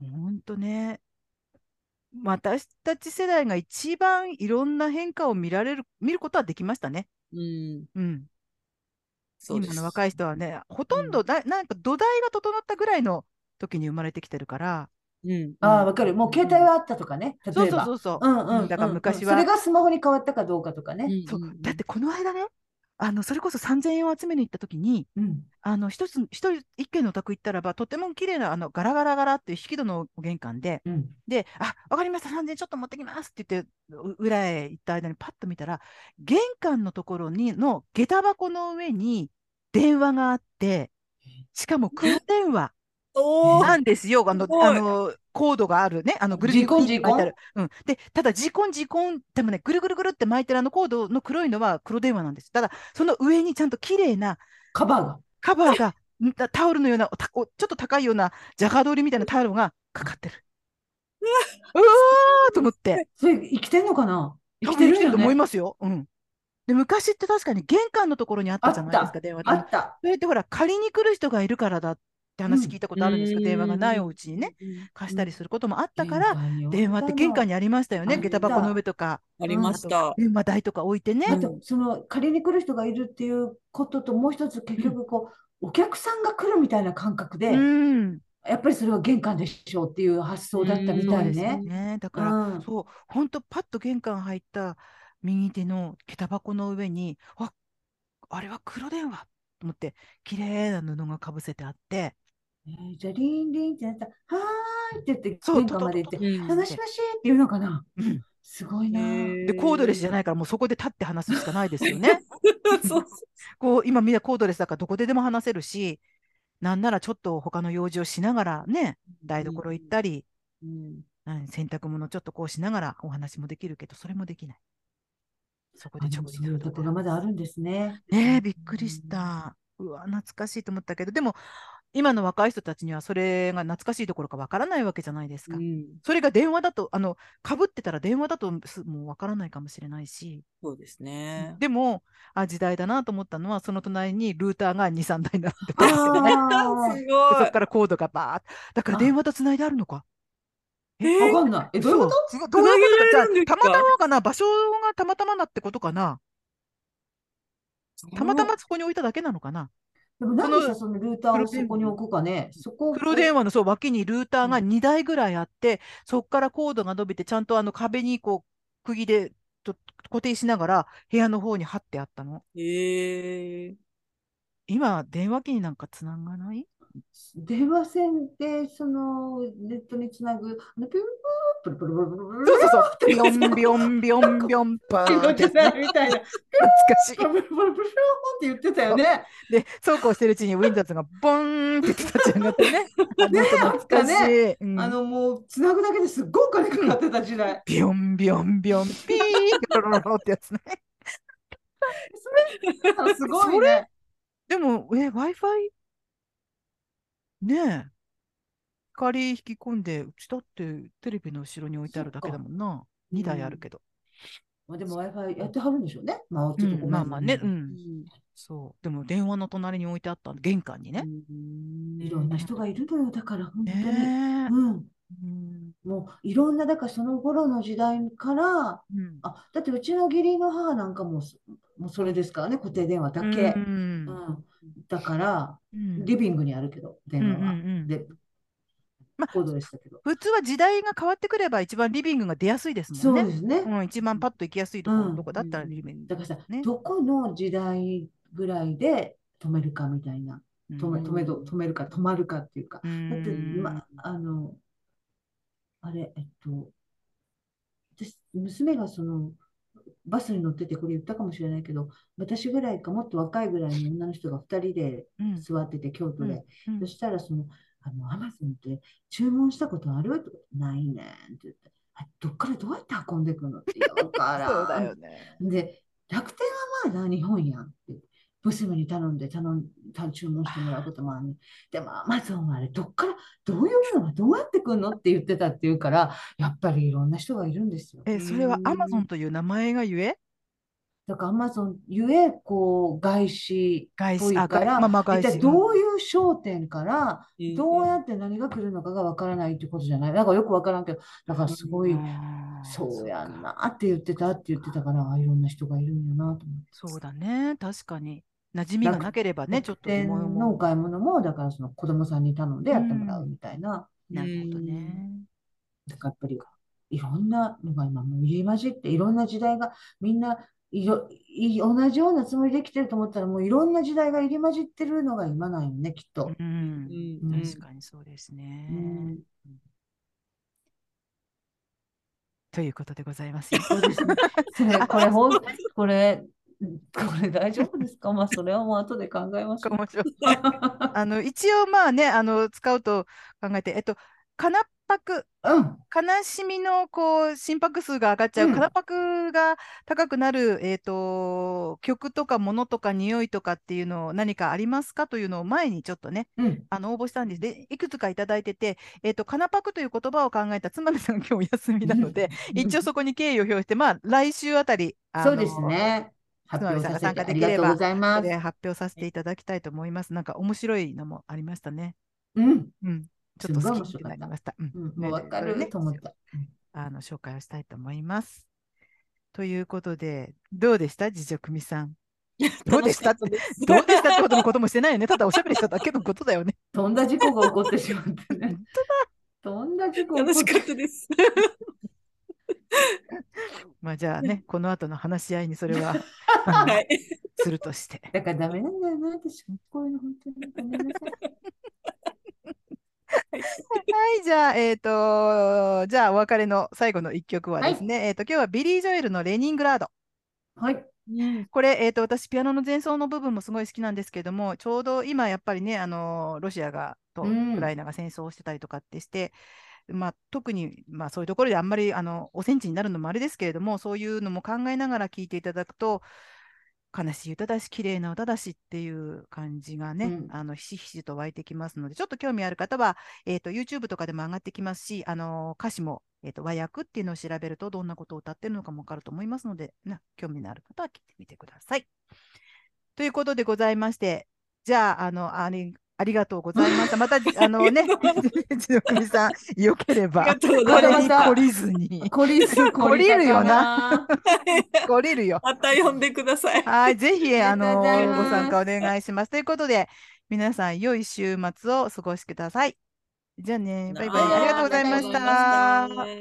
[SPEAKER 1] うんほんとね私たち世代が一番いろんな変化を見られる見ることはできましたね
[SPEAKER 3] うん。
[SPEAKER 1] うん
[SPEAKER 3] そうで
[SPEAKER 1] 今
[SPEAKER 3] す。
[SPEAKER 1] の若い人はね、ほとんどだ、なんか土台が整ったぐらいの時に生まれてきてるから、
[SPEAKER 3] うん。
[SPEAKER 2] ああ、わかる。もう携帯はあったとかね、例
[SPEAKER 1] そう
[SPEAKER 2] え
[SPEAKER 1] そう
[SPEAKER 2] ば。
[SPEAKER 1] そうそう
[SPEAKER 2] う、んうんうん
[SPEAKER 1] だから昔は
[SPEAKER 2] それがスマホに変わったかどうかとかね。
[SPEAKER 1] そうだってこの間ね、あのそれこそ3000円を集めに行った時に、
[SPEAKER 2] うん。
[SPEAKER 1] あの一つ一人一軒のお宅行ったらば、とても綺麗なあのガラガラガラっていう引き戸の玄関で、
[SPEAKER 2] うん。
[SPEAKER 1] で、あわかりました、3000円ちょっと持ってきますって言って、う裏へ行った間にパッと見たら、玄関のところにの下駄箱の上に電話があって、しかも黒電話。
[SPEAKER 3] お
[SPEAKER 1] なんですよ。あの
[SPEAKER 3] す、ごい
[SPEAKER 1] あの、コードがあるね。あの、ぐるぐる
[SPEAKER 2] ジコ
[SPEAKER 1] ぐ
[SPEAKER 2] ン
[SPEAKER 1] るって巻いてある。うん。で、ただ、ジコン、ジコン、でもね、ぐるぐるぐるって巻いてるあのコードの黒いのは黒電話なんです。ただ、その上にちゃんと綺麗な
[SPEAKER 2] カバーが。
[SPEAKER 1] カバーが、んタオルのような、たおちょっと高いような、ジャガードリみたいなタオルがかかってる。うわーと思って。
[SPEAKER 2] それ、生きてんのかな生
[SPEAKER 1] 生き
[SPEAKER 2] きて
[SPEAKER 1] て
[SPEAKER 2] る
[SPEAKER 1] る
[SPEAKER 2] よ
[SPEAKER 1] と
[SPEAKER 2] ね
[SPEAKER 1] 思いますよ。うん。で、昔って確かに玄関のところにあったじゃないですか、電話
[SPEAKER 2] あ
[SPEAKER 1] で。
[SPEAKER 2] った。
[SPEAKER 1] それってほら、借りに来る人がいるからだって話聞いたことあるんですけど、
[SPEAKER 3] うん
[SPEAKER 1] 電話がないお家にね。
[SPEAKER 3] うん
[SPEAKER 1] 貸したりすることもあったから、
[SPEAKER 2] ら
[SPEAKER 1] 電話って玄関にありましたよ
[SPEAKER 2] あ
[SPEAKER 1] ね。
[SPEAKER 2] った
[SPEAKER 1] 下駄箱の上とか、
[SPEAKER 3] ありました。
[SPEAKER 1] 電話台とか置いてね。
[SPEAKER 2] あと、その、借りに来る人がいるっていうことと、もう一つ、結局、こう、お客さんが来るみたいな感覚で、
[SPEAKER 1] うん、
[SPEAKER 2] やっぱりそれは玄関でしょうっていう発想だったみ
[SPEAKER 1] そ
[SPEAKER 2] た
[SPEAKER 1] う
[SPEAKER 2] い
[SPEAKER 1] ですよ
[SPEAKER 2] ね。
[SPEAKER 1] ね。だ
[SPEAKER 2] う
[SPEAKER 1] から、
[SPEAKER 2] ん
[SPEAKER 1] そう、本当パッと玄関入った右手の下駄箱の上に、あ、あれは黒電話と思って、綺麗な布がかぶせてあって、
[SPEAKER 2] えーじゃあ、リンリンってなったら、はーいって言って、
[SPEAKER 1] そう、
[SPEAKER 2] 玄関まで行っ
[SPEAKER 1] ト
[SPEAKER 2] て
[SPEAKER 1] ト、トト
[SPEAKER 2] あ
[SPEAKER 1] ト
[SPEAKER 2] もしもしって言うのかな
[SPEAKER 1] うん
[SPEAKER 2] すごいなぁ。
[SPEAKER 1] で、コードレスじゃ
[SPEAKER 3] い。
[SPEAKER 1] ないから、もうそこで立って話すしかないですよね。
[SPEAKER 3] そう
[SPEAKER 1] こう、今みんなコードレスだからどこででも話せるし、なんならちょっと他の用事をしながらね、台所行ったり、
[SPEAKER 3] うん
[SPEAKER 1] うん洗濯物ちょっとこうしながらお話もできるけど、それもできない。そこ
[SPEAKER 2] あ
[SPEAKER 1] で
[SPEAKER 2] で
[SPEAKER 1] 直
[SPEAKER 2] も
[SPEAKER 1] 接
[SPEAKER 2] そういうとこがまだあるんですね。
[SPEAKER 1] ねえ、びっくりした。うわ、懐かしいと思ったけど、でも、今の若い人たちにはそれが懐かしいどころかわからないわけじゃないです
[SPEAKER 3] う
[SPEAKER 1] か。
[SPEAKER 3] ん
[SPEAKER 1] それが電話だと、あの、かぶってたら電話だとすもうわからないかもしれないし、
[SPEAKER 3] そうですね。
[SPEAKER 1] でも、あ、時代だなと思ったのは、その隣にルーターが2、3台並んで
[SPEAKER 2] あ
[SPEAKER 1] たんですよね。
[SPEAKER 2] ー
[SPEAKER 3] す
[SPEAKER 1] でそ
[SPEAKER 3] ご
[SPEAKER 1] こからコードがバーッだから
[SPEAKER 2] あ
[SPEAKER 1] 電話とつないであるのか。
[SPEAKER 3] い。
[SPEAKER 2] わかんない。え、どういうこと
[SPEAKER 1] そうどういうこと
[SPEAKER 3] 繋げら
[SPEAKER 1] か
[SPEAKER 3] れるん
[SPEAKER 1] じゃ
[SPEAKER 3] で
[SPEAKER 1] あ
[SPEAKER 3] す
[SPEAKER 1] た
[SPEAKER 3] か
[SPEAKER 1] またまかな場所がたまたまなってことかなたまたまそこに置いただけなのかな
[SPEAKER 2] でもなんで
[SPEAKER 1] そ
[SPEAKER 2] さ、
[SPEAKER 1] の
[SPEAKER 2] そのルーターをそこに置くかね。そこを
[SPEAKER 1] 黒電話のそう脇にルーターが2台ぐらいあってそこからコードが伸びてちゃんとあの壁にこう釘でと固定しながら部屋の方に貼ってあったの
[SPEAKER 3] ええ。
[SPEAKER 1] 今電話機になんかつながない
[SPEAKER 2] 電話線で、その、ネットにつなぐ、あの、ピュンプルプルプルプルプル
[SPEAKER 1] そうそうそう。ビョンビョンビョンビョンパ
[SPEAKER 2] 聞
[SPEAKER 1] ーン
[SPEAKER 2] こ
[SPEAKER 1] っ
[SPEAKER 2] え
[SPEAKER 1] てや
[SPEAKER 2] て
[SPEAKER 1] つね
[SPEAKER 2] ないみたいな、
[SPEAKER 1] 懐かしい
[SPEAKER 2] プ。ルプルプルプルって言ってたよね。
[SPEAKER 1] で、そうこうしてるうちにウィンザーズがボーンって立ち上がってね。
[SPEAKER 2] ね
[SPEAKER 1] あの 懐かしい。うん
[SPEAKER 2] あの、もう、つなぐだけですっごいお金かかってた時代。
[SPEAKER 1] ビョンビョンビョンピーロロロロってやつね。
[SPEAKER 2] あのすごいね。
[SPEAKER 1] でも、え、Wi-Fi? ねえ。光引き込んで、うちだってテレビの後ろに置いてあるだけだもんな。2台あるけど。
[SPEAKER 2] まあ、でも Wi-Fi やってはるんでしょうね。まあ、ちょっとごめん
[SPEAKER 1] まあまあね、う
[SPEAKER 2] うん
[SPEAKER 1] ん。そう。でも電話の隣に置いてあった玄関にね。
[SPEAKER 2] いろんな人がいるのよ。だから、本当に。
[SPEAKER 1] ねえ。
[SPEAKER 2] うん。
[SPEAKER 1] うん
[SPEAKER 2] もう、いろんな、だからその頃の時代から、
[SPEAKER 1] うん
[SPEAKER 2] あ、だってうちの義理の母なんかもそ、もうそれですからね、固定電話だけ。
[SPEAKER 1] う
[SPEAKER 2] うんん。だから、
[SPEAKER 1] うん
[SPEAKER 2] リビングにあるけど、電話
[SPEAKER 1] うん
[SPEAKER 2] は。
[SPEAKER 1] うんうん
[SPEAKER 2] で、
[SPEAKER 1] まあ
[SPEAKER 2] コードレスだけど。
[SPEAKER 1] 普通は時代が変わってくれば一番リビングが出やすいです
[SPEAKER 2] そ
[SPEAKER 1] もん
[SPEAKER 2] う
[SPEAKER 1] ね。
[SPEAKER 2] ですね。
[SPEAKER 1] うん、一番パッと行きやすいところ、
[SPEAKER 2] うん
[SPEAKER 1] どこだったらリビング
[SPEAKER 2] だからさ、
[SPEAKER 1] ね
[SPEAKER 2] どこの時代ぐらいで止めるかみたいな、
[SPEAKER 1] うん
[SPEAKER 2] 止め、止めど、止めるか止まるかっていうか、
[SPEAKER 1] う
[SPEAKER 2] だって、
[SPEAKER 1] ん
[SPEAKER 2] ま、あの、あれ、えっと、私、娘がその、バスに乗ってて、これ言ったかもしれないけど、私ぐらいか、もっと若いぐらいの女の人が2人で
[SPEAKER 1] うん
[SPEAKER 2] 座ってて、京都で。
[SPEAKER 1] うん
[SPEAKER 2] そしたら、その、あの、アマゾンって注文したことあるとかないねんって言って、あどっからどうやって運んでくるのって言 うから、
[SPEAKER 1] そうだよね。
[SPEAKER 2] で、楽天はまあな、日本やんって。娘に頼んで、頼ん、た注文してもらうこともあるね。でも、アマゾンはあれ、どっから、どういうのがどうやってくんのって言ってたっていうから、やっぱりいろんな人がいるんですよ。
[SPEAKER 1] え、それはアマゾンという名前がゆえ
[SPEAKER 2] だから、アマゾンゆえ、こう、外資
[SPEAKER 1] 外
[SPEAKER 2] っぽい
[SPEAKER 1] 資、あ、
[SPEAKER 2] か
[SPEAKER 1] 外ま
[SPEAKER 2] ら、
[SPEAKER 1] あまあ外
[SPEAKER 2] 一体
[SPEAKER 1] 資。
[SPEAKER 2] どういう商店から、
[SPEAKER 3] うん
[SPEAKER 2] どうやって何が来るのかがわからないってことじゃない。なんかよくわからんけど、だからすご
[SPEAKER 1] う
[SPEAKER 2] い、
[SPEAKER 1] ん
[SPEAKER 2] そうやんなって言ってたって言ってたから、ああいろんな人がいるんやなと思って。
[SPEAKER 1] そうだね。確かに。馴染みがなければね、ちょっと疑問を
[SPEAKER 2] 楽天のお買い物も、だからその子供さんに頼んでやってもらうみたいな。
[SPEAKER 1] なるほどね。
[SPEAKER 2] だからやっぱり、いろんなのが今もう入り混じって、いろんな時代が、みんないろ、い同じようなつもりで来てると思ったら、もういろんな時代が入り混じってるのが今なんよね、きっと。
[SPEAKER 1] うん。
[SPEAKER 3] うん
[SPEAKER 2] うん
[SPEAKER 1] 確かにそうですね。
[SPEAKER 2] うん
[SPEAKER 1] ということでございますよ。
[SPEAKER 2] そうですね。それ、これ、ほん、これ、これ大丈夫ですか まあ、それはもう後で考えまし ょう。
[SPEAKER 1] 面白い あの一応まあねあの使うと考えてえっとかなっぱく
[SPEAKER 2] うん。
[SPEAKER 1] 悲しみのこう心拍数が上がっちゃう、
[SPEAKER 2] うん
[SPEAKER 1] かなぱくが高くなる、えー、と曲とか物とか匂いとかっていうのを何かありますかというのを前にちょっとね
[SPEAKER 2] うん。
[SPEAKER 1] あの応募したんですでいくつかいただいてて、えー、とかなぱくという言葉を考えた妻さんが今日お休みなので、一応そこに敬意を表して、まあ、来週あたりあ
[SPEAKER 2] そ
[SPEAKER 1] の
[SPEAKER 2] うですね。発表させて
[SPEAKER 1] つまみさんが参加
[SPEAKER 2] あ
[SPEAKER 1] で
[SPEAKER 2] り
[SPEAKER 1] き
[SPEAKER 2] が
[SPEAKER 1] れば
[SPEAKER 2] とうございま
[SPEAKER 1] こ
[SPEAKER 2] す
[SPEAKER 1] れ。発表させていただきたいと思います。なんか面白いのもありましたね。
[SPEAKER 2] うん。
[SPEAKER 1] うん、ちょっと
[SPEAKER 2] すご
[SPEAKER 1] 好
[SPEAKER 2] い面
[SPEAKER 1] き
[SPEAKER 2] 白
[SPEAKER 1] にな
[SPEAKER 2] かった
[SPEAKER 1] りました。うん
[SPEAKER 2] うん、
[SPEAKER 1] ね
[SPEAKER 2] もうわか
[SPEAKER 1] それを
[SPEAKER 2] ると思った。
[SPEAKER 1] あの紹介をしたいと思います。ということで、どうでした次女組 さん。どうでしたって、どうでしたってことのこともしてないよね。ただおしゃべりしただけのことだよね。
[SPEAKER 2] とんだ事故が起こってしまって
[SPEAKER 1] 本
[SPEAKER 2] ね。とんだ事故
[SPEAKER 3] 楽
[SPEAKER 2] 起
[SPEAKER 3] し
[SPEAKER 2] こっ。
[SPEAKER 3] かってたです。
[SPEAKER 1] まあじゃあね、この後の話し合いにそれ はあの
[SPEAKER 3] はい。
[SPEAKER 1] するとして。
[SPEAKER 2] だからダメなんだよな、私。こういうの本当にごめんなさい。
[SPEAKER 1] はい、じゃあ、えっ、と、じゃあお別れの最後の一曲はですね、えっ、と、今日はビリー・ジョエルのレニングラード。
[SPEAKER 2] はい。
[SPEAKER 1] これ、えー、と私ピアノの前奏の部分もすごい好きなんですけれどもちょうど今やっぱりねあのロシアがと
[SPEAKER 2] うん
[SPEAKER 1] ウクライナが戦争をしてたりとかってして、まあ、特に、まあ、そういうところであんまりあのお戦地になるのもあれですけれどもそういうのも考えながら聴いていただくと悲しい歌だし綺麗な歌だしっていう感じがね、
[SPEAKER 2] うん
[SPEAKER 1] あのひしひしと湧いてきますのでちょっと興味ある方は、えー、と YouTube とかでも上がってきますしあの歌詞も、えー、と和訳っていうのを調べるとどんなことを歌ってるのかもわかると思いますのでな興味のある方は聞いてみてください。ということでございましてじゃああのありありがとうございました。またあのね 千代君さんよけれ
[SPEAKER 3] あり
[SPEAKER 1] ば
[SPEAKER 3] がとうご
[SPEAKER 1] こ
[SPEAKER 3] ざい
[SPEAKER 1] れ
[SPEAKER 3] ま
[SPEAKER 1] に
[SPEAKER 3] す。
[SPEAKER 1] 懲りずに
[SPEAKER 2] 懲りず、
[SPEAKER 1] 懲りるよ
[SPEAKER 2] な。
[SPEAKER 1] 懲りるよ。
[SPEAKER 3] また呼んでください。
[SPEAKER 1] はい、ぜひ、
[SPEAKER 2] あ
[SPEAKER 1] あ
[SPEAKER 2] りがと
[SPEAKER 1] の、
[SPEAKER 2] う
[SPEAKER 1] ご
[SPEAKER 2] ございます
[SPEAKER 1] 参加お願いします。ということで、皆さん、良い週末をお過ごしください。じゃあね、バイバイ。ありがとうございまし
[SPEAKER 2] ありがとうございま
[SPEAKER 1] た。